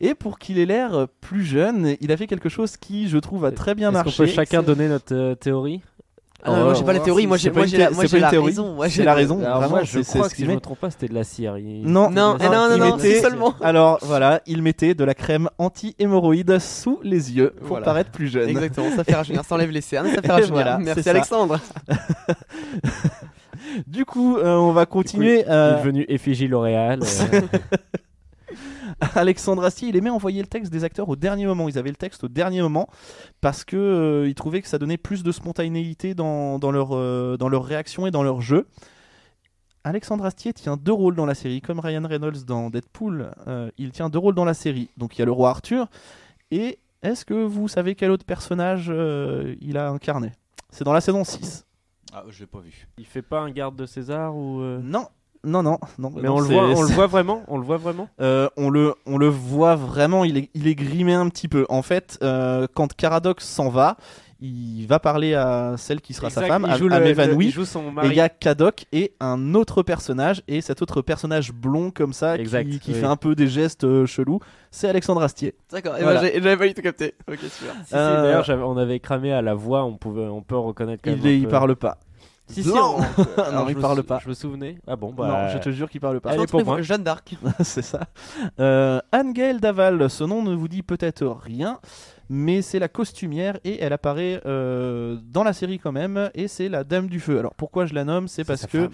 Speaker 2: Et pour qu'il ait l'air euh, plus jeune, il a fait quelque chose qui, je trouve, a très bien
Speaker 4: Est-ce
Speaker 2: marché.
Speaker 4: qu'on peut Oh, chacun donner notre euh, théorie
Speaker 3: Ah non, mais moi, j'ai pas la théorie, moi, j'ai-
Speaker 2: C'est pas
Speaker 3: moi,
Speaker 2: une
Speaker 3: j'ai la-
Speaker 2: thé-
Speaker 3: moi,
Speaker 2: c'est
Speaker 3: j'ai
Speaker 2: pas une
Speaker 3: la
Speaker 2: théorie.
Speaker 3: raison, moi,
Speaker 2: C'est
Speaker 3: j'ai
Speaker 2: la
Speaker 3: la-
Speaker 2: raison.
Speaker 4: Alors
Speaker 2: vraiment,
Speaker 4: moi, je
Speaker 2: c'est- c'est
Speaker 4: crois
Speaker 2: ce
Speaker 4: que
Speaker 2: qu'il
Speaker 4: si je
Speaker 2: met.
Speaker 4: me trompe pas, c'était de la cire. Il-
Speaker 2: Non,
Speaker 4: il-
Speaker 3: Non, non, non,
Speaker 4: il- il
Speaker 2: il
Speaker 3: non,
Speaker 4: mettait-
Speaker 2: mettait-
Speaker 3: si seulement.
Speaker 2: Alors voilà, il mettait de la crème anti-hémorroïde sous les yeux pour
Speaker 3: Voilà.
Speaker 2: paraître plus jeune.
Speaker 3: Exactement, ça fait rajeunir, ça enlève les cernes, ça fait
Speaker 2: Et
Speaker 3: rajeunir.
Speaker 2: voilà, c'est
Speaker 3: Merci
Speaker 2: ça.
Speaker 3: Alexandre.
Speaker 2: Du coup, euh, on va
Speaker 4: Du coup,
Speaker 2: continuer.
Speaker 4: il
Speaker 2: euh,
Speaker 4: est devenu effigie L'Oréal. euh,
Speaker 2: Alexandre Astier, il aimait envoyer le texte des acteurs au dernier moment. Ils avaient le texte au dernier moment parce que euh, ils trouvaient que ça donnait plus de spontanéité dans, dans leur, euh, dans leur réaction et dans leur jeu. Alexandre Astier tient deux rôles dans la série, comme Ryan Reynolds dans Deadpool. euh, il tient deux rôles dans la série. Donc il y a le roi Arthur. Et est-ce que vous savez quel autre personnage euh, il a incarné C'est dans la saison 6.
Speaker 1: Ah, je l'ai pas vu.
Speaker 4: il fait pas un garde de César ou euh,
Speaker 2: Non, non, non. non
Speaker 4: Mais
Speaker 2: non,
Speaker 4: on le
Speaker 2: c'est-
Speaker 4: voit, on
Speaker 2: c'est-
Speaker 4: le voit vraiment, on le voit vraiment.
Speaker 2: Euh, on, le, on le voit vraiment, il est, il est grimé un petit peu. En fait, euh, quand Caradox s'en va, il va parler à celle qui sera sa
Speaker 4: Exact,
Speaker 2: femme,
Speaker 4: il
Speaker 2: à,
Speaker 4: joue
Speaker 2: à
Speaker 4: le-
Speaker 2: Mévanoui.
Speaker 4: le- il joue son
Speaker 2: Et
Speaker 4: mari.
Speaker 2: il y a Cadoc et un autre personnage, et cet autre personnage blond comme ça, qui- qui,
Speaker 4: Exact, oui.
Speaker 2: fait un peu des gestes euh, chelous, c'est Alexandre Astier.
Speaker 3: D'accord, eh ben,
Speaker 2: Voilà.
Speaker 3: j'ai- j'avais pas du tout capté. Ok, super.
Speaker 4: Si, si,
Speaker 2: Euh,
Speaker 4: D'ailleurs, j'avais- on avait cramé à la voix, on pouvait, on peut reconnaître. Quand
Speaker 2: Il,
Speaker 4: même un
Speaker 2: est- il
Speaker 4: peu.
Speaker 2: parle pas.
Speaker 4: Si, si,
Speaker 2: Non.
Speaker 4: on-
Speaker 2: Non,
Speaker 4: alors,
Speaker 2: il
Speaker 4: je me
Speaker 2: parle
Speaker 4: sou-
Speaker 2: pas.
Speaker 4: Je me souvenais. Ah bon,
Speaker 2: non,
Speaker 4: bah.
Speaker 2: je te jure qu'il parle pas.
Speaker 4: Elle est
Speaker 3: Entre
Speaker 4: pour
Speaker 3: mes-
Speaker 4: moi.
Speaker 3: Jeanne d'Arc.
Speaker 2: c'est ça. Euh, Anne-Gaëlle Daval, ce nom ne vous dit peut-être rien, mais c'est la costumière et elle apparaît euh, dans la série quand même, et c'est la Dame du Feu. Alors pourquoi je la nomme C'est parce
Speaker 4: sa
Speaker 2: que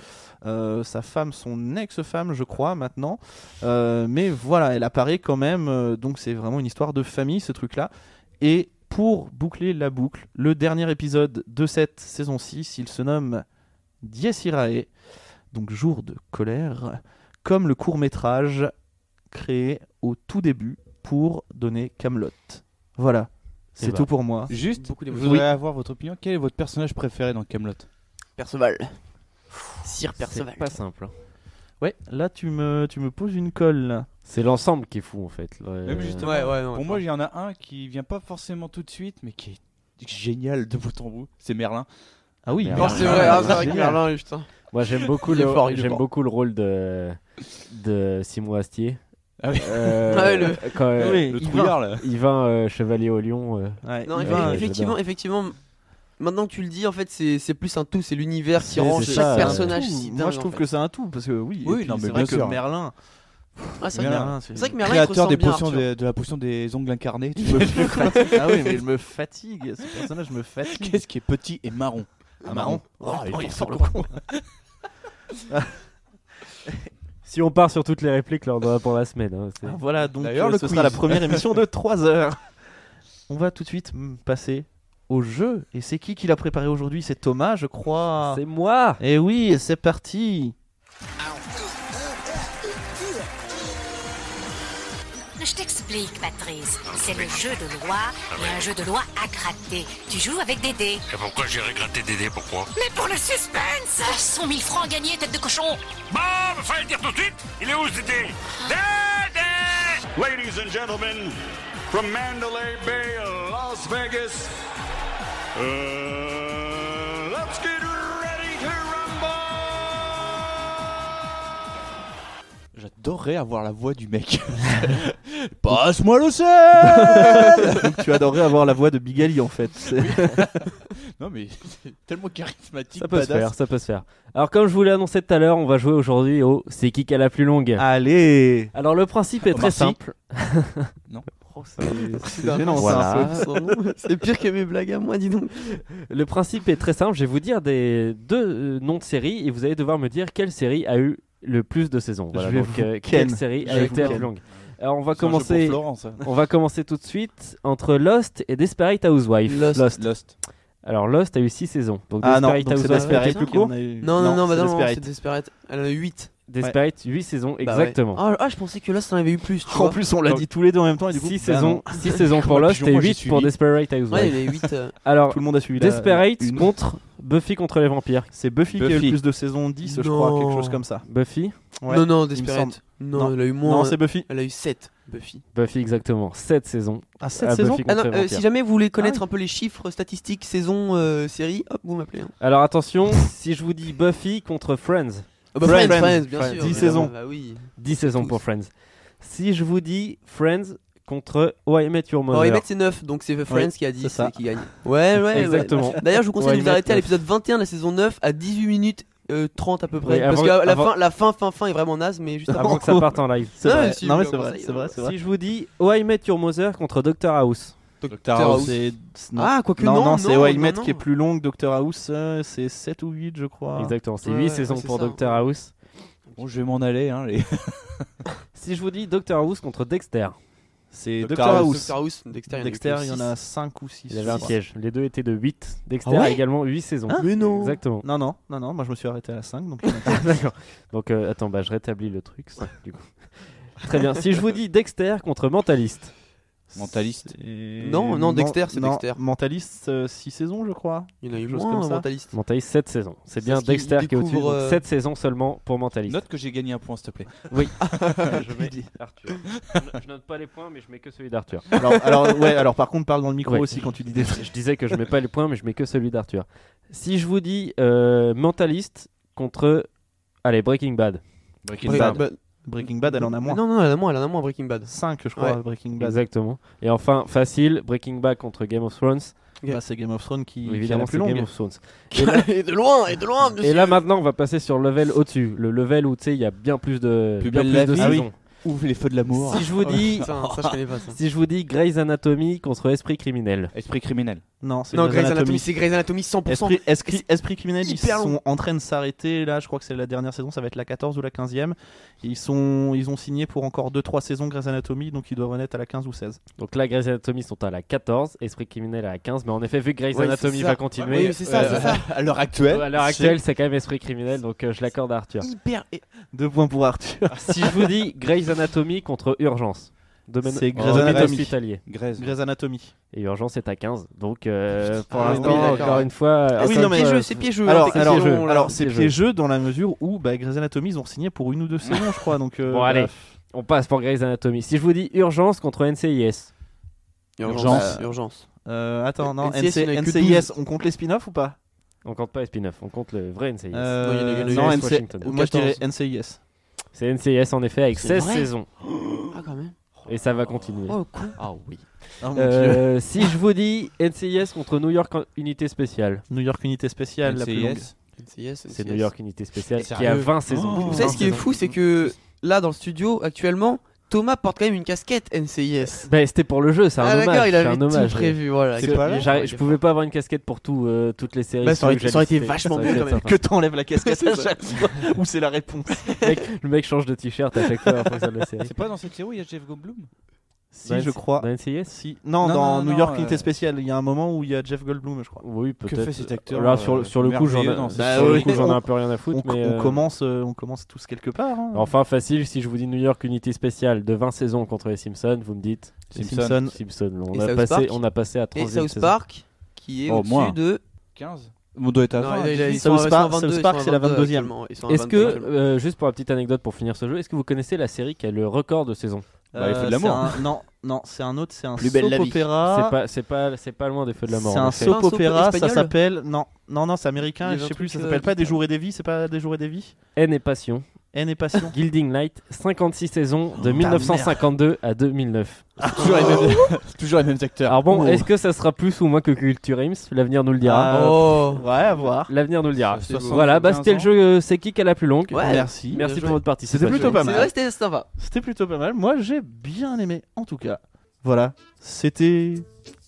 Speaker 2: euh, sa femme, son ex-femme, je crois, maintenant, euh, mais voilà, elle apparaît quand même, euh, donc c'est vraiment une histoire de famille, ce truc-là. Et pour boucler la boucle, le dernier épisode de cette saison 6, il se nomme Dies Irae, donc jour de colère comme le court métrage créé au tout début pour donner Camelot. Voilà, c'est
Speaker 4: bah.
Speaker 2: tout pour moi.
Speaker 1: Juste,
Speaker 3: Beaucoup
Speaker 1: je
Speaker 3: d'émotions.
Speaker 1: voudrais avoir votre opinion. Quel est votre personnage préféré dans Camelot
Speaker 3: Perceval. Sire Perceval.
Speaker 4: C'est pas simple. hein.
Speaker 2: Ouais, là tu me, tu me poses une colle. là.
Speaker 4: C'est l'ensemble qui est fou en fait. Le-
Speaker 1: Même justement,
Speaker 3: Ouais, ouais, non.
Speaker 1: Pour moi, il y en a un qui vient pas forcément tout de suite, mais qui est génial de bout en bout. C'est Merlin.
Speaker 2: Ah oui,
Speaker 4: Merde.
Speaker 3: Non,
Speaker 2: Merlin.
Speaker 3: c'est vrai, ah, c'est vrai que
Speaker 2: Génial.
Speaker 3: Merlin, putain.
Speaker 4: Moi, j'aime beaucoup
Speaker 3: Il est
Speaker 4: le,
Speaker 3: fort, il est
Speaker 4: j'aime
Speaker 3: fort.
Speaker 4: beaucoup le rôle de de Simon Astier.
Speaker 1: Ah oui.
Speaker 4: Euh,
Speaker 3: Ah ouais, le-
Speaker 4: quand, euh,
Speaker 2: Oui,
Speaker 1: le
Speaker 2: Yvain.
Speaker 1: trouillard là.
Speaker 4: Yvain, euh, Chevalier au Lion. euh,
Speaker 2: Ouais,
Speaker 3: Non,
Speaker 2: il
Speaker 4: Yvain,
Speaker 3: effe-
Speaker 2: va-
Speaker 4: je-
Speaker 3: effectivement, effectivement. Maintenant que tu le dis, en fait, c'est c'est plus un tout, c'est l'univers qui
Speaker 4: C'est-
Speaker 3: rend
Speaker 4: c'est
Speaker 3: chaque
Speaker 4: ça,
Speaker 3: personnage
Speaker 2: tout.
Speaker 3: si dingue.
Speaker 2: euh, Moi je trouve
Speaker 3: en
Speaker 2: que c'est un tout parce que oui, et
Speaker 3: Oui,
Speaker 2: puis
Speaker 1: non, mais
Speaker 2: c'est vrai
Speaker 1: bien
Speaker 2: que
Speaker 1: sûr.
Speaker 2: Merlin.
Speaker 3: fait. Ah, c'est vrai que
Speaker 1: Merlin.
Speaker 2: Merlin,
Speaker 3: c'est vrai que Merlin, il te
Speaker 1: Créateur des
Speaker 3: ressemble bien,
Speaker 1: potions
Speaker 3: Arthur.
Speaker 1: des- de la potion des ongles incarnés. tu
Speaker 2: il me
Speaker 1: vois.
Speaker 2: fatigue. Ah oui, mais il me fatigue. Ce personnage me fatigue.
Speaker 1: Qu'est-ce qui est petit et marron
Speaker 2: Ah, marron.
Speaker 1: Oh, il est
Speaker 2: Oh, il
Speaker 1: fort,
Speaker 2: sort
Speaker 1: ce
Speaker 2: le
Speaker 1: con.
Speaker 2: con.
Speaker 4: Si on part sur toutes les répliques, là, on en a pour la semaine. hein, c'est-
Speaker 2: Ah, Voilà, donc
Speaker 1: D'ailleurs,
Speaker 2: euh,
Speaker 1: le
Speaker 2: ce sera la
Speaker 1: quiz.
Speaker 2: première émission de 3 heures. On va tout de suite mm, passer au jeu. Et c'est qui qui l'a préparé aujourd'hui C'est Thomas, je crois.
Speaker 4: C'est moi.
Speaker 2: Et oui, c'est parti.
Speaker 11: Je t'explique, Patrice. C'est le jeu de loi et un jeu de loi à gratter. Tu joues avec des dés.
Speaker 5: Et pourquoi j'irai gratter Dédé Pourquoi
Speaker 11: Mais pour le suspense 100 000 francs gagnés, tête de cochon
Speaker 5: Bon, mais fallait le dire tout de suite Il est où ce Dédé Dédé Ladies and gentlemen, from Mandalay Bay, Las Vegas, uh, let's get ready to rumble
Speaker 1: J'adore. J'adorerais avoir la voix du mec. Passe-moi le sel
Speaker 2: Donc tu adorerais avoir la voix de Bigali en fait. C'est-
Speaker 1: Non mais c'est tellement charismatique.
Speaker 4: Ça peut se
Speaker 1: badass.
Speaker 4: faire, ça peut se faire. Alors comme je vous l'ai annoncé tout à l'heure, on va jouer aujourd'hui au C'est qui qui a la plus longue.
Speaker 2: Allez
Speaker 4: Alors le principe est
Speaker 1: Omar
Speaker 4: très
Speaker 1: Sy.
Speaker 4: simple.
Speaker 1: Non.
Speaker 2: C'est gênant ça.
Speaker 3: Voilà. C'est pire que mes blagues à moi, dis donc.
Speaker 4: Le principe est très simple. Je vais vous dire des deux euh, noms de séries et vous allez devoir me dire quelle série a eu le plus de saisons. Voilà,
Speaker 2: Je vais
Speaker 4: donc
Speaker 2: vous
Speaker 4: euh,
Speaker 2: ken.
Speaker 4: quelle série
Speaker 2: Je
Speaker 4: a
Speaker 2: vais
Speaker 4: été la
Speaker 2: vous
Speaker 4: plus
Speaker 2: ken.
Speaker 4: longue. Alors on va
Speaker 1: C'est un jeu pour
Speaker 4: commencer.
Speaker 1: Florence, hein.
Speaker 4: On va commencer tout de suite entre Lost et Desperate Housewife.
Speaker 3: Lost.
Speaker 1: Lost.
Speaker 4: alors Lost a eu 6 saisons. Donc
Speaker 2: Ah non,
Speaker 4: Desperate
Speaker 2: donc c'est
Speaker 4: Housewives-
Speaker 2: Desperate.
Speaker 1: Plus court
Speaker 3: Non, non, non, bah
Speaker 2: c'est
Speaker 3: non, non,
Speaker 2: Desperate.
Speaker 3: c'est Desperate. Elle en a eu 8.
Speaker 4: Desperate, 8
Speaker 2: Bah
Speaker 4: saisons exactement.
Speaker 3: Ah, ah, je pensais que là, ça en avait eu plus. Tu
Speaker 2: En
Speaker 3: vois.
Speaker 2: plus on l'a
Speaker 4: Donc,
Speaker 2: dit tous les deux en même temps et du coup
Speaker 4: 6
Speaker 2: bah
Speaker 4: saisons,
Speaker 2: non.
Speaker 4: six saisons pour
Speaker 1: Ouais,
Speaker 4: Lost
Speaker 1: puis
Speaker 4: et
Speaker 1: moi, j'ai
Speaker 4: 8 pour
Speaker 1: suivi.
Speaker 4: Desperate Housewives.
Speaker 3: Ouais, il y en a eu 8. euh,
Speaker 4: Alors
Speaker 2: tout le monde a suivi la
Speaker 4: Desperate
Speaker 2: une.
Speaker 4: contre Buffy contre les vampires.
Speaker 2: C'est Buffy, qui a eu
Speaker 1: Buffy.
Speaker 2: le plus de saisons 10 je crois,
Speaker 3: Non.
Speaker 2: quelque chose comme ça.
Speaker 4: Buffy
Speaker 2: Ouais.
Speaker 3: Non, non,
Speaker 2: me
Speaker 3: Desperate. Non, euh,
Speaker 2: Non.
Speaker 3: elle a eu moins.
Speaker 2: Non, c'est Buffy.
Speaker 3: Elle a eu 7, Buffy.
Speaker 4: Buffy exactement, 7 saisons.
Speaker 2: Ah 7
Speaker 4: à
Speaker 2: saisons
Speaker 4: Buffy
Speaker 3: Ah
Speaker 4: contre
Speaker 3: non,
Speaker 4: les
Speaker 3: euh,
Speaker 4: vampires.
Speaker 3: si jamais vous voulez connaître un peu les chiffres, statistiques, saison, euh, série, hop, vous m'appelez. hein.
Speaker 4: Alors attention, si je vous dis Buffy contre Friends,
Speaker 3: Ah bah,
Speaker 2: Friends,
Speaker 3: Friends,
Speaker 2: Friends,
Speaker 3: Friends, bien
Speaker 2: Friends.
Speaker 3: sûr.
Speaker 2: Dix
Speaker 3: évidemment,
Speaker 2: saisons.
Speaker 3: Bah oui.
Speaker 4: 10 saisons
Speaker 3: Tous.
Speaker 4: pour Friends. Si je vous dis Friends contre Oh I Met Your Mother.
Speaker 3: Alors, ils mettent c'est 9, donc c'est Friends
Speaker 2: Oui,
Speaker 3: qui a
Speaker 2: c'est
Speaker 3: 10
Speaker 2: ça.
Speaker 3: et qui gagne. Ouais, ouais, ouais.
Speaker 2: bah,
Speaker 4: Exactement.
Speaker 3: D'ailleurs, je vous conseille
Speaker 4: Ouais,
Speaker 3: de vous arrêter à
Speaker 4: neuf.
Speaker 3: l'épisode 21 de la saison 9 à 18 minutes euh, 30 à peu près.
Speaker 4: Oui,
Speaker 3: Parce
Speaker 4: avant-
Speaker 3: que la,
Speaker 4: avant-
Speaker 3: fin, la fin, fin, fin est vraiment naze, mais juste
Speaker 4: Avant que ça parte en live.
Speaker 2: C'est
Speaker 3: Non,
Speaker 2: vrai.
Speaker 3: mais Ah, si,
Speaker 2: non mais
Speaker 3: je
Speaker 2: c'est
Speaker 3: le
Speaker 2: vrai,
Speaker 3: conseille.
Speaker 2: c'est vrai, c'est vrai.
Speaker 4: Si je vous dis Oh I Met Your Mother contre Doctor House.
Speaker 1: Doctor
Speaker 3: House.
Speaker 1: House.
Speaker 2: C'est- non.
Speaker 3: Ah, quoique
Speaker 2: non,
Speaker 3: non,
Speaker 2: non, c'est
Speaker 3: non,
Speaker 2: Wild Met
Speaker 3: non, non.
Speaker 2: qui est plus longue, Doctor House, euh, c'est 7 ou 8 je crois.
Speaker 4: Exactement, c'est
Speaker 3: Ah. Ouais,
Speaker 4: 8
Speaker 3: ouais,
Speaker 4: saisons
Speaker 3: ouais, c'est
Speaker 4: pour
Speaker 3: ça.
Speaker 4: Doctor House.
Speaker 1: Bon, je vais m'en aller. Hein, les...
Speaker 4: Si je vous dis Doctor House contre Dexter.
Speaker 2: C'est
Speaker 1: Doctor
Speaker 2: Doctor House.
Speaker 3: Doctor House, Dexter, il y en a eu
Speaker 2: Dexter,
Speaker 3: que
Speaker 2: il y en
Speaker 3: six.
Speaker 2: a 5 ou 6.
Speaker 4: Il avait un piège. Les deux étaient de 8. Dexter
Speaker 2: Ah ouais
Speaker 4: a également 8 saisons.
Speaker 2: Hein
Speaker 3: Ah, Mais non.
Speaker 4: Exactement.
Speaker 2: Non, non, non, non, moi je me suis arrêté à la 5, donc il y en a
Speaker 4: D'accord. Donc euh, attends, bah je rétablis le truc ça, du coup. Très bien. Si je vous dis Dexter contre Mentaliste.
Speaker 1: Mentaliste.
Speaker 2: Et-
Speaker 3: Non, non, Dexter, c'est
Speaker 2: non,
Speaker 3: Dexter.
Speaker 2: Mentalist, 6 saisons, je crois.
Speaker 3: Il y en a eu
Speaker 2: quelque chose
Speaker 3: moins,
Speaker 2: comme ça.
Speaker 3: Mentaliste.
Speaker 4: Mentaliste 7 saisons. C'est
Speaker 3: C'est
Speaker 4: bien
Speaker 3: ce qu'il
Speaker 4: Dexter qui est au-dessus.
Speaker 3: découvre, euh,
Speaker 4: 7 saisons seulement pour Mentaliste.
Speaker 1: Note que j'ai gagné un point, s'il te plaît.
Speaker 4: je mets Arthur. Je, je note pas les points, mais je mets que celui d'Arthur.
Speaker 2: Alors, alors, ouais, alors par contre, parle dans le micro
Speaker 4: Ouais.
Speaker 2: aussi quand tu dis des trucs.
Speaker 4: Je disais que je mets pas les points, mais je mets que celui d'Arthur. Si je vous dis euh, Mentaliste contre. Allez, Breaking Bad.
Speaker 1: Breaking
Speaker 3: Breaking
Speaker 1: Bad.
Speaker 3: Bad.
Speaker 2: Breaking Bad, elle en a moins.
Speaker 3: Non, non, elle en a moins, elle en a moins, Breaking Bad.
Speaker 2: 5, je crois,
Speaker 3: Ouais.
Speaker 2: Breaking Bad.
Speaker 4: Exactement. Et enfin, facile, Breaking Bad contre Game of Thrones.
Speaker 2: Bah, c'est Game of Thrones qui, qui est
Speaker 4: Évidemment,
Speaker 2: la plus
Speaker 4: c'est
Speaker 2: longue.
Speaker 4: Game of Thrones.
Speaker 3: Et, de loin, et de loin, bien
Speaker 4: Et
Speaker 3: sûr.
Speaker 4: là maintenant, on va passer sur le level au-dessus, le level où tu sais il y a bien plus de
Speaker 1: Plus
Speaker 4: bien
Speaker 1: belle
Speaker 4: plus
Speaker 1: la
Speaker 4: de
Speaker 3: Ah
Speaker 1: vie.
Speaker 4: saisons.
Speaker 1: Ouvre les feux de l'amour.
Speaker 4: Si je vous dis
Speaker 3: Oh, Putain, ça, je connais pas ça.
Speaker 4: si je vous dis Grey's Anatomy contre Esprit criminel.
Speaker 1: Esprit criminel.
Speaker 2: Non, c'est
Speaker 3: Non,
Speaker 2: Grey's Anatomy.
Speaker 3: c'est Grey's Anatomy 100%.
Speaker 2: Esprit, esprit, esprit criminel, ils
Speaker 3: hyper long.
Speaker 2: sont en train de s'arrêter. Là, je crois que c'est la dernière saison, ça va être la 14 ou la 15e. Ils, sont, ils ont signé pour encore 2-3 saisons Grey's Anatomy, donc ils doivent en être à la 15 ou 16.
Speaker 4: Donc là Grey's Anatomy sont à la 14, Esprit criminel à la 15, mais en effet vu que Grey's
Speaker 3: Ouais, c'est
Speaker 4: Anatomy
Speaker 3: ça.
Speaker 4: va
Speaker 3: Oui,
Speaker 4: continuer
Speaker 3: mais c'est ça, c'est ça.
Speaker 1: Euh, À l'heure actuelle.
Speaker 4: à l'heure actuelle, c'est quand même Esprit criminel donc euh, je l'accorde à Arthur.
Speaker 3: Hyper. et-
Speaker 2: Deux points pour Arthur.
Speaker 4: si je vous dis Grey's Anatomy contre Urgence. Domaine
Speaker 2: C'est Grey's
Speaker 4: domaine
Speaker 2: Anatomy.
Speaker 4: hospitalier.
Speaker 1: Grèze.
Speaker 2: Grey's Anatomy.
Speaker 4: Et Urgence est à 15. Donc euh, pour
Speaker 2: Ah, oui,
Speaker 4: l'instant
Speaker 3: d'accord.
Speaker 4: encore une fois
Speaker 3: Ah,
Speaker 2: oui,
Speaker 3: c'est
Speaker 2: non, mais-
Speaker 3: piégeux, c'est piégeux.
Speaker 2: alors,
Speaker 3: hein,
Speaker 2: alors,
Speaker 3: c'est long, là.
Speaker 2: alors, c'est
Speaker 4: piégeux.
Speaker 2: piégeux dans la mesure où bah, Grey's Anatomy, ils ont signé pour une ou deux saisons, je crois. Donc, euh,
Speaker 4: Bon,
Speaker 2: bah,
Speaker 4: allez. on passe pour Grey's Anatomy. Si je vous dis Urgence contre NCIS.
Speaker 1: Urgence.
Speaker 3: Bah, Urgence.
Speaker 2: euh, attends, non,
Speaker 3: NCIS, il y en a que
Speaker 2: NCIS, on compte les spin-offs ou pas
Speaker 4: On compte pas SP9, on compte le vrai NCIS.
Speaker 2: Euh,
Speaker 3: Non, il y en a- il y en a eu
Speaker 2: non,
Speaker 4: NCIS
Speaker 2: NC
Speaker 4: Washington.
Speaker 2: moi je dirais
Speaker 3: 14.
Speaker 2: NCIS.
Speaker 4: C'est NCIS en effet avec
Speaker 3: C'est
Speaker 4: 16
Speaker 3: vrai
Speaker 4: saisons
Speaker 3: Ah, quand même.
Speaker 4: et ça va continuer.
Speaker 3: Oh, con.
Speaker 4: Ah oui.
Speaker 1: Oh
Speaker 2: Ah, mon Dieu.
Speaker 4: Euh, si je vous dis NCIS contre New York Unité Spéciale,
Speaker 2: New York Unité Spéciale, la plus longue.
Speaker 1: NCIS.
Speaker 3: NCIS,
Speaker 4: c'est
Speaker 3: NCIS.
Speaker 4: New York Unité Spéciale qui
Speaker 1: Sérieux
Speaker 4: a 20 saisons.
Speaker 3: Vous savez ce qui est fou, c'est que là dans le studio actuellement, Thomas porte quand même une casquette NCIS.
Speaker 4: Bah, c'était pour le jeu, c'est un
Speaker 3: Ah d'accord,
Speaker 4: hommage.
Speaker 3: il
Speaker 4: c'est
Speaker 3: avait
Speaker 4: un hommage.
Speaker 3: tout prévu, voilà.
Speaker 1: C'est pas là
Speaker 4: J'arri- Je pouvais pas avoir une casquette pour tout, euh, toutes les séries.
Speaker 3: Bah, ça aurait
Speaker 4: que
Speaker 3: été- ça aurait
Speaker 4: j'allais
Speaker 3: été
Speaker 4: citer.
Speaker 3: vachement
Speaker 4: Ça
Speaker 3: bien
Speaker 4: aurait
Speaker 3: quand
Speaker 4: été
Speaker 3: même.
Speaker 4: sympa.
Speaker 2: Que t'enlèves la casquette à chaque fois, ou c'est la réponse
Speaker 4: Le mec change de t-shirt à chaque fois en fonction de la série. Bah,
Speaker 1: C'est pas dans cette série où il y a Jeff Goldblum
Speaker 2: Si, je crois.
Speaker 4: Dans NCIS
Speaker 2: Si. Non,
Speaker 1: Non,
Speaker 2: dans
Speaker 1: non,
Speaker 2: New
Speaker 1: non,
Speaker 2: York
Speaker 1: euh,
Speaker 2: Unité Spéciale, il y a un moment où il y a Jeff Goldblum, je crois.
Speaker 4: Oui, peut-être.
Speaker 1: fait cet acteur,
Speaker 4: Là, sur,
Speaker 1: euh,
Speaker 4: sur le coup, j'en ai,
Speaker 1: merveilleux dans cette
Speaker 2: Bah
Speaker 4: sur le
Speaker 2: oui.
Speaker 4: coup, j'en ai
Speaker 2: On-
Speaker 4: un peu rien à foutre.
Speaker 2: On,
Speaker 4: mais,
Speaker 2: on
Speaker 4: euh,
Speaker 2: commence, euh, on commence tous quelque part. hein.
Speaker 4: Enfin, facile, si je vous dis New York Unité Spéciale de 20 saisons contre les Simpsons, vous me dites
Speaker 2: Les
Speaker 1: Simpson.
Speaker 2: Simpsons.
Speaker 4: Simpsons. On,
Speaker 3: Et
Speaker 4: a
Speaker 3: South
Speaker 4: passé,
Speaker 3: Park.
Speaker 4: on a passé à
Speaker 3: Et
Speaker 4: 3
Speaker 3: South Park qui est
Speaker 1: Oh, moins.
Speaker 3: au-dessus de
Speaker 1: 15 On doit être à
Speaker 3: Non,
Speaker 1: 20.
Speaker 3: il- il- ils
Speaker 2: South
Speaker 3: sont à- ils sont à
Speaker 2: Park-
Speaker 3: 22,
Speaker 2: South Park,
Speaker 3: ils sont à
Speaker 2: c'est la
Speaker 3: 22
Speaker 2: 22e.
Speaker 3: actuellement, ils sont à
Speaker 4: Est-ce
Speaker 3: 22
Speaker 4: que,
Speaker 3: actuellement.
Speaker 4: euh, juste pour la petite anecdote pour finir ce jeu, est-ce que vous connaissez la série qui a le record de saison
Speaker 1: Bah, il faut de
Speaker 2: Euh,
Speaker 1: l'amour.
Speaker 2: c'est un- Non, non, c'est un autre, c'est un
Speaker 1: Plus belle
Speaker 2: soap
Speaker 1: la vie.
Speaker 2: opéra.
Speaker 4: C'est pas, c'est pas, c'est pas loin des feux de la mort.
Speaker 2: Ah. C'est
Speaker 4: en
Speaker 2: un soap
Speaker 3: so-
Speaker 4: effet.
Speaker 3: C'est un soap
Speaker 2: opéra, ça
Speaker 3: espagnol
Speaker 2: s'appelle. Non, non, non, c'est américain.
Speaker 3: Il y
Speaker 2: Je
Speaker 3: avait
Speaker 2: sais
Speaker 3: un
Speaker 2: plus, ça
Speaker 3: truc,
Speaker 2: s'appelle
Speaker 3: euh,
Speaker 2: pas Des jours et des vies. C'est pas Des jours et des vies.
Speaker 4: Haine et passion
Speaker 2: Haine et passion.
Speaker 4: Guilding Light, 56 saisons de
Speaker 2: Oh, ta
Speaker 4: 1952 à 2009.
Speaker 1: toujours les mêmes- toujours les mêmes
Speaker 2: Ah,
Speaker 1: acteurs.
Speaker 4: Alors bon,
Speaker 1: Oh.
Speaker 4: est-ce que ça sera plus ou moins que Culture Ims L'avenir nous le dira.
Speaker 2: Ah,
Speaker 3: Oh.
Speaker 2: Ouais, à voir.
Speaker 4: L'avenir nous le dira.
Speaker 1: C'est beau.
Speaker 4: Voilà, bah c'était le
Speaker 1: 75
Speaker 4: jeu euh, C'est qui qui a la plus longue.
Speaker 3: Ouais.
Speaker 2: Merci.
Speaker 4: Merci
Speaker 3: Bien
Speaker 4: pour
Speaker 3: joué.
Speaker 4: votre participation.
Speaker 2: C'était plutôt pas
Speaker 3: C'est
Speaker 2: mal.
Speaker 3: vrai, c'était sympa.
Speaker 2: C'était plutôt pas mal. Moi, j'ai bien aimé, en tout cas. Voilà, c'était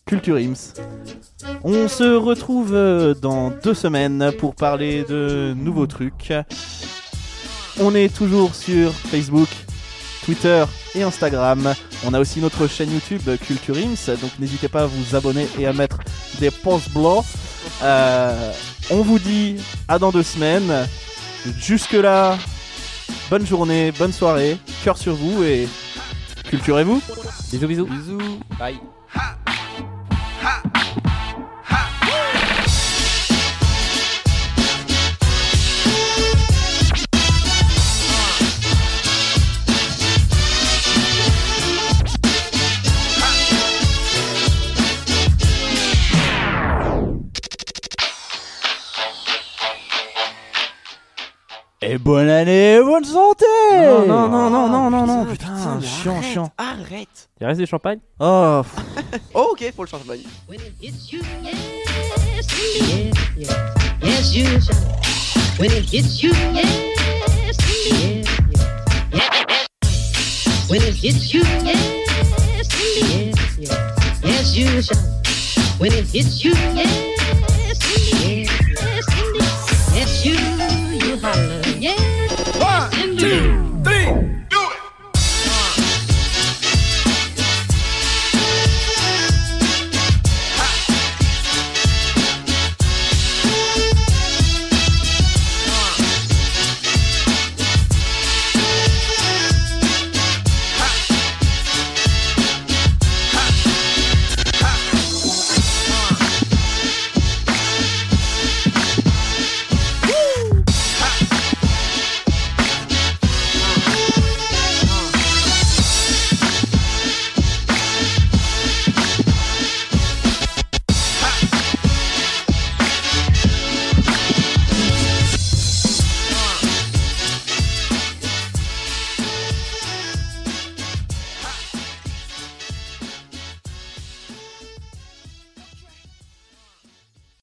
Speaker 2: Culture Ims. On se retrouve euh, dans deux semaines pour parler de nouveaux trucs. On est toujours sur Facebook, Twitter et Instagram. On a aussi notre chaîne YouTube Culture Ims, donc n'hésitez pas à vous abonner et à mettre des pouces blancs. Euh, on vous dit à dans deux semaines. Jusque-là, bonne journée, bonne soirée, cœur sur vous et culturez-vous.
Speaker 4: Bisous, bisous.
Speaker 3: Bisous. Bye.
Speaker 1: Et bonne année, bonne santé
Speaker 2: Non, non, non, non, non, non, non, putain,
Speaker 3: mais
Speaker 2: chiant,
Speaker 3: arrête,
Speaker 2: chiant.
Speaker 3: Arrête.
Speaker 4: Il reste des champagnes
Speaker 2: Oh, pff.
Speaker 3: Oh, ok, pour le champagne.
Speaker 6: Yes, you shall. When it hits you, yes, indeed. When it hits you, yes, indeed. Yes, you shall. When it hits you, yes, indeed. Yes, indeed. Yes, you, you holler. Yes, indeed.
Speaker 5: Three.